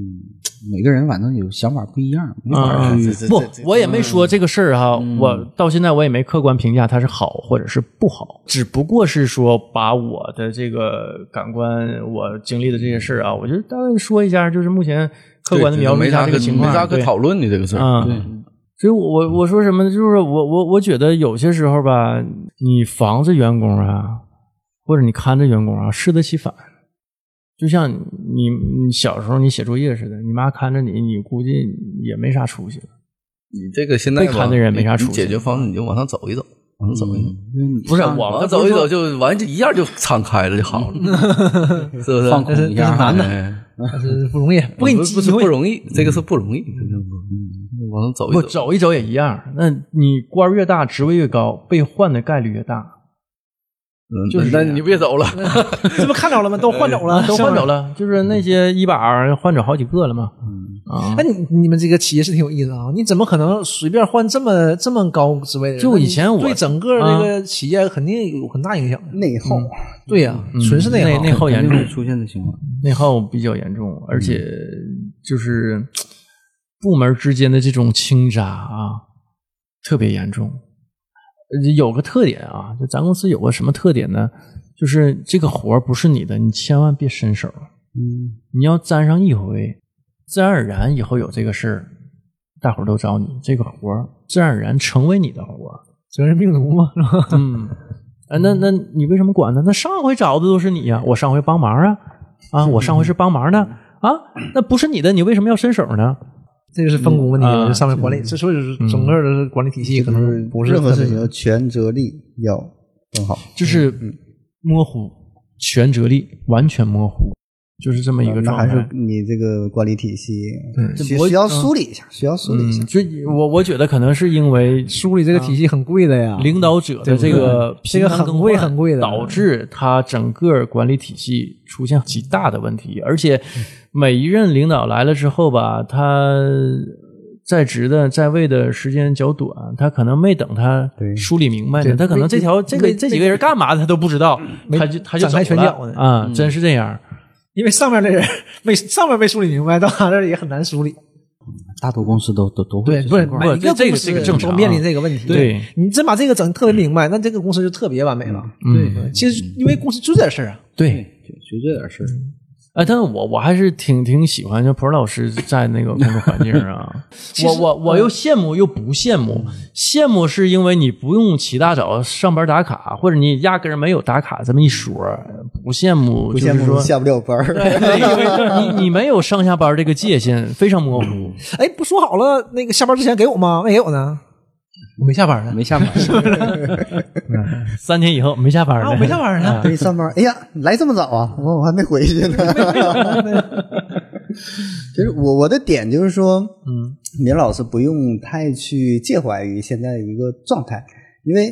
S3: 每个人反正有想法不一样，没法儿
S1: 啊
S3: 去
S5: 这这
S1: 不
S5: 这这，
S1: 我也没说这个事儿哈，我到现在我也没客观评价它是好或者是不好，嗯只不过是说把我的这个感官，我经历的这些事儿啊，我就大概说一下，就是目前客观的描述
S5: 嗯没
S1: 一下
S5: 啥
S1: 这个情况，啊
S5: 没啥可
S1: 对
S5: 讨论的这个事儿。
S1: 啊。所以我，我我说什么呢？就是我我我觉得有些时候吧，你防着员工啊，或者你看着员工啊，适得其反。就像你你小时候你写作业似的，你妈看着你，你估计也没啥出息了。
S5: 你这个现在吧
S1: 被砍的人没啥
S5: 你
S1: 出息嗯
S5: 你解决方式你就往上走一走，往上走一走，
S3: 嗯因为你
S1: 不是
S3: 上
S1: 我
S5: 往上
S1: 们
S5: 走一走就完就一下就敞开了就好了，
S1: 嗯
S5: 是 不是？
S3: 放空一下
S5: 难
S3: 的
S1: 哎
S5: 的，
S2: 但是 不容易，不
S5: 不
S2: 给你
S5: 不
S2: 机
S5: 是不
S2: 会。
S5: 容易，这个是不容易，真的不容易往上走
S1: 嗯不
S5: 一走。
S1: 走一走也一样。那你官儿越大，职位越高，被换的概率越大。
S5: 嗯
S1: 就是
S5: 那你别走 了，
S2: 这不看着了吗？都换走了，
S1: 都换走
S2: 了。
S1: 了，就是那些一把儿换走好几个了嘛。啊
S2: 那，哎你你们这个企业是挺有意思啊！你怎么可能随便换这么这么高职位的人？
S1: 就以前我啊
S2: 对整个这个企业肯定有很大影响。
S4: 内耗，
S2: 对呀，
S1: 嗯
S2: 嗯纯是内啊
S1: 内
S2: 耗。
S1: 内耗
S3: 肯
S1: 严
S3: 定
S1: 重
S3: 会，出现的情况，
S1: 内耗比较严重，
S2: 嗯
S1: 而且就是部门之间的这种倾轧啊，特别严重。呃有个特点啊，就咱公司有个什么特点呢？就是这个活儿不是你的，你千万别伸手。
S4: 嗯，
S1: 你要沾上一回，自然而然以后有这个事儿，大伙儿都找你，这个活儿自然而然成为你的活儿。
S2: 责任病毒嘛，是吧？
S1: 嗯， 啊，那那你为什么管呢？那上回找的都是你呀、我上回帮忙啊，啊，我上回
S4: 嗯
S1: 是帮忙的啊，那不是你的，你为什么要伸手呢？
S2: 这就是分工问题
S1: 嗯啊嗯
S2: 了，这上面管理，这所以就是整个的管理体系可能嗯不是
S4: 任何
S2: 特别
S4: 事情要全责力要更好，
S1: 就是
S4: 嗯
S1: 模糊，全责力完全模糊，就是这么一个
S4: 嗯那
S1: 状
S4: 还
S1: 态
S4: 是。你这个管理体系
S1: 对
S4: 需
S1: 我
S4: 需要梳理一下，需要梳理一下
S1: 嗯，。就我我觉得可能是因为
S2: 梳理这个体
S1: 啊
S2: 系很贵的呀，
S1: 领导者的这个
S2: 这个
S1: 频繁更
S2: 很贵
S1: 换
S2: 很贵的
S1: 导致他整个管理体系出现极大的问题，而且
S2: 嗯
S1: 每一任领导来了之后吧，他在职的在位的时间较短，他可能没等他
S4: 对
S1: 梳理明白呢，
S2: 对
S1: 他可能这条这个
S2: 没
S1: 这几个人干嘛的他都不知道，他就他就
S2: 展开
S1: 走
S2: 拳脚
S1: 了
S2: 呢嗯
S1: 啊，真是这样。
S2: 因为上面的人没上面没梳理明白，到他这儿也很难梳理。
S3: 大多公司都都都会
S2: 对，不是
S1: 不
S2: 每一个
S1: 这个这
S2: 公
S1: 个
S2: 司
S1: 正常啊
S2: 都面临这个问题。
S1: 对
S2: 你真把这个整特别明白，那这个公司就特别完美了。
S1: 嗯，
S2: 其实因为公司就这点事儿啊，
S1: 对。
S3: 就就这点事儿，
S1: 哎，但是我我还是挺挺喜欢，就普尔老师在那个工作环境啊，我我我又羡慕又不羡慕，羡慕是因为你不用起大早上班打卡，或者你压根儿没有打卡这么一说，不羡慕
S4: 不
S1: 就
S4: 羡
S1: 是
S4: 慕
S1: 说
S4: 你，下不了 班儿，
S1: 对因为你你没有上下班这个界限，非常模糊。
S2: 哎，不说好了那个下班之前给我吗？没给我呢，我没下班呢。
S3: 没下班，
S1: 三天以后没下班
S2: 啊，
S1: 呢，
S2: 我 没下班呢。
S4: 可以上班儿。哎呀，你来这么早啊？我我还没回去呢。 就是我我的点就是说，
S1: 嗯，
S4: 明老师不用太去介怀于现在的一个状态，因为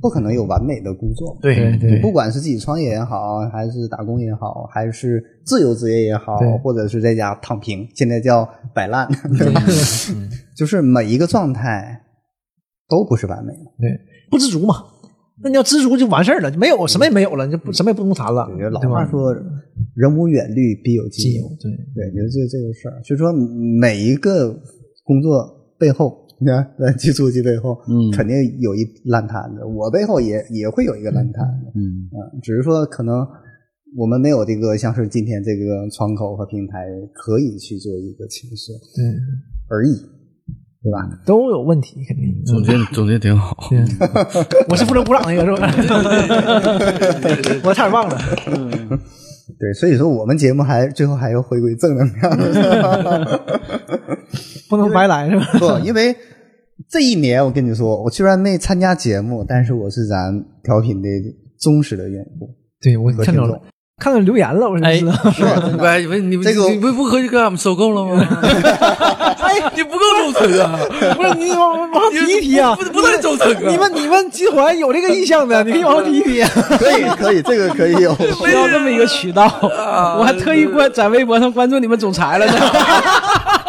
S4: 不可能有完美的工作。
S1: 对对
S4: 不管是自己创业也好，还是打工也好，还是自由职业也好
S2: 对，
S4: 或者是在家躺平，现在叫摆烂，就是每一个状态都不是完美的。
S2: 不知足嘛。那你要知足就完事儿了，就没有什么也没有了，你就不什么也不用谈了
S4: 我觉得，老
S2: 对
S4: 话
S2: 吧？
S4: 说“人无远虑，必有近忧
S1: 对，”，
S4: 对，就是这这个事儿，就是说每一个工作背后，你看在计数机背后，
S3: 嗯
S4: 肯定有一烂摊子，我背后也也会有一个烂摊子，
S3: 嗯，
S4: 嗯，只是说可能我们没有这个像是今天这个窗口和平台可以去做一个倾诉，对而已，对吧？
S3: 嗯
S2: 都有问题，肯定。
S5: 总结总结挺好，
S2: 我是负责鼓掌那个是吧？ 我差点忘了。
S4: 对，所以说我们节目还最后还要回归正能量。
S2: 不能白来是吧？
S4: 不，因为这一年我跟你说，我虽然没参加节目，但是我是咱调频的忠实的用户
S2: 对，我
S4: 和
S2: 看
S4: 听
S2: 到
S4: 众
S2: 了，。看看留言了，我真知道。
S5: 喂，喂，你们
S4: 这个
S5: 你们不合计给俺们收购了 吗？哎， 你不够忠诚啊！
S2: 不是 你往往上
S5: 你
S2: 提一提啊
S5: 不！不太忠诚啊！
S2: 你们你们集团有这个意向的，你可以往上提一提。
S4: 可以可以，这个可以有。
S2: 需要这么一个渠道，我还特意关在微博上关注你们总裁了呢。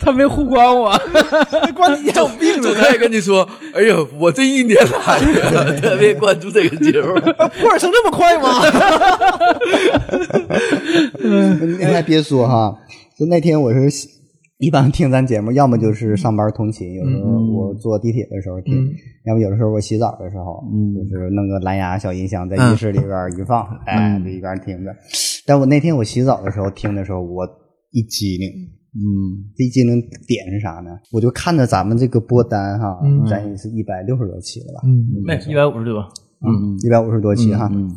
S2: 他没互关我，关你有病
S5: 总裁也跟你说，哎呀，我这一年来 呀特别关注这个节目，
S2: 破尔升这么快吗？
S4: 你还别说哈，就那天我是喜一般听咱节目，要么就是上班通勤，有时候我坐地铁的时候听，要么有的时候我洗澡的时候，就是弄个蓝牙小音箱在浴室里边儿一放，哎，就一边儿听着。但我那天我洗澡的时候听的时候，我一激灵，
S3: 嗯
S4: 这一激灵点是啥呢？我就看着咱们这个播单哈，咱也是一百六十多期了吧？
S2: 嗯，
S1: 没一百五十对吧？
S4: 嗯，一百五十多期哈。
S3: 嗯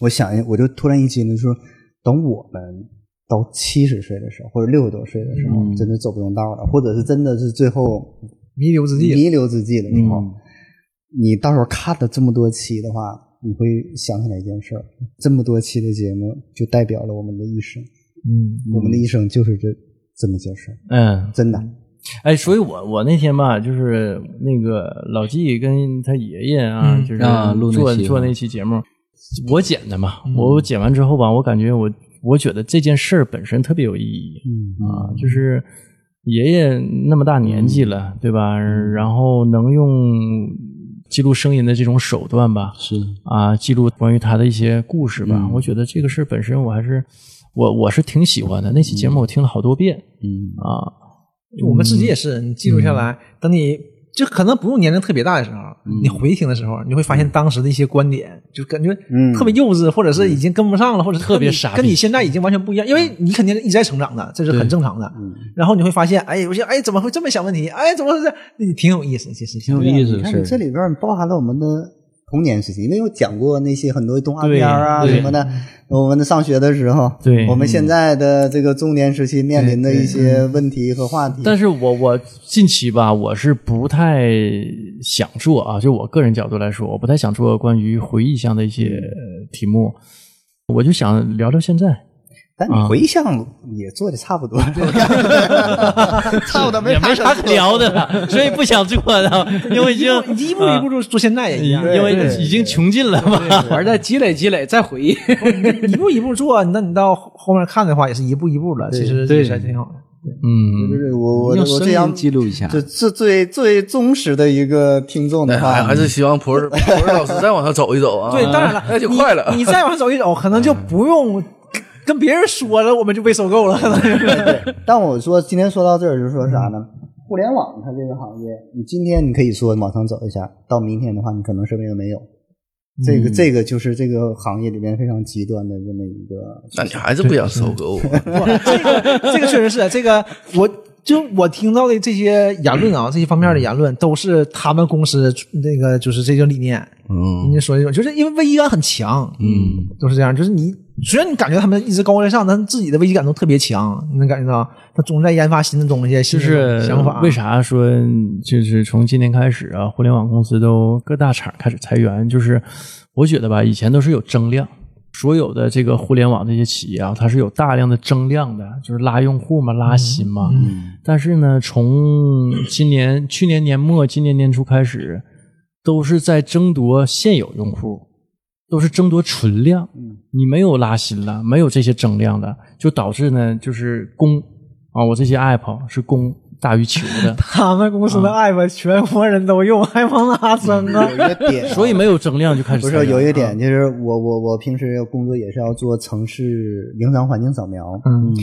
S4: 我想一，我就突然一激灵说，等我们到七十岁的时候，或者六十多岁的时候，真的走不动道了，或者是真的是最后
S2: 嗯弥留嗯之际了，
S4: 弥留之际的时候，你到时候看了这么多期的话，你会想起来一件事儿：这么多期的节目就代表了我们的一生，
S2: 嗯，
S4: 我们的一生就是这这么件事儿，
S1: 嗯，
S4: 真的。
S1: 哎，所以我我那天吧，就是那个老纪跟他爷爷啊，
S2: 嗯
S1: 就是
S3: 啊录那
S1: 做、
S3: 期
S1: 做
S3: 哈嗯
S1: 那期节目，我剪的嘛。我剪完之后吧，我感觉我我觉得这件事儿本身特别有意义。
S4: 嗯
S1: 啊，就是爷爷那么大年纪了，对
S3: 嗯
S1: 吧？然后能用记录声音的这种手段吧，
S3: 是
S1: 啊，记录关于他的一些故事
S3: 嗯
S1: 吧。我觉得这个事儿本身我还是我我是挺喜欢的。那期节目我听了好多遍、
S3: 嗯
S1: 啊，
S2: 就我们自己也是，你记录下来，等你就可能不用年龄特别大的时候，你回听的时候，你会发现当时的一些观点，就感觉
S4: 嗯
S2: 特别幼稚，或者是已经跟不上了，或者
S1: 特别傻
S2: 傻，
S1: 逼
S2: 跟你现在已经完全不一样，因为你肯定一直在成长的，这是很正常的。然后你会发现，哎，有些哎怎么会这么想问题？哎，怎么是你挺有意思，其实挺
S3: 挺有意思
S4: 啊你
S3: 的
S4: 看，你这
S3: 事儿。
S4: 里边儿包含了我们的童年时期，因为我讲过那些很多动画片儿啊
S1: 对对
S4: 什么的，我们的上学的时候，
S1: 对嗯
S4: 我们现在的这个中年时期面临的一些问题和话题。
S1: 但是我我近期吧，我是不太想做啊，就我个人角度来说，我不太想做关于回忆项的一些
S4: 嗯
S1: 呃题目，我就想聊聊现在。
S4: 但
S1: 啊
S4: 你回想也做的差不多， 差不多没
S1: 也没啥
S4: 啥
S1: 可聊的了， 所以不想做的，因为已经
S2: 你一步一步做做现在也一样，
S1: 因为
S4: 对
S1: 已经穷尽了嘛。
S6: 玩儿再积累积累，再回忆。
S2: 一步一步做，那你到后面看的话，也是一步一步了，其实
S6: 对
S2: 也还挺好的。
S1: 嗯，
S4: 就是我我
S3: 用
S4: 我
S3: 声
S4: 这样
S3: 音记录一下，
S4: 就最最最忠实的一个听众的
S5: 哎还
S4: 话，
S5: 还是希望普洱普洱老师再往上走一走啊！
S2: 对，当然了， 嗯
S5: 那就快了
S2: 你。你再往上走一 走，可能就不用跟别人说了，我们就被收购了。 可能是
S4: 但我说今天说到这儿，就是说啥呢？互联网它这个行业，你今天你可以说往上走一下，到明天的话，你可能身边就没有。这个、这个就是这个行业里边非常极端的这么一个，
S5: 那你还是不想收购啊我？
S2: 这个这个确实是这个， 我就我听到的这些言论啊，这些方面的言论都是他们公司那个就是这种理念。
S5: 嗯，
S2: 人家说这种，就是因为危机感很强，嗯，都是这样。就是你虽然你感觉他们一直高高在上，但是自己的危机感都特别强，你能感觉到他总在研发新的东西，
S1: 就
S2: 新
S1: 是
S2: 的想法。
S1: 为？啥说就是从今年开始啊，互联网公司都各大厂开始裁员，就是我觉得吧，以前都是有增量。所有的这个互联网这些企业啊，它是有大量的增量的，就是拉用户嘛，拉新嘛。
S2: 嗯
S1: 但是呢，从今年去年年末、今年年初开始，都是在争夺现有用户，都是争夺存量。
S2: 嗯
S1: 你没有拉新了，没有这些增量的，就导致呢，就是供啊，我这些 app 是供大于求 的，
S2: 他们公司的 app 全国人都用，还往哪升啊？
S4: 有一个点。
S1: 所以没有增量就开始
S4: 不
S1: 裁
S4: 是
S1: 员
S4: 有一点，就是我我我平时工作也是要做城市影响环境扫描。
S2: 嗯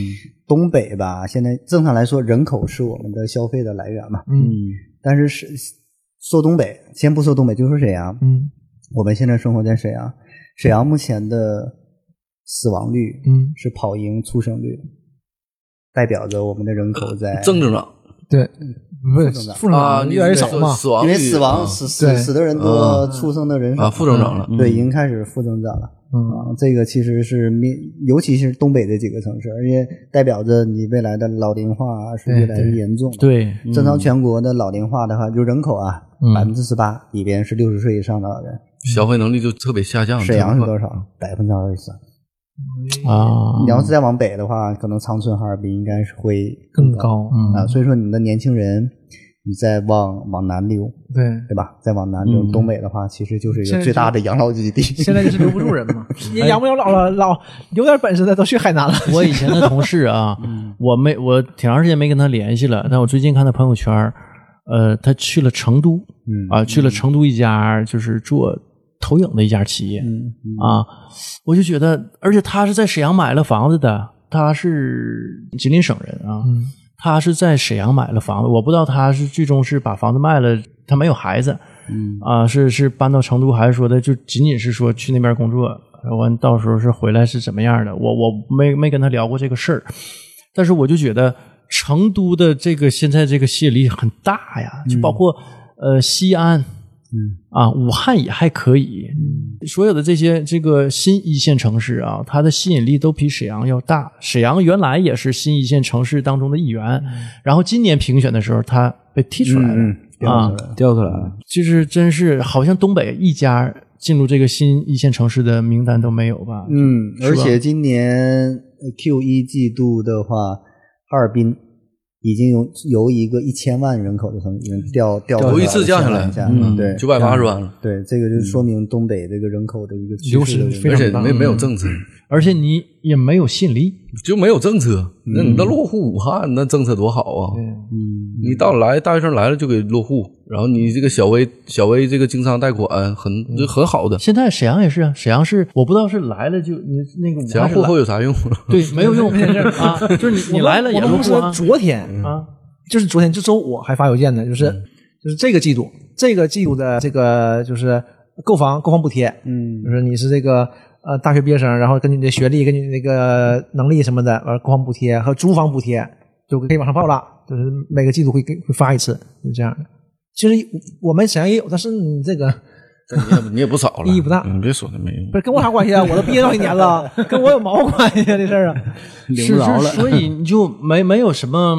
S4: 东北吧，现在正常来说人口是我们的消费的来源嘛，
S2: 嗯
S4: 但是是说东北，先不说东北，就说啊沈阳，
S2: 嗯
S4: 我们现在生活在沈阳，沈阳目前的死亡率
S2: 嗯，
S4: 是跑赢出生率的，代表着我们的人口在
S5: 正呃增长
S2: 对，不是
S4: 增长
S2: 负增
S5: 啊，
S2: 长
S5: 你
S2: 越来越少
S5: 说
S2: 嘛。
S5: 死亡
S4: 因
S5: 率
S4: 为死亡
S5: 啊
S4: 死死
S2: 对
S4: 死的人多，出生的人
S5: 啊
S4: 少，
S5: 负增长了。嗯
S4: 对，已经开始负增长了。啊，这个其实是面，尤其是东北的几个城市，而且代表着你未来的老龄化啊是越来越严重的。
S1: 对，
S5: 嗯
S4: 正常全国的老龄化的话，就人口啊，
S1: 嗯
S4: 百分之十八里边是六十岁以上的老人。
S5: 消费能力就特别下降。
S4: 沈阳
S5: 特
S4: 是
S5: 别
S4: 多少？百分之二十三。
S1: 啊
S4: 你，要是再往北的话，可能长春、哈尔滨应该是会
S2: 更
S4: 高
S2: 高，
S1: 嗯
S4: 啊。所以说，你的年轻人，你再往往南溜，
S2: 对，
S4: 对吧？再往南溜，东北的话，其实就是一
S2: 现
S4: 个
S2: 在
S4: 最
S2: 就
S4: 大的养老基 地。
S2: 现在就是留不住人 嘛，也养不了老了老，有点本事的都去海南 了。
S1: 我以前的同事 啊，
S2: 嗯
S1: 我没我挺长时间没跟他联系了，但我最近看他朋友圈儿，呃，他去了成都，
S4: 嗯
S1: 啊，去了成都一家就是做投影的一家企业，
S4: 嗯嗯
S1: 啊，我就觉得，而且他是在沈阳买了房子的，他是吉林省人啊，
S4: 嗯
S1: 他是在沈阳买了房子，我不知道他是最终是把房子卖了，他没有孩子，
S4: 嗯
S1: 啊，是是搬到成都，还是说的就仅仅是说去那边工作，然后完到时候是回来是怎么样的？我我没没跟他聊过这个事儿，但是我就觉得成都的这个现在这个吸引力很大呀，
S4: 嗯
S1: 就包括、呃西安，嗯啊，武汉也还可以，
S4: 嗯
S1: 所有的这些这个新一线城市啊，它的吸引力都比沈阳要大。沈阳原来也是新一线城市当中的一员，然后今年评选的时候，它被剔出来了。
S4: 嗯，
S1: 啊
S4: 嗯，
S3: 掉出来了，
S1: 就是真是好像东北一家进入这个新一线城市的名单都没有吧？
S4: 嗯，
S1: 是
S4: 而
S1: 吧
S4: 且今年 Q 一季度的话，哈尔滨已经有由一个一千万人口的城已经掉掉
S5: 头一次降下来
S4: 一下了
S3: 嗯
S4: 对，
S5: 九百八十万了，
S4: 对，这个就说明东北这个人口的一个趋势的问题
S5: 而且没
S2: 嗯
S5: 没有政策，
S1: 而且你也没有吸引力。
S5: 就没有政策。那
S2: 嗯
S5: 你到落户武汉，那政策多好啊！
S4: 嗯，
S5: 你到来大学生来了就给落户，然后你这个小微小微这个经商贷款很就很好的，
S1: 现在沈阳也是啊，沈阳是我不知道是来了就你那个武
S5: 沈阳
S1: 汉是
S5: 户
S1: 来
S5: 口有啥用？
S1: 对没有用啊，就是你你来了也
S2: 我们
S1: 入
S2: 公司
S1: 户啊
S2: 昨天
S1: 啊，
S2: 就是昨天就周五还发邮件呢，就是、就是这个季度这个季度的这个就是购房购房补贴，
S4: 嗯
S2: 就是你是这个呃大学毕业生，然后根据你的学历、根据你那个能力什么的，完了购房补贴和租房补贴就可以往上报了，就是每个季度会给会发一次，就这样的。其实我们沈阳也有，但是你这个
S5: 你 也你也不少了，
S2: 意义不大
S5: 你别说那没用
S2: 不。是跟我啥关系啊？我都毕业多少年了，跟我有毛关系啊？这事儿啊，
S3: 领
S1: 是
S3: 不着
S1: 是，
S3: 了。
S1: 所以你就没没有什么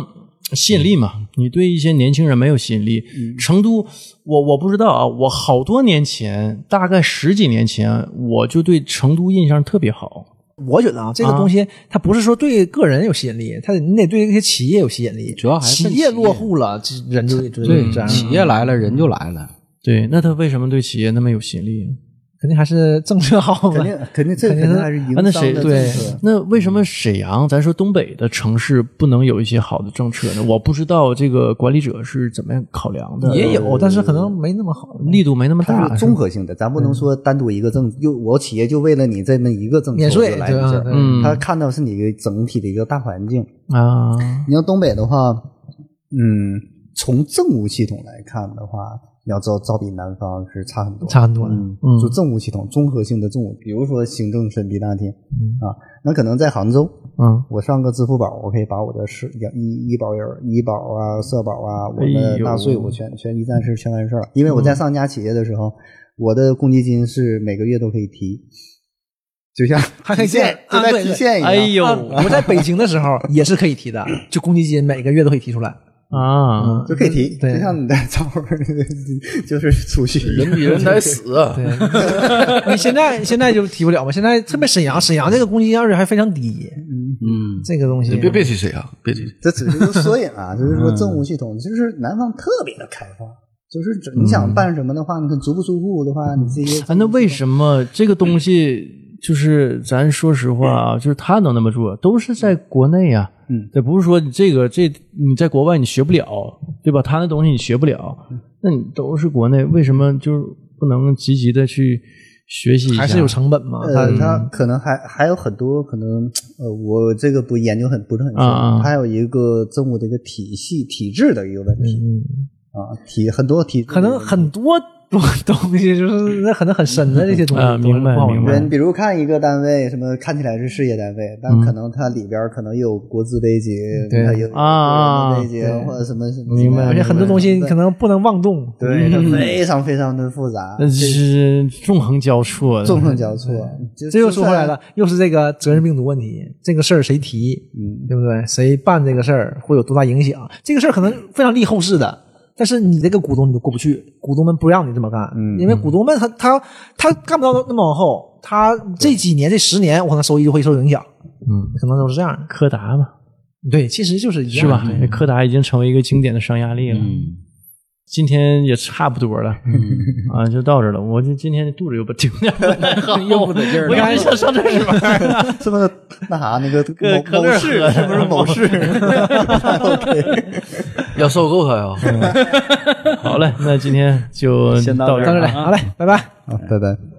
S1: 吸引力嘛？你对一些年轻人没有吸引力。成都，我我不知道啊，我好多年前，大概十几年前，我就对成都印象特别好。
S2: 我觉得啊，这个东西它不是说对个人有吸引力，它得你得对那些企业有吸引力。
S3: 主要还是
S2: 企业落户了，这人就就
S3: 对
S2: 就这样，
S3: 企业来了，人就来了。
S1: 对，那他为什么对企业那么有吸引力？
S2: 肯定还是政策好嘛
S4: 肯。定肯定这个肯定还是
S1: 啊
S4: 营商
S1: 那
S4: 的
S1: 谁
S4: 政
S2: 对
S4: 策
S1: 那为什么沈阳，咱说东北的城市不能有一些好的政策呢？我不知道这个管理者是怎么样考量的，
S2: 也有，但是可能没那么好。
S1: 力度没那么
S4: 它
S1: 大
S4: 是。嗯综合性的，咱不能说单独一个政，又我企业就为了你这么一个政策
S2: 免税
S4: 我就来你这
S2: 对吧
S4: 儿，
S2: 对
S1: 嗯
S4: 他看到是你的整体的一个大环境。
S1: 啊，
S4: 你像东北的话，嗯，从政务系统来看的话，你要知道，照比南方是差很多，
S2: 差很多的
S4: 嗯
S1: 嗯，
S4: 就政务系统综合性的政务，比如说行政审批那天、啊，那可能在杭州，
S1: 嗯，
S4: 我上个支付宝，我可以把我的社医医保有医保啊、社保啊、我
S1: 哎
S4: 的
S1: 呦
S4: 纳税，我全全一站式全完事儿了。因为我在上一家企业的时候，我的公积金是每个月都可以提，就像
S2: 还可以
S4: 提现，
S2: 这
S4: 就
S2: 样啊
S4: 在
S2: 对
S4: 提
S2: 对
S4: 现一样。
S1: 哎呦
S2: 啊我在北京的时候也是可以提的，就公积金每个月都可以提出来。
S1: 啊，
S4: 就可以提，
S2: 对
S4: 就像你的账户儿 就是储蓄，
S5: 人比 人得死啊，
S2: 你现在现在就提不了嘛？现在特别沈阳，沈阳这个公积金二率还非常低，
S3: 嗯，
S2: 这个东西
S5: 别别提谁啊，别提谁。
S4: 这只是一个缩影啊，就是说政务系统，就是南方特别的开放，就是整你想办什么的话，你看足不足户的话，你这些
S1: 啊，那为什么这个东西就是咱说实话啊，就是他能那么做，都是在国内啊，
S4: 嗯，
S1: 这不是说你这个这你在国外你学不了，对吧？他那东西你学不了，
S4: 嗯
S1: 那你都是国内，为什么就是不能积极的去学习一下？
S2: 还是有成本嘛？它
S4: 呃，它可能还还有很多可能，呃，我这个不研究很不是很深
S1: 啊啊，
S4: 它有一个政务的一个体系体制的一个问题
S1: 嗯
S4: 啊，体很多体制
S2: 可能很多东西，就是那可能很深的这些东西
S1: 啊
S2: 都是
S1: 明白
S2: 不好
S1: 明白
S2: 弄
S4: 人，比如看一个单位，什么看起来是事业单位，但可能它里边儿可能有国字碑节，
S2: 对
S4: 它有
S1: 啊
S4: 个人的碑节或者什么什么，
S1: 明白
S2: 而且很多东西可能不能妄动。
S4: 对，它非常非常的复杂，
S1: 那是纵横交错的，
S4: 纵横交错。
S2: 这又说回来
S4: 了。
S2: 了，又是这个责任病毒问题，
S1: 嗯
S2: 这个事儿谁提，
S4: 嗯
S2: 对不对？谁办这个事儿会有多大影响？这个事儿可能非常利后世的，但是你这个股东你就过不去，股东们不让你这么干，
S4: 嗯
S2: 因为股东们他他他干不到那么往后，他这几年这十年我可能收益就会受影响，嗯，可能都是这样的。
S1: 柯达嘛，
S2: 对，其实就是一
S1: 是
S2: 样嗯的
S1: 吧？哎柯达已经成为一个经典的商压力了。
S3: 嗯
S1: 今天也差不多了，
S2: 嗯
S1: 啊，就到这儿了。我就今天肚子又不有 点不太
S2: 哦
S1: 好，又不得劲儿我有点想上厕所。
S4: 是 不是那啥那 个
S1: 个
S4: 某
S1: 可
S4: 某
S1: 乐
S4: 氏
S1: 喝的
S4: 是不是某氏 ？OK，
S5: 要收购他呀。
S1: 好嘞，那今天就
S4: 先到
S1: 到
S4: 这
S1: 这
S4: 儿
S1: 儿了
S2: 到这里，好嘞，拜拜。
S4: 好，拜拜。